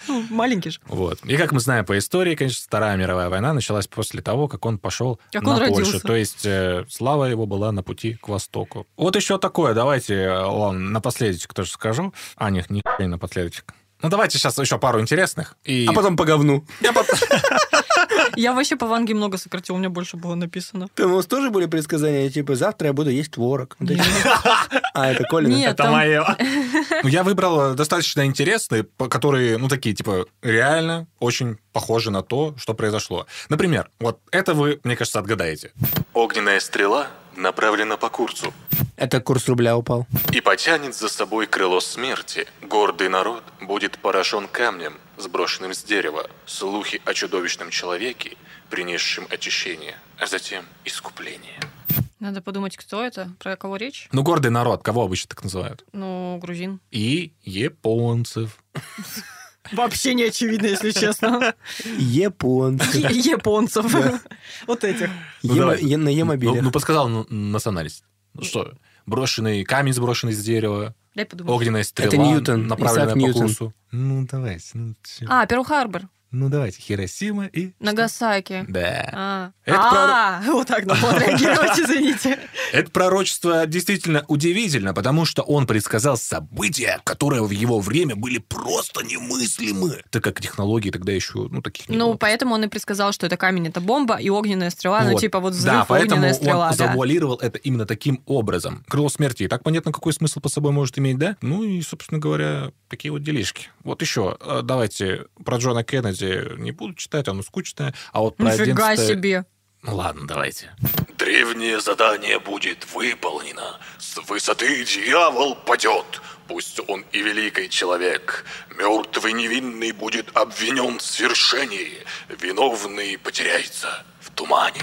Speaker 7: Ну, Маленький же.
Speaker 9: Вот. И как мы знаем по истории, конечно, Вторая мировая война началась после того, как он пошел
Speaker 7: Как
Speaker 9: на
Speaker 7: он
Speaker 9: Польшу.
Speaker 7: родился.
Speaker 9: То есть э, слава его была на пути к востоку. Вот еще такое, давайте, э, ладно, напоследочек тоже скажу. А, нет, не хуй напоследочек. Ну, давайте сейчас еще пару интересных. И...
Speaker 8: А потом по говну.
Speaker 7: Я вообще по Ванге много сократила, у меня больше было написано.
Speaker 8: [laughs] Там у вас тоже были предсказания, типа, завтра я буду есть творог. Да нет. А, это Колин.
Speaker 7: Нет, Это там- [laughs] моё.
Speaker 9: Ну, я выбрал э, достаточно интересные, по- которые, ну, такие, типа, реально очень похожи на то, что произошло. Например, вот это вы, мне кажется, отгадаете.
Speaker 17: Огненная стрела направлена по курсу
Speaker 8: Это курс рубля упал.
Speaker 17: и потянет за собой крыло смерти. Гордый народ будет поражен камнем, сброшенным с дерева. Слухи о чудовищном человеке, принесшем очищение, а затем искупление.
Speaker 7: Надо подумать, кто это, про кого речь.
Speaker 9: Ну, гордый народ, кого обычно так называют?
Speaker 7: Ну, грузин.
Speaker 9: И японцев.
Speaker 7: Вообще не очевидно,
Speaker 9: [laughs]
Speaker 7: если честно.
Speaker 8: Японцы.
Speaker 7: Е- Японцев.
Speaker 8: Да.
Speaker 7: [laughs] Вот этих.
Speaker 9: Ну,
Speaker 8: Ема-
Speaker 9: давай.
Speaker 8: е- на Е-мобиле.
Speaker 9: Ну, ну, подсказал ну, националист. Ну, что? Брошенный камень, сброшенный с дерева.
Speaker 7: Дай подумать.
Speaker 9: Огненная стрела,
Speaker 8: Это Ньютон,
Speaker 9: направленная
Speaker 8: Исаак
Speaker 9: по
Speaker 8: Ньютон.
Speaker 9: курсу. Ну, давайте. Ну, всё.
Speaker 7: А, Перл-Харбор.
Speaker 9: Ну, давайте. Хиросима и...
Speaker 7: Нагасаки.
Speaker 9: Да.
Speaker 7: А,
Speaker 9: Это
Speaker 7: А, [laughs] вот так надо было [laughs] реагировать, извините.
Speaker 9: Это пророчество действительно удивительно, потому что он предсказал события, которые в его время были просто немыслимы, так как технологии тогда еще, ну, таких не
Speaker 7: Ну, поэтому он и предсказал, что это камень, это бомба, и огненная стрела, ну,
Speaker 9: Вот.
Speaker 7: типа вот
Speaker 9: да,
Speaker 7: взрыв,
Speaker 9: поэтому
Speaker 7: огненная стрела.
Speaker 9: он
Speaker 7: да.
Speaker 9: завуалировал это именно таким образом. Крыло смерти. И так понятно, какой смысл под собой может иметь, да? Ну и, собственно говоря, такие вот делишки. Вот еще, э, давайте, про Джона Кеннеди не буду читать, оно скучное, а вот про
Speaker 7: Нифига
Speaker 9: 11
Speaker 7: себе.
Speaker 9: Ну ладно, давайте.
Speaker 17: Древнее задание будет выполнено. С высоты дьявол падет. Пусть он и великий человек. Мертвый невинный будет обвинен в свершении. Виновный потеряется в тумане.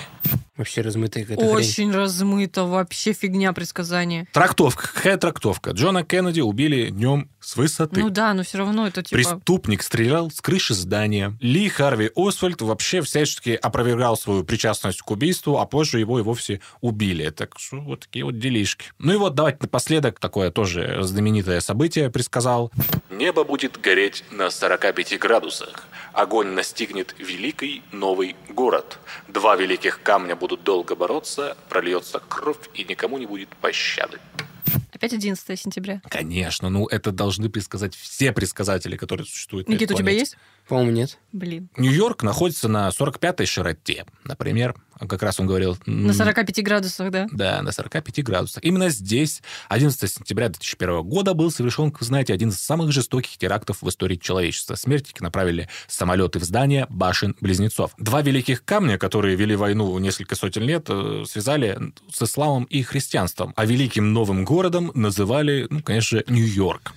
Speaker 8: Вообще размытая какая-то хрень.
Speaker 7: Очень размыто, вообще фигня предсказания.
Speaker 9: Трактовка. Какая трактовка? Джона Кеннеди убили днем с высоты.
Speaker 7: Ну да, но все равно это типа...
Speaker 9: Преступник стрелял с крыши здания. Ли Харви Освальд вообще всячески опровергал свою причастность к убийству, а позже его и вовсе убили. Так что вот такие вот делишки. Ну и вот давайте напоследок такое тоже знаменитое событие предсказал.
Speaker 17: Небо будет гореть на 45 градусах. Огонь настигнет великий новый город. Два великих камня будут долго бороться, прольется кровь и никому не будет пощады.
Speaker 7: Опять 11 сентября.
Speaker 9: Конечно, ну это должны предсказать все предсказатели, которые существуют на этой
Speaker 7: Никита, у тебя
Speaker 9: планете.
Speaker 7: есть?
Speaker 8: По-моему, нет.
Speaker 7: Блин.
Speaker 9: Нью-Йорк находится на 45-й широте, например. Как раз он говорил...
Speaker 7: На 45 градусах, да?
Speaker 9: Да, на 45 градусах. Именно здесь 11 сентября 2001 года был совершен, как вы знаете, один из самых жестоких терактов в истории человечества. Смертники направили самолеты в здание башен-близнецов. Два великих камня, которые вели войну несколько сотен лет, э, связали с исламом и христианством. А великим новым городом называли, ну, конечно, же, Нью-Йорк.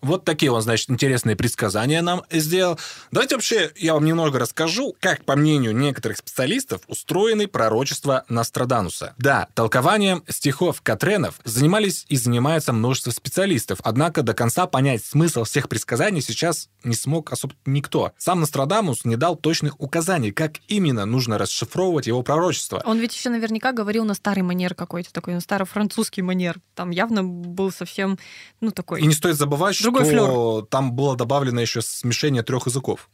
Speaker 9: Вот такие он, значит, интересные предсказания нам сделал. Давайте вообще я вам немного расскажу, как, по мнению некоторых специалистов, устроены пророчества Нострадамуса. Да, толкованием стихов Катренов занимались и занимается множество специалистов, однако до конца понять смысл всех предсказаний сейчас не смог особо никто. Сам Нострадамус не дал точных указаний, как именно нужно расшифровывать его пророчество.
Speaker 7: Он ведь еще наверняка говорил на старый манер какой-то такой, на старо-французский манер. Там явно был совсем, ну, такой...
Speaker 9: И не стоит забывать,
Speaker 7: Другой
Speaker 9: что
Speaker 7: флёр.
Speaker 9: там было добавлено еще смешение трех языков.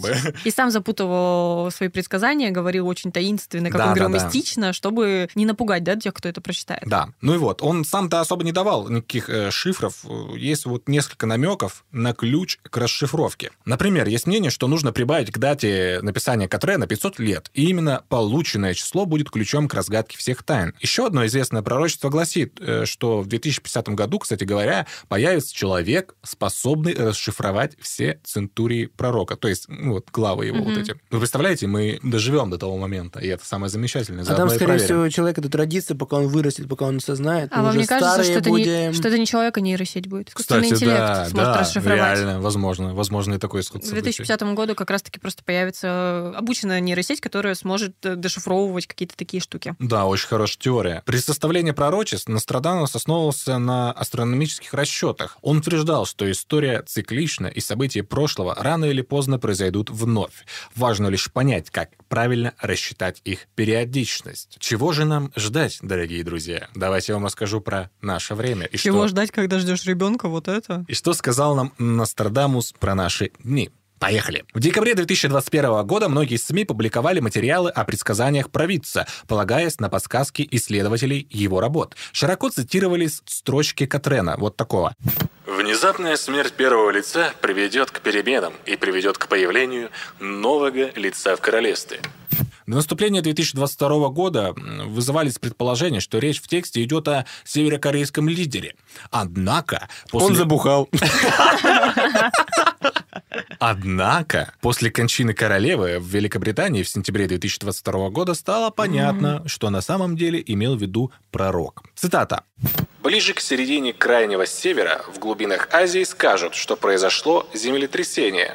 Speaker 9: Как бы.
Speaker 7: И сам запутывал свои предсказания, говорил очень таинственно, как
Speaker 9: Да,
Speaker 7: он
Speaker 9: да,
Speaker 7: говорил,
Speaker 9: да.
Speaker 7: мистично, чтобы не напугать, да, тех, кто это прочитает.
Speaker 9: Да. Ну и вот, он сам-то особо не давал никаких э, шифров. Э, Есть вот несколько намеков на ключ к расшифровке. Например, есть мнение, что нужно прибавить к дате написания Катрена 500 лет, и именно полученное число будет ключом к разгадке всех тайн. Еще одно известное пророчество гласит, э, что в 2050 году, кстати говоря, появится человек способный расшифровать все центурии пророка, то есть ну, вот главы его вот
Speaker 8: Мгм.
Speaker 9: эти. Вы представляете, мы доживем до того момента, и это самое замечательное.
Speaker 8: А
Speaker 9: Заодно
Speaker 8: там,
Speaker 9: и
Speaker 8: скорее
Speaker 9: проверим.
Speaker 8: всего, у человека это традиция, пока он вырастет, пока он осознает.
Speaker 7: А
Speaker 8: мы
Speaker 7: вам
Speaker 8: уже
Speaker 7: не кажется,
Speaker 8: старые
Speaker 7: что это,
Speaker 8: будем.
Speaker 7: не, что это не человек, а нейросеть будет? Искусственный интеллект сможет расшифровать.
Speaker 9: реально, возможно, возможно и такой
Speaker 7: В
Speaker 9: исход событий.
Speaker 7: 2050 году как раз-таки просто появится обученная нейросеть, которая сможет э, дешифровывать какие-то такие штуки.
Speaker 9: Да, очень хорошая теория. При составлении пророчеств Нострадамус основывался на астрономических расчетах. Он утверждал, что история циклична, и события прошлого рано или поздно произойдут вновь. Важно лишь понять, как правильно рассчитать их периодичность. Чего же нам ждать, дорогие друзья? Давайте я вам расскажу про наше время. И
Speaker 7: Чего
Speaker 9: что...
Speaker 7: ждать, когда ждешь ребенка? Вот это.
Speaker 9: И что сказал нам Нострадамус про наши дни? Поехали. В декабре 2021 года многие СМИ публиковали материалы о предсказаниях провидца, полагаясь на подсказки исследователей его работ. Широко цитировались строчки Катрена, вот такого.
Speaker 17: Внезапная смерть первого лица приведет к переменам и приведет к появлению нового лица в королевстве.
Speaker 9: До наступления 2022 года м, вызывались предположения, что речь в тексте идет о северокорейском лидере. Однако... Он забухал. Однако, после кончины королевы в Великобритании в сентябре 2022 года стало понятно, что на самом деле имел в виду пророк. Цитата.
Speaker 17: Ближе к середине Крайнего Севера в глубинах Азии скажут, что произошло землетрясение.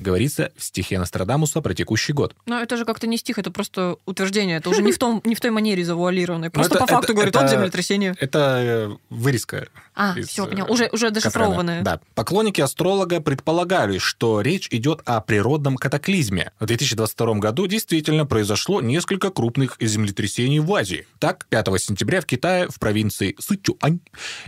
Speaker 9: Говорится в стихе Нострадамуса про текущий год.
Speaker 7: Но это же как-то не стих, это просто утверждение. Это уже не в, том, не в той манере завуалированной.
Speaker 9: Но
Speaker 7: Просто
Speaker 9: Ну, это-
Speaker 7: по факту
Speaker 9: это-
Speaker 7: говорит,
Speaker 9: это-
Speaker 7: он землетрясение.
Speaker 9: Это э, вырезка.
Speaker 7: А,
Speaker 9: из,
Speaker 7: все,
Speaker 9: э,
Speaker 7: понял. Уже, уже дешифрованное.
Speaker 9: Катрена. Да. Поклонники астролога предполагали, что речь идет о природном катаклизме. В 2022 году действительно произошло несколько крупных землетрясений в Азии. Так, 5 сентября в Китае, в провинции Сычуань,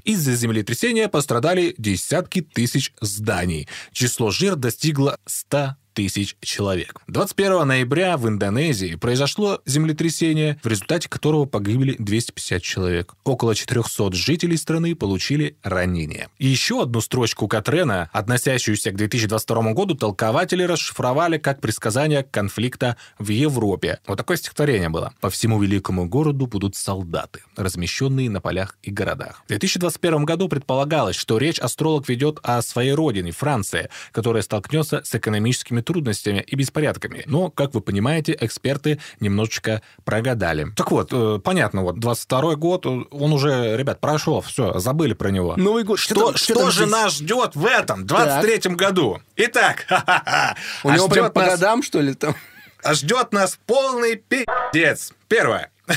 Speaker 9: из-за землетрясения пострадали десятки тысяч зданий. Число жертв достигло 100 тысяч человек. 21 ноября в Индонезии произошло землетрясение, в результате которого погибли 250 человек. Около 400 жителей страны получили ранения. И еще одну строчку Катрена, относящуюся к 2022 году, толкователи расшифровали как предсказание конфликта в Европе. Вот такое стихотворение было. «По всему великому городу будут солдаты, размещенные на полях и городах». В 2021 году предполагалось, что речь астролог ведет о своей родине, Франции, которая столкнется с экономическими трудностями и беспорядками. Но, как вы понимаете, эксперты немножечко прогадали. Так вот, э, понятно, вот 22 год, э, он уже, ребят, прошел, все, забыли про него.
Speaker 8: Новый год.
Speaker 9: Ну, Что,
Speaker 8: там-
Speaker 9: что,
Speaker 8: там
Speaker 9: же
Speaker 8: здесь?
Speaker 9: нас ждет в этом 23-м году? Итак, [laughs] ха-ха-ха.
Speaker 8: У
Speaker 9: А
Speaker 8: него прям
Speaker 9: ждет
Speaker 8: по
Speaker 9: нас-
Speaker 8: годам, что ли, там?
Speaker 9: А ждет нас полный пиздец. Первое.
Speaker 8: [laughs]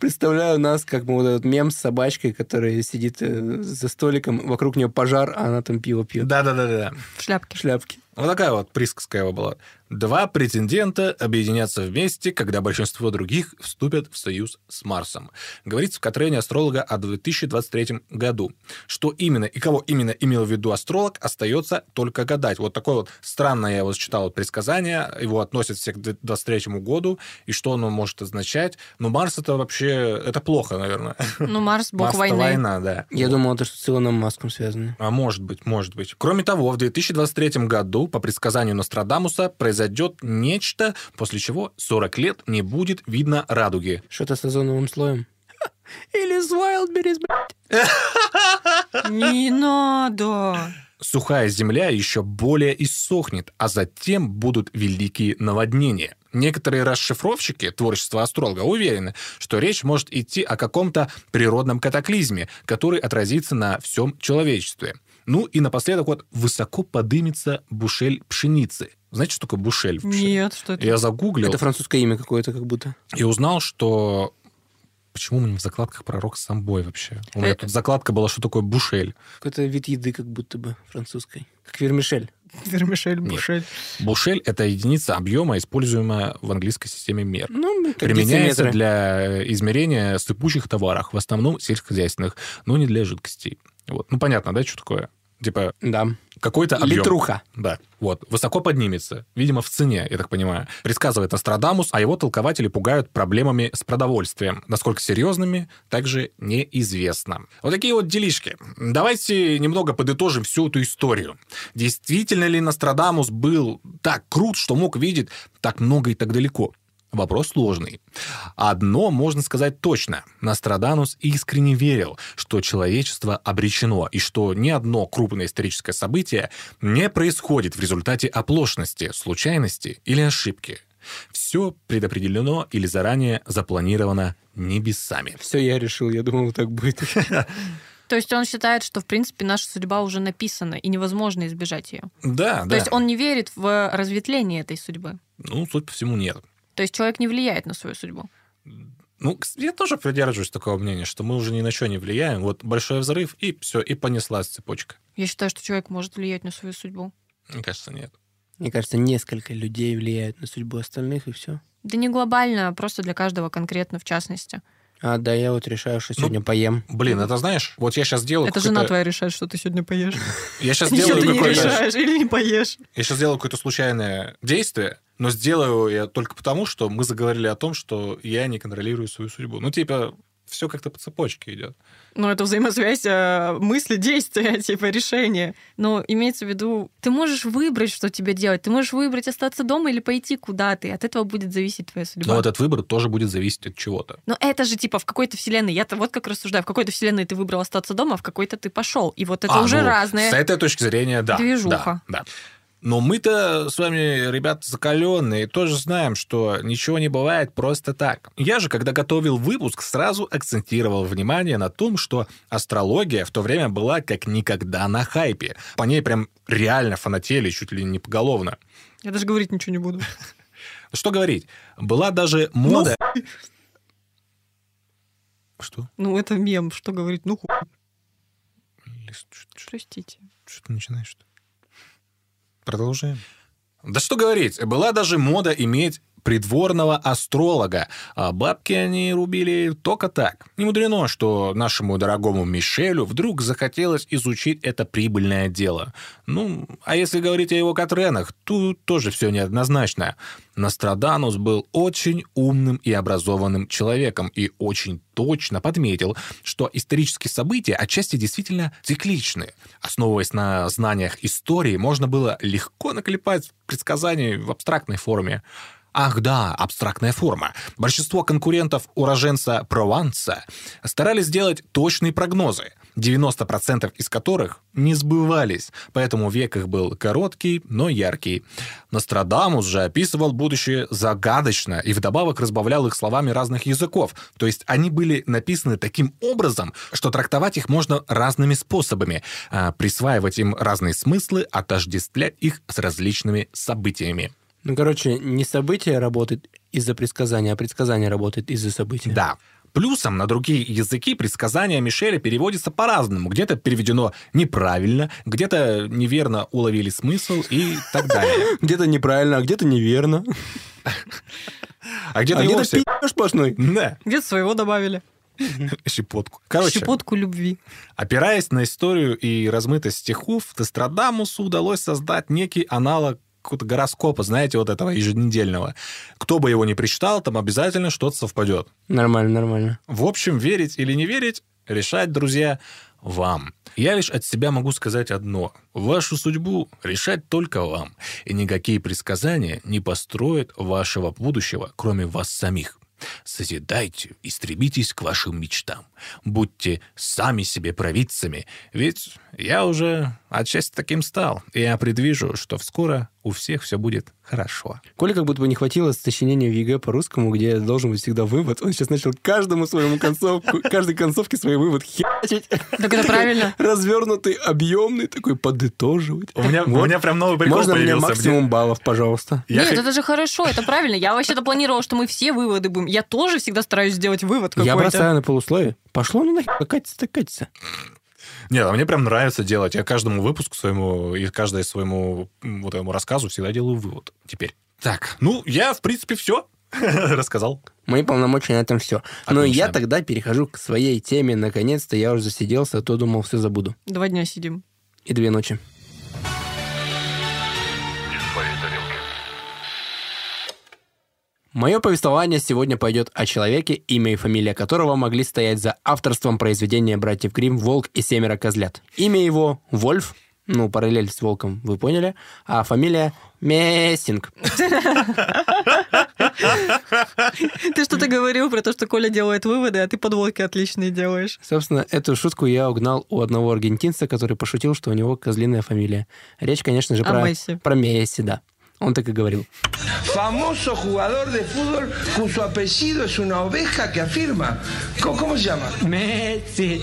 Speaker 8: Представляю нас, как мы вот этот мем с собачкой, которая сидит э, за столиком, вокруг нее пожар, а она там пиво пьет.
Speaker 9: Да-да-да-да.
Speaker 7: Шляпки.
Speaker 8: Шляпки.
Speaker 9: Вот такая вот присказка его была. Два претендента объединятся вместе, когда большинство других вступят в союз с Марсом. Говорится в Катрене астролога о 2023 году. Что именно и кого именно имел в виду астролог, остается только гадать. Вот такое вот странное я его считал вот предсказание, его относят все к 2023 году, и что оно может означать. Но Марс это вообще, это плохо, наверное.
Speaker 7: Ну, Марс, бог
Speaker 9: Марс-то
Speaker 7: войны.
Speaker 9: война, да.
Speaker 8: Я думал, это что с Илоном Маском связано.
Speaker 9: А может быть, может быть. Кроме того, в 2023 году, по предсказанию Нострадамуса, произойдет нечто, после чего 40 лет не будет видно радуги.
Speaker 8: Что-то с озоновым слоем. [laughs] Или с Wildberries,
Speaker 7: блядь. Не надо.
Speaker 9: Сухая земля еще более иссохнет, а затем будут великие наводнения. Некоторые расшифровщики творчества астролога уверены, что речь может идти о каком-то природном катаклизме, который отразится на всем человечестве. Ну и напоследок вот высоко подымется бушель пшеницы. Знаете, что такое бушель? в пшенице?
Speaker 7: Нет, что это?
Speaker 9: Я загуглил.
Speaker 8: Это французское имя какое-то как будто.
Speaker 9: И узнал, что... Почему у меня в закладках пророк с собой вообще? У меня
Speaker 8: Э.
Speaker 9: тут закладка была, что такое бушель.
Speaker 8: Какой-то вид еды как будто бы французской. Как вермишель.
Speaker 7: Вермишель,
Speaker 9: бушель. Бушель — это единица объема, используемая в английской системе мер.
Speaker 8: Ну, как
Speaker 9: Применяется
Speaker 8: дециметры.
Speaker 9: для измерения сыпучих товаров, в основном сельскохозяйственных, но не для жидкостей. Вот. Ну, понятно, да, что такое? Типа
Speaker 8: да.
Speaker 9: какой-то объем.
Speaker 8: Литруха.
Speaker 9: Да. Вот. Высоко поднимется. Видимо, в цене, я так понимаю. Предсказывает Астрадамус, а его толкователи пугают проблемами с продовольствием. Насколько серьезными, также неизвестно. Вот такие вот делишки. Давайте немного подытожим всю эту историю. Действительно ли Нострадамус был так крут, что мог видеть так много и так далеко? Вопрос сложный. Одно можно сказать точно. Ностраданус искренне верил, что человечество обречено, и что ни одно крупное историческое событие не происходит в результате оплошности, случайности или ошибки. Все предопределено или заранее запланировано небесами.
Speaker 8: Все я решил, я думал, так будет. [laughs]
Speaker 7: То есть он считает, что, в принципе, наша судьба уже написана, и невозможно избежать ее.
Speaker 9: Да,
Speaker 7: То
Speaker 9: да.
Speaker 7: есть он не верит в разветвление этой судьбы.
Speaker 9: Ну, суть по всему, нет.
Speaker 7: То есть человек не влияет на свою судьбу.
Speaker 9: Ну, к- я тоже придерживаюсь такого мнения, что мы уже ни на что не влияем. Вот большой взрыв, и все, и понеслась цепочка.
Speaker 7: Я считаю, что человек может влиять на свою судьбу.
Speaker 9: Мне кажется, нет.
Speaker 8: Мне кажется, несколько людей влияют на судьбу остальных, и все.
Speaker 7: Да не глобально, а просто для каждого конкретно, в частности.
Speaker 8: А, да, я вот решаю,
Speaker 9: Ну,
Speaker 8: что сегодня поем.
Speaker 9: Блин, это знаешь, вот я сейчас делаю...
Speaker 7: Это жена твоя решает, что ты сегодня поешь.
Speaker 9: Я сейчас
Speaker 7: [laughs] Ничего
Speaker 9: делаю
Speaker 7: ты не
Speaker 9: какой-то-
Speaker 7: решаешь или не поешь.
Speaker 9: Я сейчас сделаю какое-то случайное действие, но сделаю я только потому, что мы заговорили о том, что я не контролирую свою судьбу. Ну, типа, все как-то по цепочке идет.
Speaker 7: Ну, это взаимосвязь э, мысли, действия, [laughs] типа решения. Но Ну, имеется в виду, ты можешь выбрать, что тебе делать. Ты можешь выбрать остаться дома или пойти куда ты. От этого будет зависеть твоя судьба.
Speaker 9: Но этот выбор тоже будет зависеть от чего-то.
Speaker 7: Но это же типа в какой-то вселенной. Я-то вот как рассуждаю, в какой-то вселенной ты выбрал остаться дома, а в какой-то ты пошел. И вот это
Speaker 9: А,
Speaker 7: уже
Speaker 9: ну,
Speaker 7: разное.
Speaker 9: С этой точки зрения, да.
Speaker 7: движуха.
Speaker 9: Да, да. Но мы-то с вами, ребята, закаленные, тоже знаем, что ничего не бывает просто так. Я же, когда готовил выпуск, сразу акцентировал внимание на том, что астрология в то время была как никогда на хайпе. По ней прям реально фанатели чуть ли не поголовно.
Speaker 7: Я даже говорить ничего не буду.
Speaker 9: Что говорить? Была даже мода... Что?
Speaker 7: [laughs] Ну, это мем, что говорить, ну хуй. Простите.
Speaker 9: Что ты начинаешь? что ли? Продолжаем. Да что говорить, была даже мода иметь придворного астролога. А бабки они рубили только так. Не мудрено, что нашему дорогому Мишелю вдруг захотелось изучить это прибыльное дело. Ну, а если говорить о его Катренах, тут тоже все неоднозначно. Ностраданус был очень умным и образованным человеком и очень точно подметил, что исторические события отчасти действительно цикличны. Основываясь на знаниях истории, можно было легко наклепать предсказания в абстрактной форме. Ах да, абстрактная форма. Большинство конкурентов уроженца Прованса старались сделать точные прогнозы, 90% из которых не сбывались, поэтому век их был короткий, но яркий. Нострадамус же описывал будущее загадочно и вдобавок разбавлял их словами разных языков, то есть они были написаны таким образом, что трактовать их можно разными способами, а, присваивать им разные смыслы, отождествлять их с различными событиями.
Speaker 8: Ну, короче, не событие работает из-за предсказания, а предсказание работает из-за события.
Speaker 9: Да. Плюсом на другие языки предсказания Мишеля переводится по-разному. Где-то переведено неправильно, где-то неверно уловили смысл и так далее.
Speaker 8: Где-то неправильно, а где-то неверно.
Speaker 9: А где-то
Speaker 8: А
Speaker 9: и
Speaker 8: где-то
Speaker 9: вовсе-
Speaker 8: пи***ш сплошной.
Speaker 9: Да. [laughs]
Speaker 7: Где-то своего добавили.
Speaker 9: Щепотку. Короче,
Speaker 7: Щепотку любви.
Speaker 9: опираясь на историю и размытость стихов, Тестрадамусу удалось создать некий аналог какого-то гороскопа, знаете, вот этого еженедельного. Кто бы его ни прочитал, там обязательно что-то совпадет.
Speaker 8: Нормально, нормально.
Speaker 9: В общем, верить или не верить, решать, друзья, вам. Я лишь от себя могу сказать одно. Вашу судьбу решать только вам. И никакие предсказания не построят вашего будущего, кроме вас самих. Созидайте и стремитесь к вашим мечтам. Будьте сами себе провидцами, ведь я уже отчасти таким стал, и я предвижу, что вскоре у всех все будет хорошо.
Speaker 8: Коля как будто бы не хватило сочинения в ЕГЭ по-русскому, где должен быть всегда вывод. Он сейчас начал каждому своему концовку, [laughs] каждой концовке свой вывод херачить.
Speaker 7: Так это
Speaker 9: [laughs]
Speaker 7: правильно.
Speaker 8: Развернутый, объемный, такой подытоживать.
Speaker 9: У меня- у меня прям новый прикол
Speaker 8: Можно
Speaker 9: появился,
Speaker 8: мне максимум баллов, пожалуйста?
Speaker 7: Нет, это же хорошо, это правильно. Я вообще-то планировала, что мы все выводы будем. Я тоже всегда стараюсь сделать вывод какой-то.
Speaker 8: Я бросаю на полусловие. Пошло ну нахер, катится, катится.
Speaker 9: Нет, а мне прям нравится делать. Я каждому выпуску своему и каждому своему м, вот этому рассказу всегда делаю вывод теперь. Так, ну, я, в принципе, все [laughs] рассказал.
Speaker 8: Мои полномочия на этом все. Но я тогда перехожу к своей теме. Наконец-то я уже засиделся, а то думал, все забуду.
Speaker 7: Два дня сидим. [laughs]
Speaker 8: И две ночи. Мое повествование сегодня пойдет о человеке, имя и фамилия которого могли стоять за авторством произведения братьев Гримм «Волк и семеро козлят». Имя его – Вольф Ну, параллель с волком вы поняли. А фамилия Мессинг.
Speaker 7: Ты что-то говорил про то, что Коля делает выводы, а ты подводки отличные делаешь.
Speaker 8: Собственно, эту шутку я угнал у одного аргентинца, который пошутил, что у него козлиная фамилия. Речь, конечно же,
Speaker 7: О
Speaker 8: про
Speaker 7: Месси.
Speaker 8: про Месси, да. Он так и говорил.
Speaker 24: Famoso jugador de fútbol cuyo apellido es una oveja que afirma. Co- ¿Cómo se llama? Messi.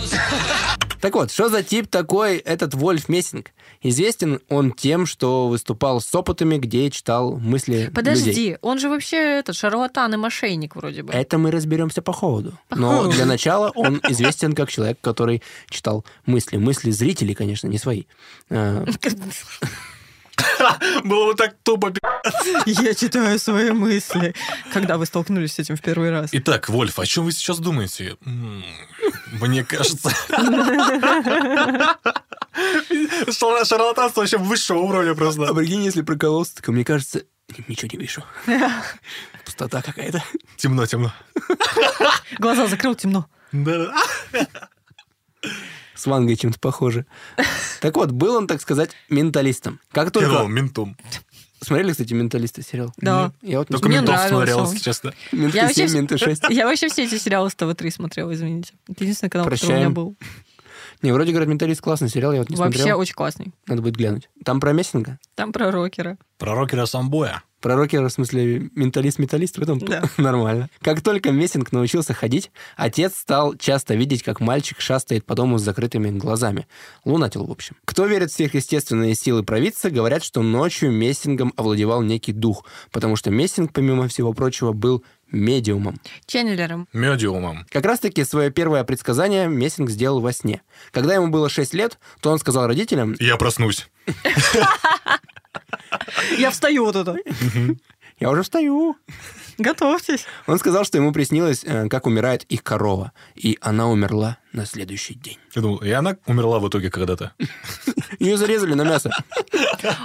Speaker 8: Так вот, что за тип такой этот Вольф Мессинг? Известен он тем, что выступал с опытами, где читал мысли людей.
Speaker 7: Подожди, он же вообще этот шарлатан и мошенник вроде бы.
Speaker 8: Это мы разберемся по ходу. Но для начала он известен как человек, который читал мысли. Мысли зрителей, конечно, не свои. Э,
Speaker 7: [laughs] Было бы так тупо. Я читаю свои мысли. Когда вы столкнулись с этим в первый раз?
Speaker 9: Итак, Вольф, о чем вы сейчас думаете? М, Мне [laughs] кажется,
Speaker 10: Что шарлатанство вообще высшего уровня просто.
Speaker 8: А прикинь, если прокололся, так мне кажется, ничего не
Speaker 7: [laughs]
Speaker 8: вижу. Пустота какая-то.
Speaker 9: Темно, темно.
Speaker 7: Глаза закрыл, темно.
Speaker 9: Да.
Speaker 8: С Вангой чем-то похоже. Так вот, был он, так сказать, менталистом. Как только...
Speaker 9: Херовым ментом.
Speaker 8: Смотрели, кстати, менталиста сериал?
Speaker 7: Да.
Speaker 8: Нет. Я вот не
Speaker 7: Только
Speaker 8: смотрел.
Speaker 7: «Ментов» Мне нравился смотрел, он. если
Speaker 9: честно.
Speaker 8: Менты
Speaker 7: Я вообще,
Speaker 8: 7, менты 6.
Speaker 7: я вообще все эти сериалы с ТВ-3 смотрела, извините. Это единственный канал, который у меня
Speaker 8: Прощаем.
Speaker 7: был.
Speaker 8: Не, вроде, говорят, менталист классный сериал, я вот не
Speaker 7: Вообще
Speaker 8: смотрел.
Speaker 7: очень классный.
Speaker 8: Надо будет глянуть. Там про Мессинга?
Speaker 7: Там про рокера.
Speaker 9: Про рокера самбоя.
Speaker 8: Про рокера, в смысле, менталист-металлист, в этом
Speaker 7: Да.
Speaker 8: [laughs] нормально. Как только Мессинг научился ходить, отец стал часто видеть, как мальчик шастает по дому с закрытыми глазами. Лунатил, в общем. Кто верит в сверхъестественные силы провидца, говорят, что ночью Мессингом овладевал некий дух, потому что Мессинг, помимо всего прочего, был медиумом.
Speaker 7: Ченнелером.
Speaker 9: Медиумом.
Speaker 8: Как раз-таки свое первое предсказание Мессинг сделал во сне. Когда ему было 6 лет, то он сказал родителям...
Speaker 9: Я проснусь.
Speaker 7: Я встаю вот [laughs] это.
Speaker 8: Я уже встаю.
Speaker 7: Готовьтесь.
Speaker 8: Он сказал, что ему приснилось, э, как умирает их корова. И она умерла на следующий день.
Speaker 9: Я думал, и она умерла в итоге когда-то.
Speaker 8: Ее зарезали на мясо.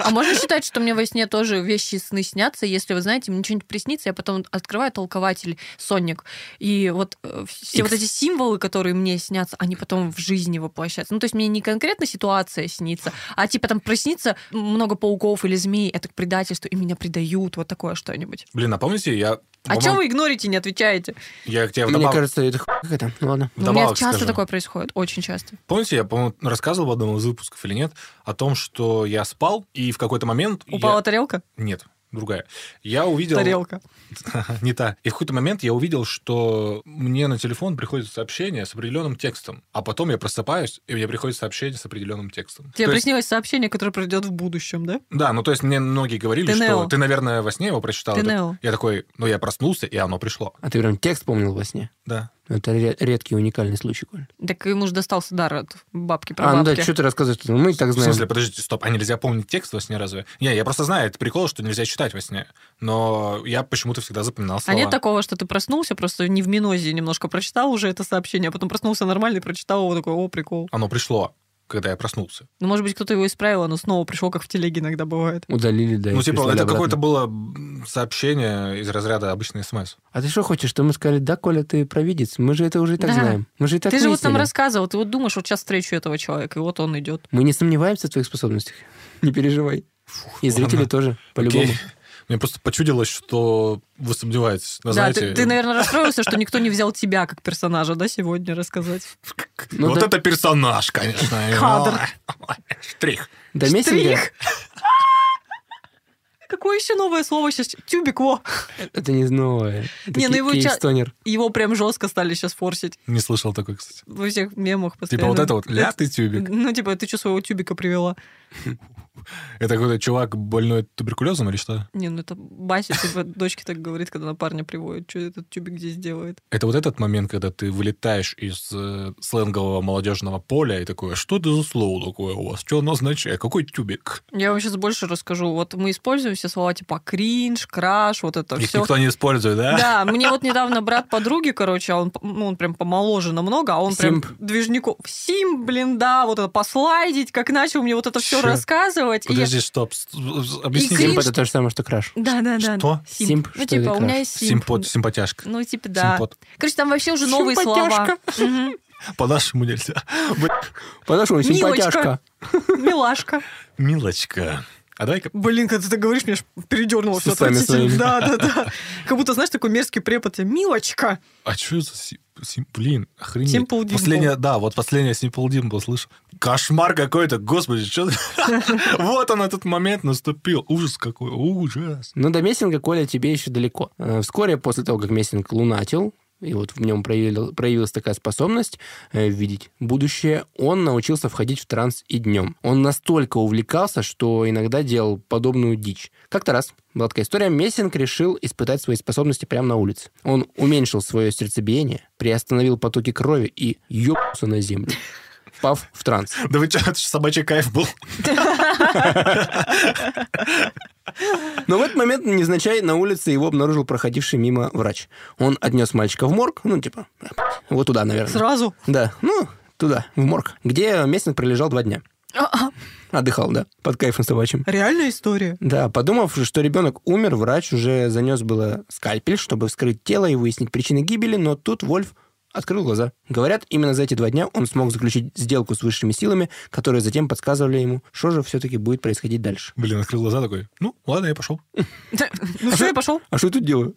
Speaker 7: А можно считать, что мне во сне тоже вещи и сны снятся? Если вы знаете, мне что-нибудь приснится, я потом открываю толкователь Сонник. И вот э, все
Speaker 8: Икс.
Speaker 7: вот эти символы, которые мне снятся, они потом в жизни воплощаются. Ну, то есть мне не конкретно ситуация снится, а типа там проснится много пауков или змей, это к предательству, и меня предают, вот такое что-нибудь.
Speaker 9: Блин, а помните, я...
Speaker 7: А чего вы игнорите, не отвечаете?
Speaker 9: Я к тебе
Speaker 8: Мне
Speaker 9: вдобавок-
Speaker 8: кажется, это хуй какая-то. Ну ладно.
Speaker 7: Ну, У меня
Speaker 9: Вдобавок
Speaker 7: часто
Speaker 9: скажу.
Speaker 7: такое происходит, очень часто.
Speaker 9: Помните, я, по-моему, рассказывал в одном из выпусков или нет, о том, что я спал, и в какой-то момент... я-
Speaker 7: Упала тарелка?
Speaker 9: Нет, другая. Я увидел...
Speaker 7: Тарелка.
Speaker 9: [laughs] Не та. И в какой-то момент я увидел, что мне на телефон приходит сообщение с определенным текстом, а потом я просыпаюсь, и мне приходит сообщение с определенным текстом.
Speaker 7: Тебе
Speaker 9: То есть-
Speaker 7: приснилось сообщение, которое придет в будущем, да?
Speaker 9: Да, ну то есть мне многие говорили,
Speaker 7: Ты
Speaker 9: что
Speaker 7: Нео.
Speaker 9: ты, наверное, во сне его прочитал.
Speaker 7: Ты
Speaker 9: Так
Speaker 7: Нео.
Speaker 9: Я такой, ну я проснулся, и оно пришло.
Speaker 8: А ты прям текст помнил во сне?
Speaker 9: Да.
Speaker 8: Это ре- редкий, уникальный случай, Коль.
Speaker 7: Так ему же достался дар от бабки про
Speaker 8: А, ну да,
Speaker 7: бабки.
Speaker 8: что ты рассказываешь? Ну, Мы и так
Speaker 9: В
Speaker 8: знаем.
Speaker 9: смысле, подождите, стоп, а нельзя помнить текст во сне разве? Не, я просто знаю, это прикол, что нельзя читать во сне. Но я почему-то всегда запоминал
Speaker 7: А
Speaker 9: слова.
Speaker 7: нет такого, что ты проснулся, просто не в минозе немножко прочитал уже это сообщение, а потом проснулся нормально и прочитал его такой, о, прикол.
Speaker 9: Оно пришло, когда я проснулся.
Speaker 7: Ну, может быть, кто-то его исправил, оно снова пришло, как в телеге иногда бывает.
Speaker 8: Удалили, да. и
Speaker 9: ну, типа,
Speaker 8: прислали
Speaker 9: это
Speaker 8: обратно.
Speaker 9: какое-то было м, сообщение из разряда обычный смс.
Speaker 8: А ты что хочешь, что мы сказали, да, Коля, ты провидец? Мы же это уже и так
Speaker 7: Да.
Speaker 8: знаем. Мы же и так
Speaker 7: ты же вот нам
Speaker 8: выяснили.
Speaker 7: рассказывал, ты вот думаешь, вот сейчас встречу этого человека, и вот он идет.
Speaker 8: Мы не сомневаемся в твоих способностях. [laughs] Не переживай. И зрители
Speaker 9: ладно.
Speaker 8: тоже, по-любому.
Speaker 9: Окей. Мне просто почудилось, что вы сомневаетесь. Но,
Speaker 7: да,
Speaker 9: знаете,
Speaker 7: ты, ты, наверное, расстроился, что никто не взял тебя как персонажа, да, сегодня рассказать.
Speaker 9: ну, вот это персонаж,
Speaker 7: [laughs]
Speaker 9: конечно.
Speaker 7: Кадр.
Speaker 9: [laughs] Штрих.
Speaker 8: До
Speaker 7: Мессинга? [laughs] Какое еще новое слово сейчас? Тюбик, во!
Speaker 8: Это не новое. Это
Speaker 7: Не, ну
Speaker 8: кей-
Speaker 7: его, ча-
Speaker 8: кейстонер.
Speaker 7: его прям жестко стали сейчас форсить
Speaker 9: Не слышал такой, кстати.
Speaker 7: во всех мемах
Speaker 9: Типа
Speaker 7: постоянно.
Speaker 9: вот это вот, ля ты тюбик.
Speaker 7: Ну, типа, ты что своего тюбика привела?
Speaker 9: Это какой-то чувак больной туберкулезом или что?
Speaker 7: Не, ну это Бася, типа, дочке так говорит, когда она парня приводит. Что этот тюбик здесь делает?
Speaker 9: Это вот этот момент, когда ты вылетаешь из э, сленгового молодежного поля и такое, что это за слово такое у вас? Что оно означает? Какой тюбик?
Speaker 7: Я вам сейчас больше расскажу. Вот мы используем все слова типа кринж, краш, вот это
Speaker 9: Их
Speaker 7: все.
Speaker 9: никто не использует, да?
Speaker 7: А Да, мне вот недавно брат подруги, короче, а он, п- ну, он прям помоложе намного, а он
Speaker 9: Симп.
Speaker 7: прям движников. Сим, блин, да, вот это послайдить, как начал мне вот это все
Speaker 9: Чё?
Speaker 7: рассказывать. и
Speaker 9: [laughs]
Speaker 7: я-
Speaker 9: Подожди, стоп, с- с- объясни.
Speaker 7: И кринж- Симп это
Speaker 8: Типа, то же самое, что краш.
Speaker 7: Да, да, да.
Speaker 9: Что?
Speaker 7: Симп. Ну, типа, у меня есть симп.
Speaker 9: Симпот, симпатяшка.
Speaker 7: Ну, типа, да.
Speaker 9: Симпот.
Speaker 7: Короче, там вообще уже новые слова.
Speaker 9: Симпатяшка.
Speaker 7: Мгм.
Speaker 9: По-нашему нельзя. [laughs]
Speaker 8: По-нашему
Speaker 7: Милочка. Милашка.
Speaker 9: Милочка. А давай-ка...
Speaker 7: Блин, когда ты так говоришь, меня аж передернуло
Speaker 9: С
Speaker 7: все
Speaker 9: усами
Speaker 7: отвратительно.
Speaker 9: своими.
Speaker 7: Да, да, да. Как будто, знаешь, такой мерзкий препод. тебе, Милочка.
Speaker 9: А что за... си- си- Блин, охренеть.
Speaker 7: Simple Dimple.
Speaker 9: Последняя, да, вот последняя Simple Dimple, слышал. Кошмар какой-то, господи, что... [laughs] Вот он, этот момент наступил. Ужас какой, ужас.
Speaker 8: Но Ну, до Мессинга, Коля, тебе еще далеко. Э, Вскоре после того, как Мессинг лунатил, и вот в нем проявил- проявилась такая способность э, видеть будущее, он научился входить в транс и днем. Он настолько увлекался, что иногда делал подобную дичь. Как-то раз, была такая история, Мессинг решил испытать свои способности прямо на улице. Он уменьшил свое сердцебиение, приостановил потоки крови и ёбнулся на землю, впав в транс.
Speaker 9: Да вы что, это собачий кайф был.
Speaker 8: Но в этот момент незначай на улице его обнаружил проходивший мимо врач. Он отнес мальчика в морг, ну, типа, вот туда, наверное.
Speaker 7: Сразу?
Speaker 8: Да, ну, туда, в морг, где Мессинг пролежал два дня.
Speaker 7: А, а,
Speaker 8: Отдыхал, да, под кайфом собачьим.
Speaker 7: Реальная история.
Speaker 8: Да, подумав, что ребенок умер, врач уже занес было скальпель, чтобы вскрыть тело и выяснить причины гибели, но тут Вольф открыл глаза. Говорят, именно за эти два дня он смог заключить сделку с высшими силами, которые затем подсказывали ему, что же все-таки будет происходить дальше.
Speaker 9: Блин, открыл глаза такой, ну, ладно, я пошел.
Speaker 7: Ну все, я пошел.
Speaker 8: А что я тут делаю?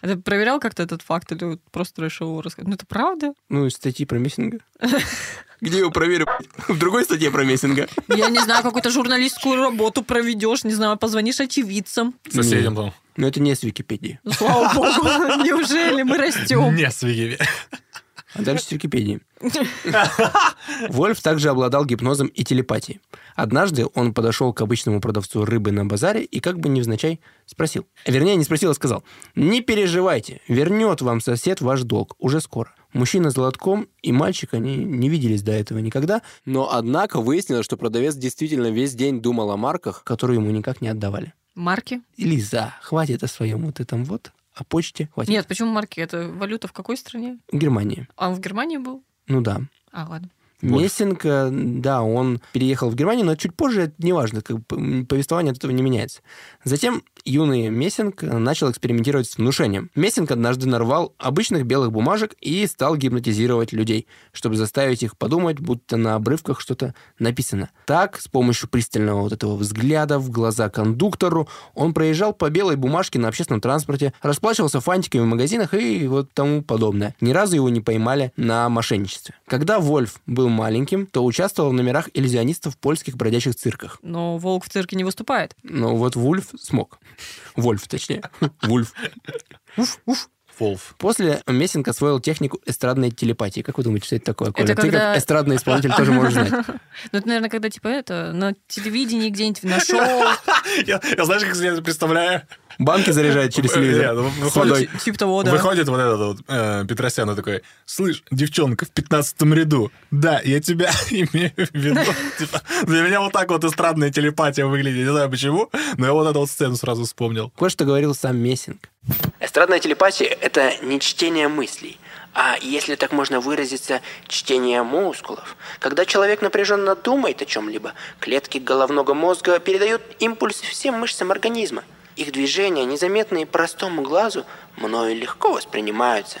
Speaker 7: А Ты проверял как-то этот факт или вот просто решил его рассказать? Ну это правда?
Speaker 8: Ну, из статьи про Мессинга. [laughs] Где его проверю? В другой статье про Мессинга.
Speaker 7: Я не знаю, какую-то журналистскую работу проведешь, не знаю, позвонишь очевидцам.
Speaker 9: Соседям там.
Speaker 8: Но это не с Википедии.
Speaker 7: Ну, Слава богу, неужели мы растем?
Speaker 9: Не с Википедии.
Speaker 8: А дальше с Википедии. [laughs] Вольф также обладал гипнозом и телепатией. Однажды он подошел к обычному продавцу рыбы на базаре и как бы невзначай спросил. Вернее, не спросил, а сказал. «Не переживайте, вернет вам сосед ваш долг уже скоро». Мужчина с лотком и мальчик, они не виделись до этого никогда. Но, однако, выяснилось, что продавец действительно весь день думал о марках, которые ему никак не отдавали.
Speaker 7: Марки?
Speaker 8: Лиза, хватит о своем вот этом вот, о почте хватит.
Speaker 7: Нет, почему марки? Это валюта в какой стране?
Speaker 8: Германия.
Speaker 7: А он в Германии был?
Speaker 8: Ну да.
Speaker 7: А, ладно.
Speaker 8: Мессинг, э, да, он переехал в Германию, но чуть позже, это неважно, как бы, м, повествование от этого не меняется. Затем юный Мессинг э, начал экспериментировать с внушением. Мессинг однажды нарвал обычных белых бумажек и стал гипнотизировать людей, чтобы заставить их подумать, будто на обрывках что-то написано. Так, с помощью пристального вот этого взгляда в глаза кондуктору, он проезжал по белой бумажке на общественном транспорте, расплачивался фантиками в магазинах и вот тому подобное. Ни разу его не поймали на мошенничестве. Когда Вольф был маленьким, то участвовал в номерах иллюзионистов в польских бродячих цирках.
Speaker 7: Но волк в цирке не выступает.
Speaker 8: Но Ну, вот Вульф смог. Вольф, точнее. Вульф. Уф, уф.
Speaker 9: Волф.
Speaker 8: После Мессинг освоил технику эстрадной телепатии. Как вы думаете, что это такое, Коля?
Speaker 7: Это
Speaker 8: Ты
Speaker 7: когда-
Speaker 8: как эстрадный исполнитель тоже можешь знать.
Speaker 7: Ну, это, наверное, когда, типа, это, на телевидении где-нибудь на шоу.
Speaker 8: [laughs]
Speaker 9: Я, я знаешь, как себе это представляю?
Speaker 8: Банки заряжает через телевизор.
Speaker 9: Нет, ну,
Speaker 8: С водой.
Speaker 9: выходит,
Speaker 7: Типа того, да.
Speaker 9: выходит вот этот вот э, Петросян и такой, слышь, девчонка в 15 ряду, да, я тебя [laughs] имею в виду.
Speaker 7: [laughs]
Speaker 9: Типа, для меня вот так вот эстрадная телепатия выглядит, не знаю почему, но я вот эту вот сцену сразу вспомнил.
Speaker 8: Кое-что говорил сам Мессинг. Эстрадная телепатия – это не чтение мыслей, а, если так можно выразиться, чтение мускулов. Когда человек напряженно думает о чем-либо, клетки головного мозга передают импульс всем мышцам организма. Их движения, незаметные простому глазу, мною легко воспринимаются.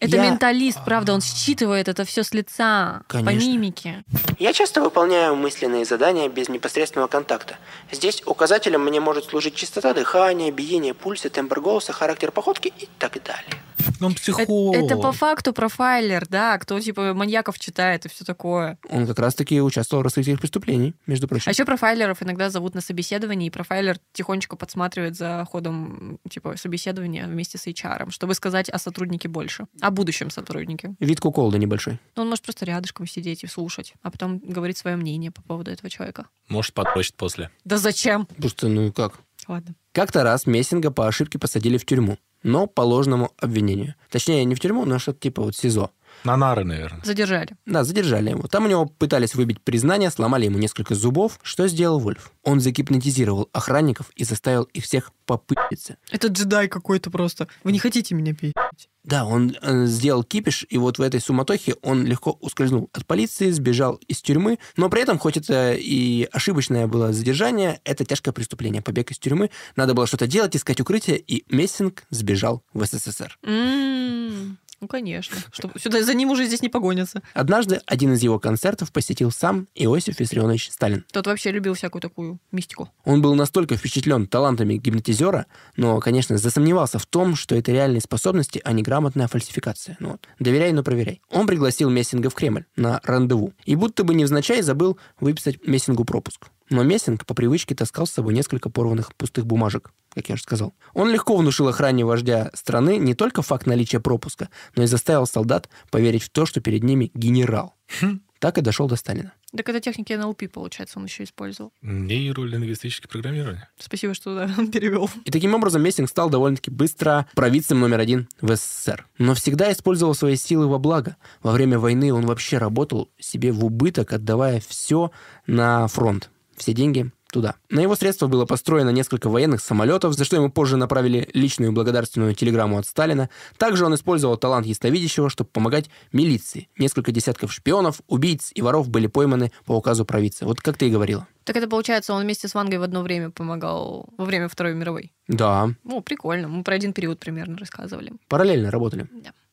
Speaker 7: Это
Speaker 8: Я-
Speaker 7: менталист, правда, он считывает это все с лица, по
Speaker 8: Конечно.
Speaker 7: мимике.
Speaker 8: Я часто выполняю мысленные задания без непосредственного контакта. Здесь указателем мне может служить частота дыхания, биение пульса, тембр голоса, характер походки и так далее.
Speaker 9: Ну, Он психолог.
Speaker 7: Э, Это по факту профайлер, да, кто типа маньяков читает и все такое.
Speaker 8: Он как раз-таки участвовал в раскрытии преступлений, между прочим.
Speaker 7: А еще профайлеров иногда зовут на собеседование, и профайлер тихонечко подсматривает за ходом типа собеседования вместе с HR, чтобы сказать о сотруднике больше, о будущем сотруднике.
Speaker 8: Вид куколда небольшой.
Speaker 7: Но он может просто рядышком сидеть и слушать, а потом говорить свое мнение по поводу этого человека.
Speaker 9: Может, подпросит после.
Speaker 7: Да зачем?
Speaker 8: Просто, ну как?
Speaker 7: Ладно.
Speaker 8: Как-то раз Мессинга по ошибке посадили в тюрьму, но по ложному обвинению. Точнее, не в тюрьму, но что-то типа вот СИЗО.
Speaker 9: На нары, наверное.
Speaker 7: Задержали.
Speaker 8: Да, задержали его. Там у него пытались выбить признание, сломали ему несколько зубов. Что сделал Вольф? Он загипнотизировал охранников и заставил их всех попытиться.
Speaker 7: Это джедай какой-то просто. Вы не хотите меня пить?
Speaker 8: Да, он э, сделал кипиш, и вот в этой суматохе он легко ускользнул от полиции, сбежал из тюрьмы, но при этом, хоть это и ошибочное было задержание, это тяжкое преступление, побег из тюрьмы, надо было что-то делать, искать укрытие, и Мессинг сбежал в СССР.
Speaker 7: М, Ну, конечно. Чтоб сюда за ним уже здесь не погонятся.
Speaker 8: Однажды один из его концертов посетил сам Иосиф Виссарионович Сталин.
Speaker 7: Тот вообще любил всякую такую мистику.
Speaker 8: Он был настолько впечатлен талантами гипнотизера, но, конечно, засомневался в том, что это реальные способности, а не грамотная фальсификация. Ну, вот, доверяй, но проверяй. Он пригласил Мессинга в Кремль на рандеву и будто бы невзначай забыл выписать Мессингу пропуск. Но Мессинг по привычке таскал с собой несколько порванных пустых бумажек, как я уже сказал. Он легко внушил охране вождя страны не только факт наличия пропуска, но и заставил солдат поверить в то, что перед ними генерал. Так и дошел до Сталина.
Speaker 7: Так это техники НЛП, получается, он еще использовал.
Speaker 9: Нейролингвистическое программирование.
Speaker 7: Спасибо, что да, [laughs] перевел.
Speaker 8: И таким образом Мессинг стал довольно-таки быстро провидцем номер один в СССР. Но всегда использовал свои силы во благо. Во время войны он вообще работал себе в убыток, отдавая все на фронт. Все деньги туда. На его средства было построено несколько военных самолетов, за что ему позже направили личную благодарственную телеграмму от Сталина. Также он использовал талант ясновидящего, чтобы помогать милиции. Несколько десятков шпионов, убийц и воров были пойманы по указу провидца. Вот как ты и говорила.
Speaker 7: Так это получается, он вместе с Вангой в одно время помогал во время Второй мировой.
Speaker 8: Да,
Speaker 7: Ну, прикольно. Мы про один период примерно рассказывали.
Speaker 8: параллельно работали.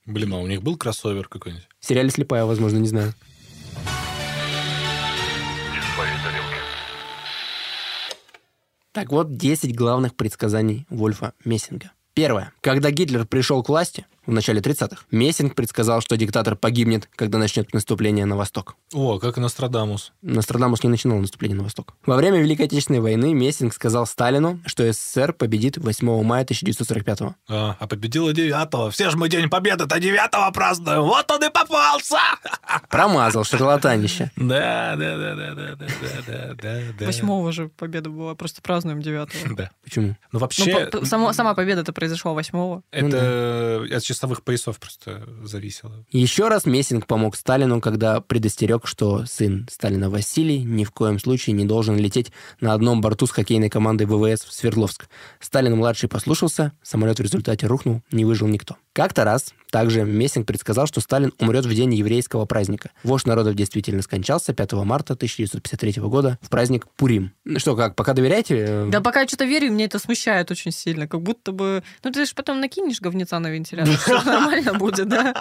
Speaker 9: Блин, а у них был кроссовер какой-нибудь?
Speaker 8: В сериале «Слепая», возможно, не знаю. Так вот, 10 главных предсказаний Вольфа Мессинга. Первое. Когда Гитлер пришел к власти в начале 30-х, Мессинг предсказал, что диктатор погибнет, когда начнет наступление на восток.
Speaker 9: О, как Нострадамус.
Speaker 8: Нострадамус не начинал наступление на восток. Во время Великой Отечественной войны Мессинг сказал Сталину, что СССР победит 8 мая 1945 года.
Speaker 9: А, а победила девятого. Все же мы День Победы-то девятого празднуем. Вот он и попался! [laughs]
Speaker 8: Промазал шарлатанище.
Speaker 9: Да, да, да, да, да, да, да, да, да.
Speaker 7: Восьмого же победа была, просто празднуем девятого.
Speaker 9: Да.
Speaker 8: Почему?
Speaker 9: Ну,
Speaker 7: Ну,
Speaker 9: вообще,
Speaker 7: по- ну, по- само- сама победа-то произошла восьмого.
Speaker 9: это от часовых поясов просто зависело.
Speaker 8: Еще раз Мессинг помог Сталину, когда предостерег, что сын Сталина Василий ни в коем случае не должен лететь на одном борту с хоккейной командой ВВС в Свердловск. Сталин-младший послушался, самолет в результате рухнул, не выжил никто. Как-то раз также Мессинг предсказал, что Сталин умрет в день еврейского праздника. Вождь народов действительно скончался 5 марта 1953 года в праздник Пурим. Ну Что, как, пока доверяете? Э,
Speaker 7: Да пока я что-то верю, и меня это смущает очень сильно. Как будто бы... Ну, ты же потом накинешь говнеца на вентилятор, все нормально будет, да?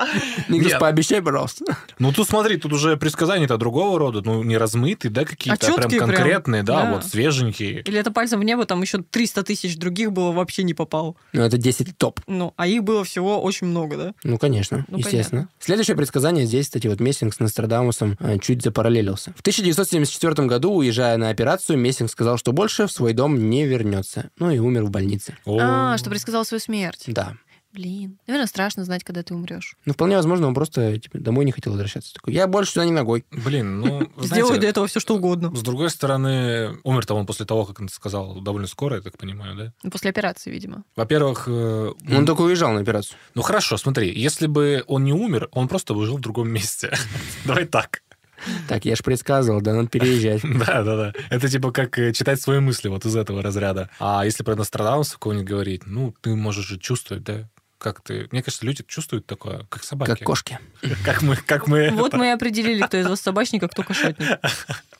Speaker 8: Николас,
Speaker 9: Нет.
Speaker 8: пообещай, пожалуйста.
Speaker 9: Ну, тут смотри, тут уже предсказания-то другого рода, ну, не размытые, да, какие-то, а прям
Speaker 7: чёткие прям.
Speaker 9: конкретные, да,
Speaker 7: Да.
Speaker 9: вот свеженькие.
Speaker 7: Или это пальцем в небо, там еще 300 тысяч других было, вообще не попал.
Speaker 8: Ну, это 10 топ.
Speaker 7: Ну, а их было всего очень много, да?
Speaker 8: Ну, конечно,
Speaker 7: Ну,
Speaker 8: естественно. Следующее предсказание здесь, кстати, вот Мессинг с Нострадамусом э, чуть запараллелился. В 1974 году, уезжая на операцию, Мессинг сказал, что больше в свой дом не вернется. Ну и умер в больнице.
Speaker 7: А, что предсказал свою смерть.
Speaker 8: Да.
Speaker 7: Блин. Наверное, страшно знать, когда ты умрешь.
Speaker 8: Ну, вполне возможно, он просто типа, домой не хотел возвращаться. Такой, я больше сюда не ногой.
Speaker 9: Блин,
Speaker 7: [laughs]
Speaker 9: ну,
Speaker 7: Сделай
Speaker 9: знаете,
Speaker 7: для этого все, что угодно.
Speaker 9: С другой стороны, умер-то он после того, как он сказал, довольно скоро, я так понимаю, да?
Speaker 7: Ну, После операции, видимо.
Speaker 9: Во-первых... э,
Speaker 8: Он только уезжал на операцию.
Speaker 9: Ну хорошо, смотри, если бы он не умер, он просто бы жил в другом месте. [laughs] Давай так. [laughs]
Speaker 8: Так, я же предсказывал, да, надо переезжать.
Speaker 9: Да, да, да. Это типа как э, читать свои мысли вот из этого разряда. А если про Нострадамуса кого-нибудь говорить, ну, ты можешь же чувствовать, да? Как ты... Мне кажется, люди чувствуют такое, как собаки.
Speaker 8: Как кошки.
Speaker 9: [laughs] Как мы... Как мы
Speaker 7: Вот
Speaker 9: это.
Speaker 7: мы и определили, кто из вас собачник, а кто кошатник.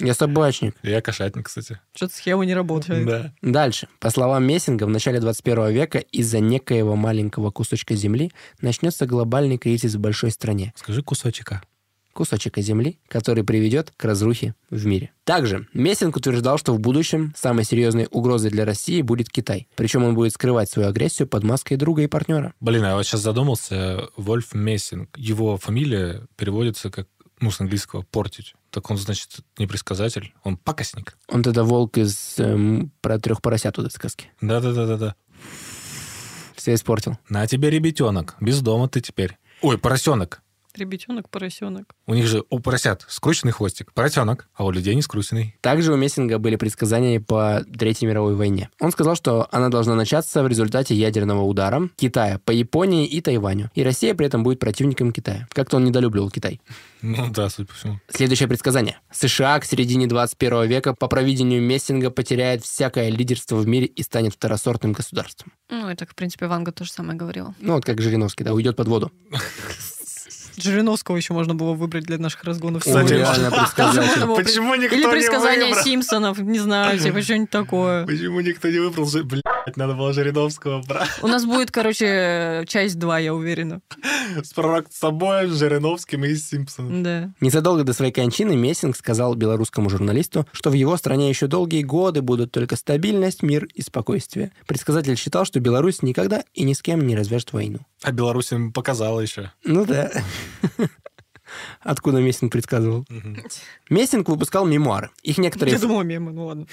Speaker 8: Я собачник.
Speaker 9: Я кошатник, кстати.
Speaker 7: Что-то схема не работает.
Speaker 8: Дальше. По словам Мессинга, в начале 21 века из-за некоего маленького кусочка земли начнется глобальный кризис в большой стране.
Speaker 9: Скажи кусочка.
Speaker 8: Кусочка земли, который приведет к разрухе в мире. Также Мессинг утверждал, что в будущем самой серьезной угрозой для России будет Китай. Причем он будет скрывать свою агрессию под маской друга и партнера.
Speaker 9: Блин, а я вот сейчас задумался, Вольф Мессинг, его фамилия переводится как, ну, с английского «портить». Так он, значит, не предсказатель, он пакостник.
Speaker 8: Он тогда волк из эм, про трех поросят вот этой сказки.
Speaker 9: Да-да-да-да-да.
Speaker 8: Все испортил.
Speaker 9: На тебе ребятенок, без дома ты теперь. Ой, поросенок.
Speaker 7: Ребятенок, поросенок.
Speaker 9: У них же, у поросят, скрученный хвостик. Поросенок, а у людей не скрученный.
Speaker 8: Также у Мессинга были предсказания по Третьей мировой войне. Он сказал, что она должна начаться в результате ядерного удара Китая по Японии и Тайваню. И Россия при этом будет противником Китая. Как-то он недолюбливал Китай.
Speaker 9: Ну да, судя по всему.
Speaker 8: Следующее предсказание. США к середине 21 века по провидению Мессинга потеряет всякое лидерство в мире и станет второсортным государством.
Speaker 7: Ну, это, в принципе, Ванга то же самое говорила.
Speaker 8: Ну, вот как Жириновский, да, уйдет под воду.
Speaker 7: Жириновского еще можно было выбрать для наших разгонов.
Speaker 13: Кстати,
Speaker 7: сегодня.
Speaker 13: реально предсказатель.
Speaker 7: Можно было
Speaker 13: Почему
Speaker 7: пред-
Speaker 13: никто
Speaker 7: Или
Speaker 13: не
Speaker 7: предсказание
Speaker 13: выбрал?
Speaker 7: Симпсонов, не
Speaker 9: [laughs]
Speaker 7: знаю, типа что-нибудь такое.
Speaker 9: Почему никто не выбрал? Же- Блядь, надо было Жириновского брать.
Speaker 7: У нас будет, короче, часть 2, я уверена.
Speaker 9: [laughs] С пророк с собой, с Жириновским и с Симпсоном.
Speaker 7: Да.
Speaker 8: Незадолго до своей кончины Мессинг сказал белорусскому журналисту, что в его стране еще долгие годы будут только стабильность, мир и спокойствие. Предсказатель считал, что Беларусь никогда и ни с кем не развяжет войну.
Speaker 9: А Беларусь им показала еще.
Speaker 8: Ну да. [laughs] Откуда Мессинг предсказывал? Мессинг выпускал мемуары. Их некоторые
Speaker 7: Я думала, мемы, ну ладно.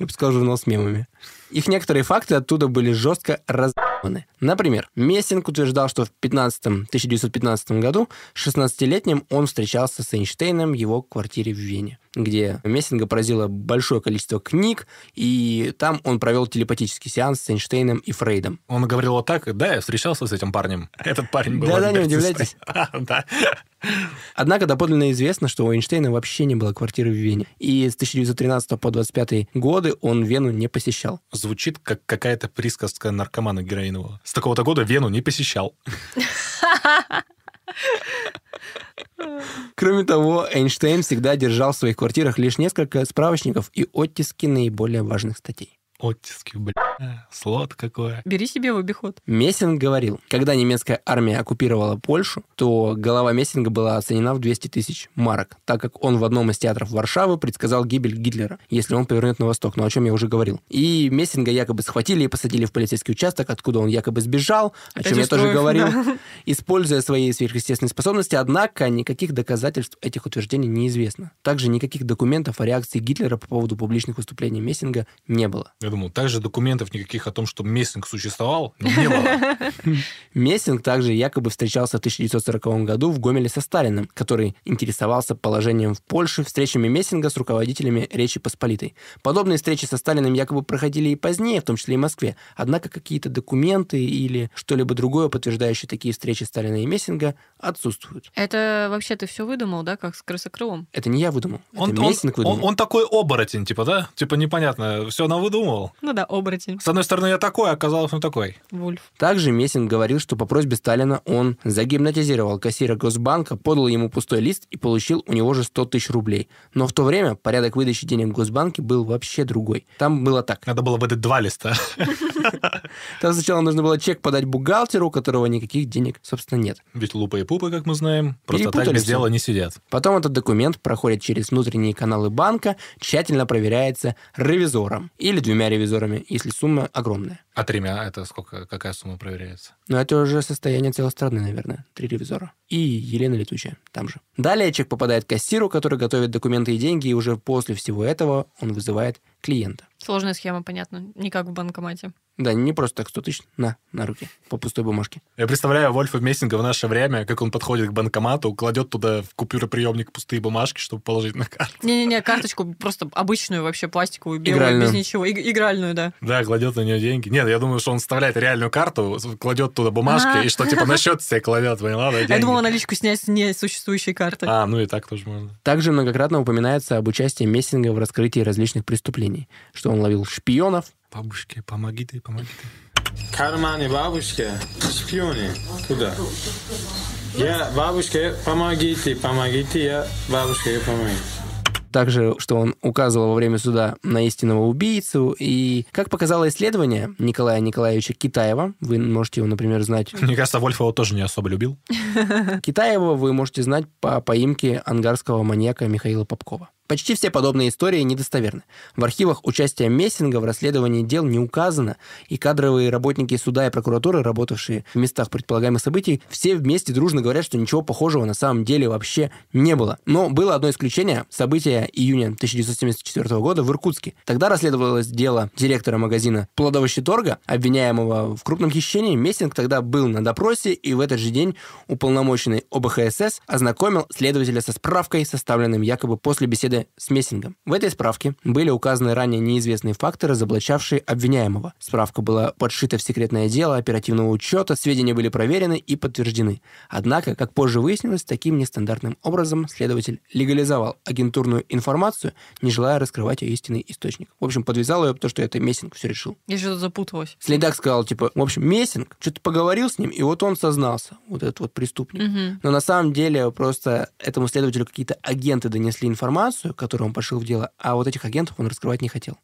Speaker 8: выпускал журнал с мемами. Их некоторые факты оттуда были жестко разъебаны. Например, Мессинг утверждал, что в 15 1915 году 16-летним он встречался с Эйнштейном в его квартире в Вене, где Мессинга поразило большое количество книг, и там он провел телепатический сеанс с Эйнштейном и Фрейдом.
Speaker 9: Он говорил вот так, да, я встречался с этим парнем. Этот парень был...
Speaker 8: Да-да, не
Speaker 9: Альберт
Speaker 8: удивляйтесь.
Speaker 9: Эйнштейн. [laughs] Да.
Speaker 8: Однако доподлинно известно, что у Эйнштейна вообще не было квартиры в Вене, и с 1913 по 25 годы он Вену не посещал.
Speaker 9: Звучит как какая-то присказка наркомана героинового. С такого-то года Вену не посещал.
Speaker 8: Кроме того, Эйнштейн всегда держал в своих квартирах лишь несколько справочников и оттиски наиболее важных статей.
Speaker 9: Оттиски, бля. Слот какое.
Speaker 7: Бери себе в обиход.
Speaker 8: Мессинг говорил, когда немецкая армия оккупировала Польшу, то голова Мессинга была оценена в 200 тысяч марок, так как он в одном из театров Варшавы предсказал гибель Гитлера, если он повернет на восток, но о чем я уже говорил. И Мессинга якобы схватили и посадили в полицейский участок, откуда он якобы сбежал, о
Speaker 7: Опять
Speaker 8: чем я тоже
Speaker 7: устроив,
Speaker 8: говорил.
Speaker 7: да.
Speaker 8: Используя свои сверхъестественные способности, однако никаких доказательств этих утверждений неизвестно. Также никаких документов о реакции Гитлера по поводу публичных выступлений Мессинга не было.
Speaker 9: Я думал, также документов никаких о том, что Мессинг существовал, не было.
Speaker 8: Мессинг также якобы встречался в 1940 году в Гомеле со Сталиным, который интересовался положением в Польше, встречами Мессинга с руководителями Речи Посполитой. Подобные встречи со Сталиным якобы проходили и позднее, в том числе и в Москве. Однако какие-то документы или что-либо другое, подтверждающее такие встречи Сталина и Мессинга, отсутствуют.
Speaker 7: Это вообще ты все выдумал, да, как с крысокрылом?
Speaker 8: Это не я выдумал.
Speaker 9: Он,
Speaker 8: [laughs] это
Speaker 9: он-
Speaker 8: Мессинг
Speaker 9: он-
Speaker 8: выдумал.
Speaker 9: он такой оборотень, типа, да? Типа непонятно, все навыдумывал.
Speaker 7: Ну да, оборотень.
Speaker 9: С одной стороны, я такой, а оказалось, он такой.
Speaker 7: Вульф.
Speaker 8: Также Мессинг говорил, что по просьбе Сталина он загипнотизировал кассира Госбанка, подал ему пустой лист и получил у него же 100 тысяч рублей. Но в то время порядок выдачи денег в Госбанке был вообще другой. Там было так.
Speaker 9: Надо было выдать два листа. [laughs]
Speaker 8: Там сначала нужно было чек подать бухгалтеру, у которого никаких денег, собственно, нет.
Speaker 9: Ведь лупа и пупы, как мы знаем, просто так
Speaker 8: Перепутали
Speaker 9: без
Speaker 8: всё.
Speaker 9: дела не сидят.
Speaker 8: Потом этот документ проходит через внутренние каналы банка, тщательно проверяется ревизором или двумя ревизорами, если сумма огромная.
Speaker 9: А тремя это сколько, какая сумма проверяется?
Speaker 8: Но это уже состояние целой страны, наверное. Три ревизора. И Елена Летучая там же. Далее чек попадает к кассиру, который готовит документы и деньги, и уже после всего этого он вызывает клиента.
Speaker 7: Сложная схема, понятно. Не как в банкомате.
Speaker 8: Да, не просто так 100 тысяч на, на руки, по пустой бумажке.
Speaker 9: Я представляю Вольфа Мессинга в наше время, как он подходит к банкомату, кладет туда в купюроприемник пустые бумажки, чтобы положить на карту.
Speaker 7: Не-не-не, карточку просто обычную вообще, пластиковую, белую,
Speaker 9: Игральную.
Speaker 7: без ничего. Иг- игральную, да.
Speaker 9: Да, кладет на нее деньги. Нет, я думаю, что он вставляет реальную карту, с- кладет туда бумажки,
Speaker 7: А.
Speaker 9: и что типа на счет себе кладет, поняла, да,
Speaker 7: Я
Speaker 9: деньги?
Speaker 7: думала наличку снять с несуществующей карты.
Speaker 9: А, ну и так тоже можно.
Speaker 8: Также многократно упоминается об участии Мессинга в раскрытии различных преступлений, что он ловил шпионов,
Speaker 9: Бабушки, помоги ты, помоги ты.
Speaker 1: кармане бабушки шпионы. Куда? Я бабушке помогите, помогите, я бабушке помогу.
Speaker 8: Также, что он указывал во время суда на истинного убийцу. И, как показало исследование Николая Николаевича Китаева, вы можете его, например, знать...
Speaker 9: Мне кажется, Вольф его тоже не особо любил.
Speaker 8: Китаева вы можете знать по поимке ангарского маньяка Михаила Попкова. Почти все подобные истории недостоверны. В архивах участия Мессинга в расследовании дел не указано, и кадровые работники суда и прокуратуры, работавшие в местах предполагаемых событий, все вместе дружно говорят, что ничего похожего на самом деле вообще не было. Но было одно исключение – события июня 1974 года в Иркутске. Тогда расследовалось дело директора магазина плодовощеторга, обвиняемого в крупном хищении. Мессинг тогда был на допросе, и в этот же день уполномоченный ОБХСС ознакомил следователя со справкой, составленным якобы после беседы связаны с Мессингом. В этой справке были указаны ранее неизвестные факторы, разоблачавшие обвиняемого. Справка была подшита в секретное дело оперативного учета, сведения были проверены и подтверждены. Однако, как позже выяснилось, таким нестандартным образом следователь легализовал агентурную информацию, не желая раскрывать ее истинный источник. В общем, подвязал ее, потому что это Мессинг все решил.
Speaker 7: Я что-то запуталась.
Speaker 8: Следак сказал, типа, в общем, Мессинг что-то поговорил с ним, и вот он сознался, вот этот вот преступник.
Speaker 7: Мгм.
Speaker 8: Но на самом деле просто этому следователю какие-то агенты донесли информацию, которую он пошил в дело, а вот этих агентов он раскрывать не хотел.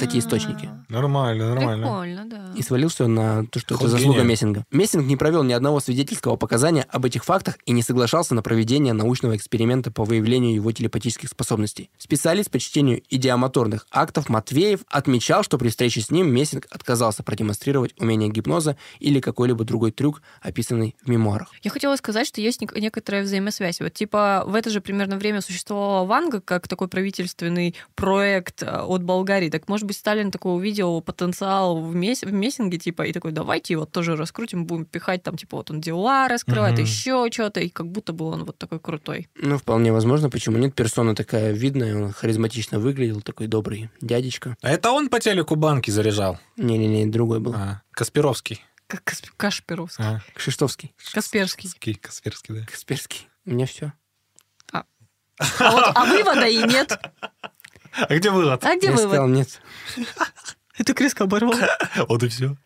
Speaker 8: Такие источники.
Speaker 10: Нормально, нормально.
Speaker 7: Прикольно, да.
Speaker 8: И свалился он на то, что это
Speaker 10: Какой
Speaker 8: заслуга
Speaker 10: гений.
Speaker 8: Мессинга. Мессинг не провел ни одного свидетельского показания об этих фактах и не соглашался на проведение научного эксперимента по выявлению его телепатических способностей. Специалист по чтению идиомоторных актов Матвеев отмечал, что при встрече с ним Мессинг отказался продемонстрировать умение гипноза или какой-либо другой трюк, описанный в мемуарах.
Speaker 7: Я хотела сказать, что есть нек- некоторая взаимосвязь. Вот типа в это же примерно время существовала Ванга как такой правительственный проект э, от Болгарии. Так может быть Сталин такой увидел потенциал в, мес- в мессинге, типа, и такой, давайте его тоже раскрутим, будем пихать там, типа, вот он дела раскрывает,
Speaker 8: Мгм.
Speaker 7: еще что-то, и как будто бы он вот такой крутой.
Speaker 8: Ну, вполне возможно, почему нет. Персона такая видная, он харизматично выглядел, такой добрый дядечка.
Speaker 10: А это он по телеку банки заряжал?
Speaker 8: Не-не-не, другой был.
Speaker 9: А.
Speaker 10: Касперовский.
Speaker 7: Как Касп- Кашпировский.
Speaker 10: А.
Speaker 8: Кшиштовский.
Speaker 7: Касперский.
Speaker 10: Ки- Касперский, да.
Speaker 8: Касперский. У меня все.
Speaker 7: А, вот- а вывода и нет.
Speaker 10: А где вывод?
Speaker 7: А где Я вывод? сказал
Speaker 8: нет.
Speaker 7: И так резко оборвал.
Speaker 10: Вот и все.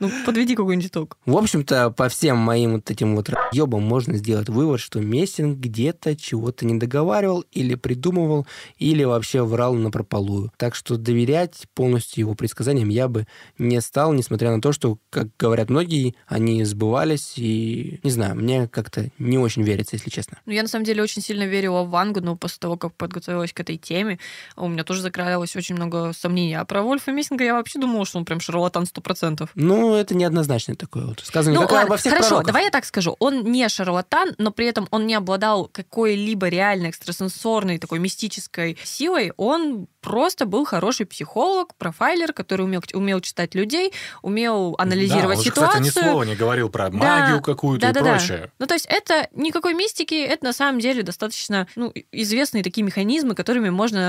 Speaker 7: Ну, подведи какой-нибудь итог.
Speaker 8: В общем-то, по всем моим вот этим вот ебам можно сделать вывод, что Мессинг где-то чего-то не договаривал или придумывал, или вообще врал на прополую. Так что доверять полностью его предсказаниям я бы не стал, несмотря на то, что, как говорят многие, они сбывались, и не знаю, мне как-то не очень верится, если честно.
Speaker 7: Ну, я на самом деле очень сильно верила в Вангу, но после того, как подготовилась к этой теме, у меня тоже закралось очень много сомнений. А про Вольфа Мессинга я вообще думала, что он прям шарлатан сто процентов.
Speaker 8: Ну, это неоднозначное такое вот сказано.
Speaker 7: Ну,
Speaker 8: как и
Speaker 7: ладно,
Speaker 8: обо всех
Speaker 7: хорошо,
Speaker 8: пророках.
Speaker 7: давай я так скажу. Он не шарлатан, но при этом он не обладал какой-либо реальной экстрасенсорной такой мистической силой. Он просто был хороший психолог, профайлер, который умел, умел читать людей, умел анализировать
Speaker 10: Да, он же,
Speaker 7: ситуацию.
Speaker 10: Кстати, ни слова не говорил про
Speaker 7: Да,
Speaker 10: магию какую-то и
Speaker 7: да-да-да.
Speaker 10: прочее.
Speaker 7: Ну, то есть это никакой мистики, это на самом деле достаточно ну, и- известные такие механизмы, которыми можно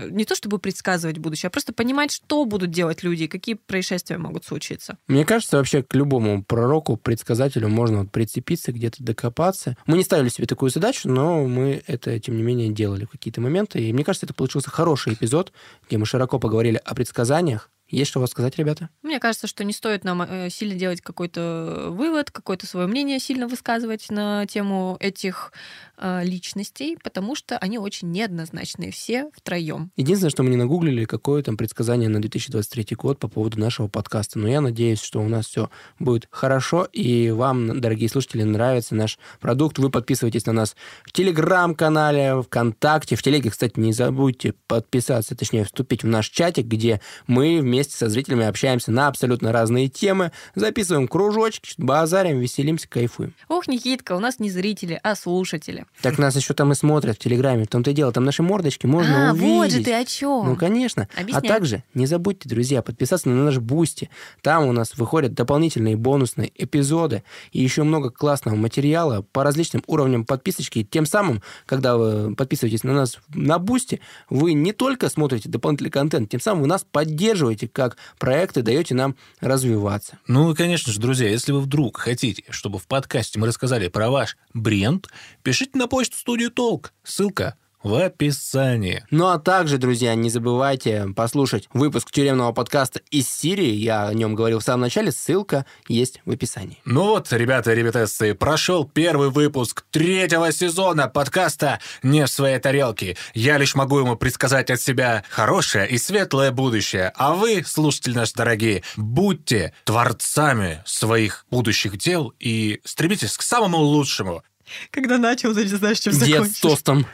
Speaker 7: э, не то чтобы предсказывать будущее, а просто понимать, что будут делать люди, и какие происшествия могут случиться.
Speaker 8: Мне кажется, вообще к любому пророку, предсказателю можно вот прицепиться, где-то докопаться. Мы не ставили себе такую задачу, но мы это, тем не менее, делали в какие-то моменты. И мне кажется, это получился хороший эпизод, где мы широко поговорили о предсказаниях. Есть что у вас сказать, ребята?
Speaker 7: Мне кажется, что не стоит нам э, сильно делать какой-то вывод, какое-то свое мнение сильно высказывать на тему этих э, личностей, потому что они очень неоднозначные все втроем.
Speaker 8: Единственное, что мы не нагуглили, какое там предсказание на 2023 год по поводу нашего подкаста. Но я надеюсь, что у нас все будет хорошо, и вам, дорогие слушатели, нравится наш продукт. Вы подписывайтесь на нас в Телеграм-канале, ВКонтакте. В Телеге, кстати, не забудьте подписаться, точнее, вступить в наш чатик, где мы вместе со зрителями общаемся на абсолютно разные темы, записываем кружочки, базарим, веселимся, кайфуем.
Speaker 7: Ох, Никитка, у нас не зрители, а слушатели.
Speaker 8: Так нас еще там и смотрят в Телеграме. В том-то и дело, там наши мордочки можно
Speaker 7: а,
Speaker 8: увидеть.
Speaker 7: вот же ты о чем.
Speaker 8: Ну, конечно.
Speaker 7: Объясняй.
Speaker 8: А также не забудьте, друзья, подписаться на наш Бусти. Там у нас выходят дополнительные бонусные эпизоды и еще много классного материала по различным уровням подписочки. И Тем самым, когда вы подписываетесь на нас на Бусти, вы не только смотрите дополнительный контент, тем самым вы нас поддерживаете как проект и даете нам развиваться.
Speaker 9: Ну и, конечно же, друзья, если вы вдруг хотите, чтобы в подкасте мы рассказали про ваш бренд, пишите на почту студию Толк. Ссылка в описании.
Speaker 8: Ну а также, друзья, не забывайте послушать выпуск тюремного подкаста из Сирии. Я о нем говорил в самом начале. Ссылка есть в описании.
Speaker 9: Ну вот, ребята и ребятессы, прошел первый выпуск третьего сезона подкаста «Не в своей тарелке». Я лишь могу ему предсказать от себя хорошее и светлое будущее. А вы, слушатели наши дорогие, будьте творцами своих будущих дел и стремитесь к самому лучшему.
Speaker 7: Когда начал, значит, знаешь, чем
Speaker 8: Дед с тостом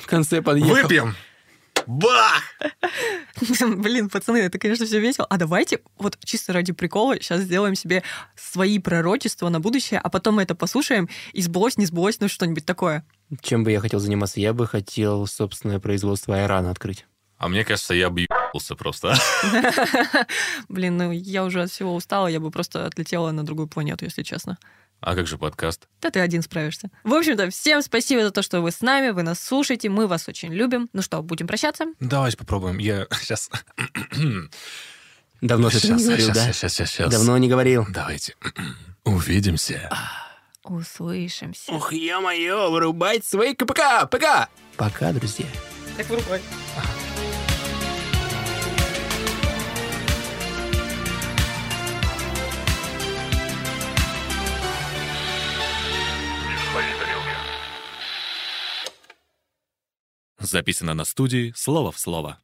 Speaker 8: в конце подъехал.
Speaker 9: Выпьем! Бах!
Speaker 7: [laughs] Блин, пацаны, это, конечно, все весело. А давайте вот чисто ради прикола сейчас сделаем себе свои пророчества на будущее, а потом мы это послушаем и сбылось, не сбылось, ну что-нибудь такое.
Speaker 8: Чем бы я хотел заниматься? Я бы хотел собственное производство айрана открыть.
Speaker 4: А мне кажется, я объебался просто. а?
Speaker 7: Блин, ну я уже от всего устала, я бы просто отлетела на другую планету, если честно.
Speaker 1: А как же подкаст?
Speaker 7: Да ты один справишься. В общем-то, всем спасибо за то, что вы с нами, вы нас слушаете, мы вас очень любим. Ну что, будем прощаться?
Speaker 9: Давайте попробуем. Я [laughs] сейчас... [clears throat]
Speaker 8: Давно ты это не
Speaker 9: Щас,
Speaker 8: говорил,
Speaker 9: щас,
Speaker 8: да?
Speaker 9: щас, щас, щас, щас.
Speaker 8: Давно не говорил.
Speaker 9: Давайте. Увидимся.
Speaker 7: Услышимся.
Speaker 8: Ух, ё-моё, вырубайте свои КПК! Пока! Пока, друзья.
Speaker 7: Так вырубай.
Speaker 1: Записано на студии «Слово в слово».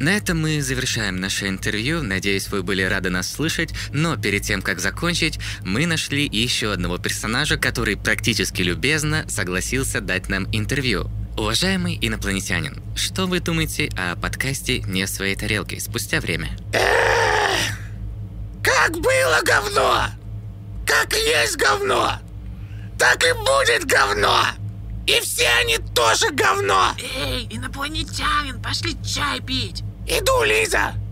Speaker 2: На этом мы завершаем наше интервью. Надеюсь, вы были рады нас слышать. Но перед тем, как закончить, мы нашли еще одного персонажа, который практически любезно согласился дать нам интервью. Уважаемый инопланетянин, что вы думаете о подкасте «Не в своей тарелке» спустя время?
Speaker 13: Как было говно, как есть говно, так и будет говно. И все они тоже говно.
Speaker 3: Эй, инопланетянин, пошли чай пить.
Speaker 13: Иду, Лиза.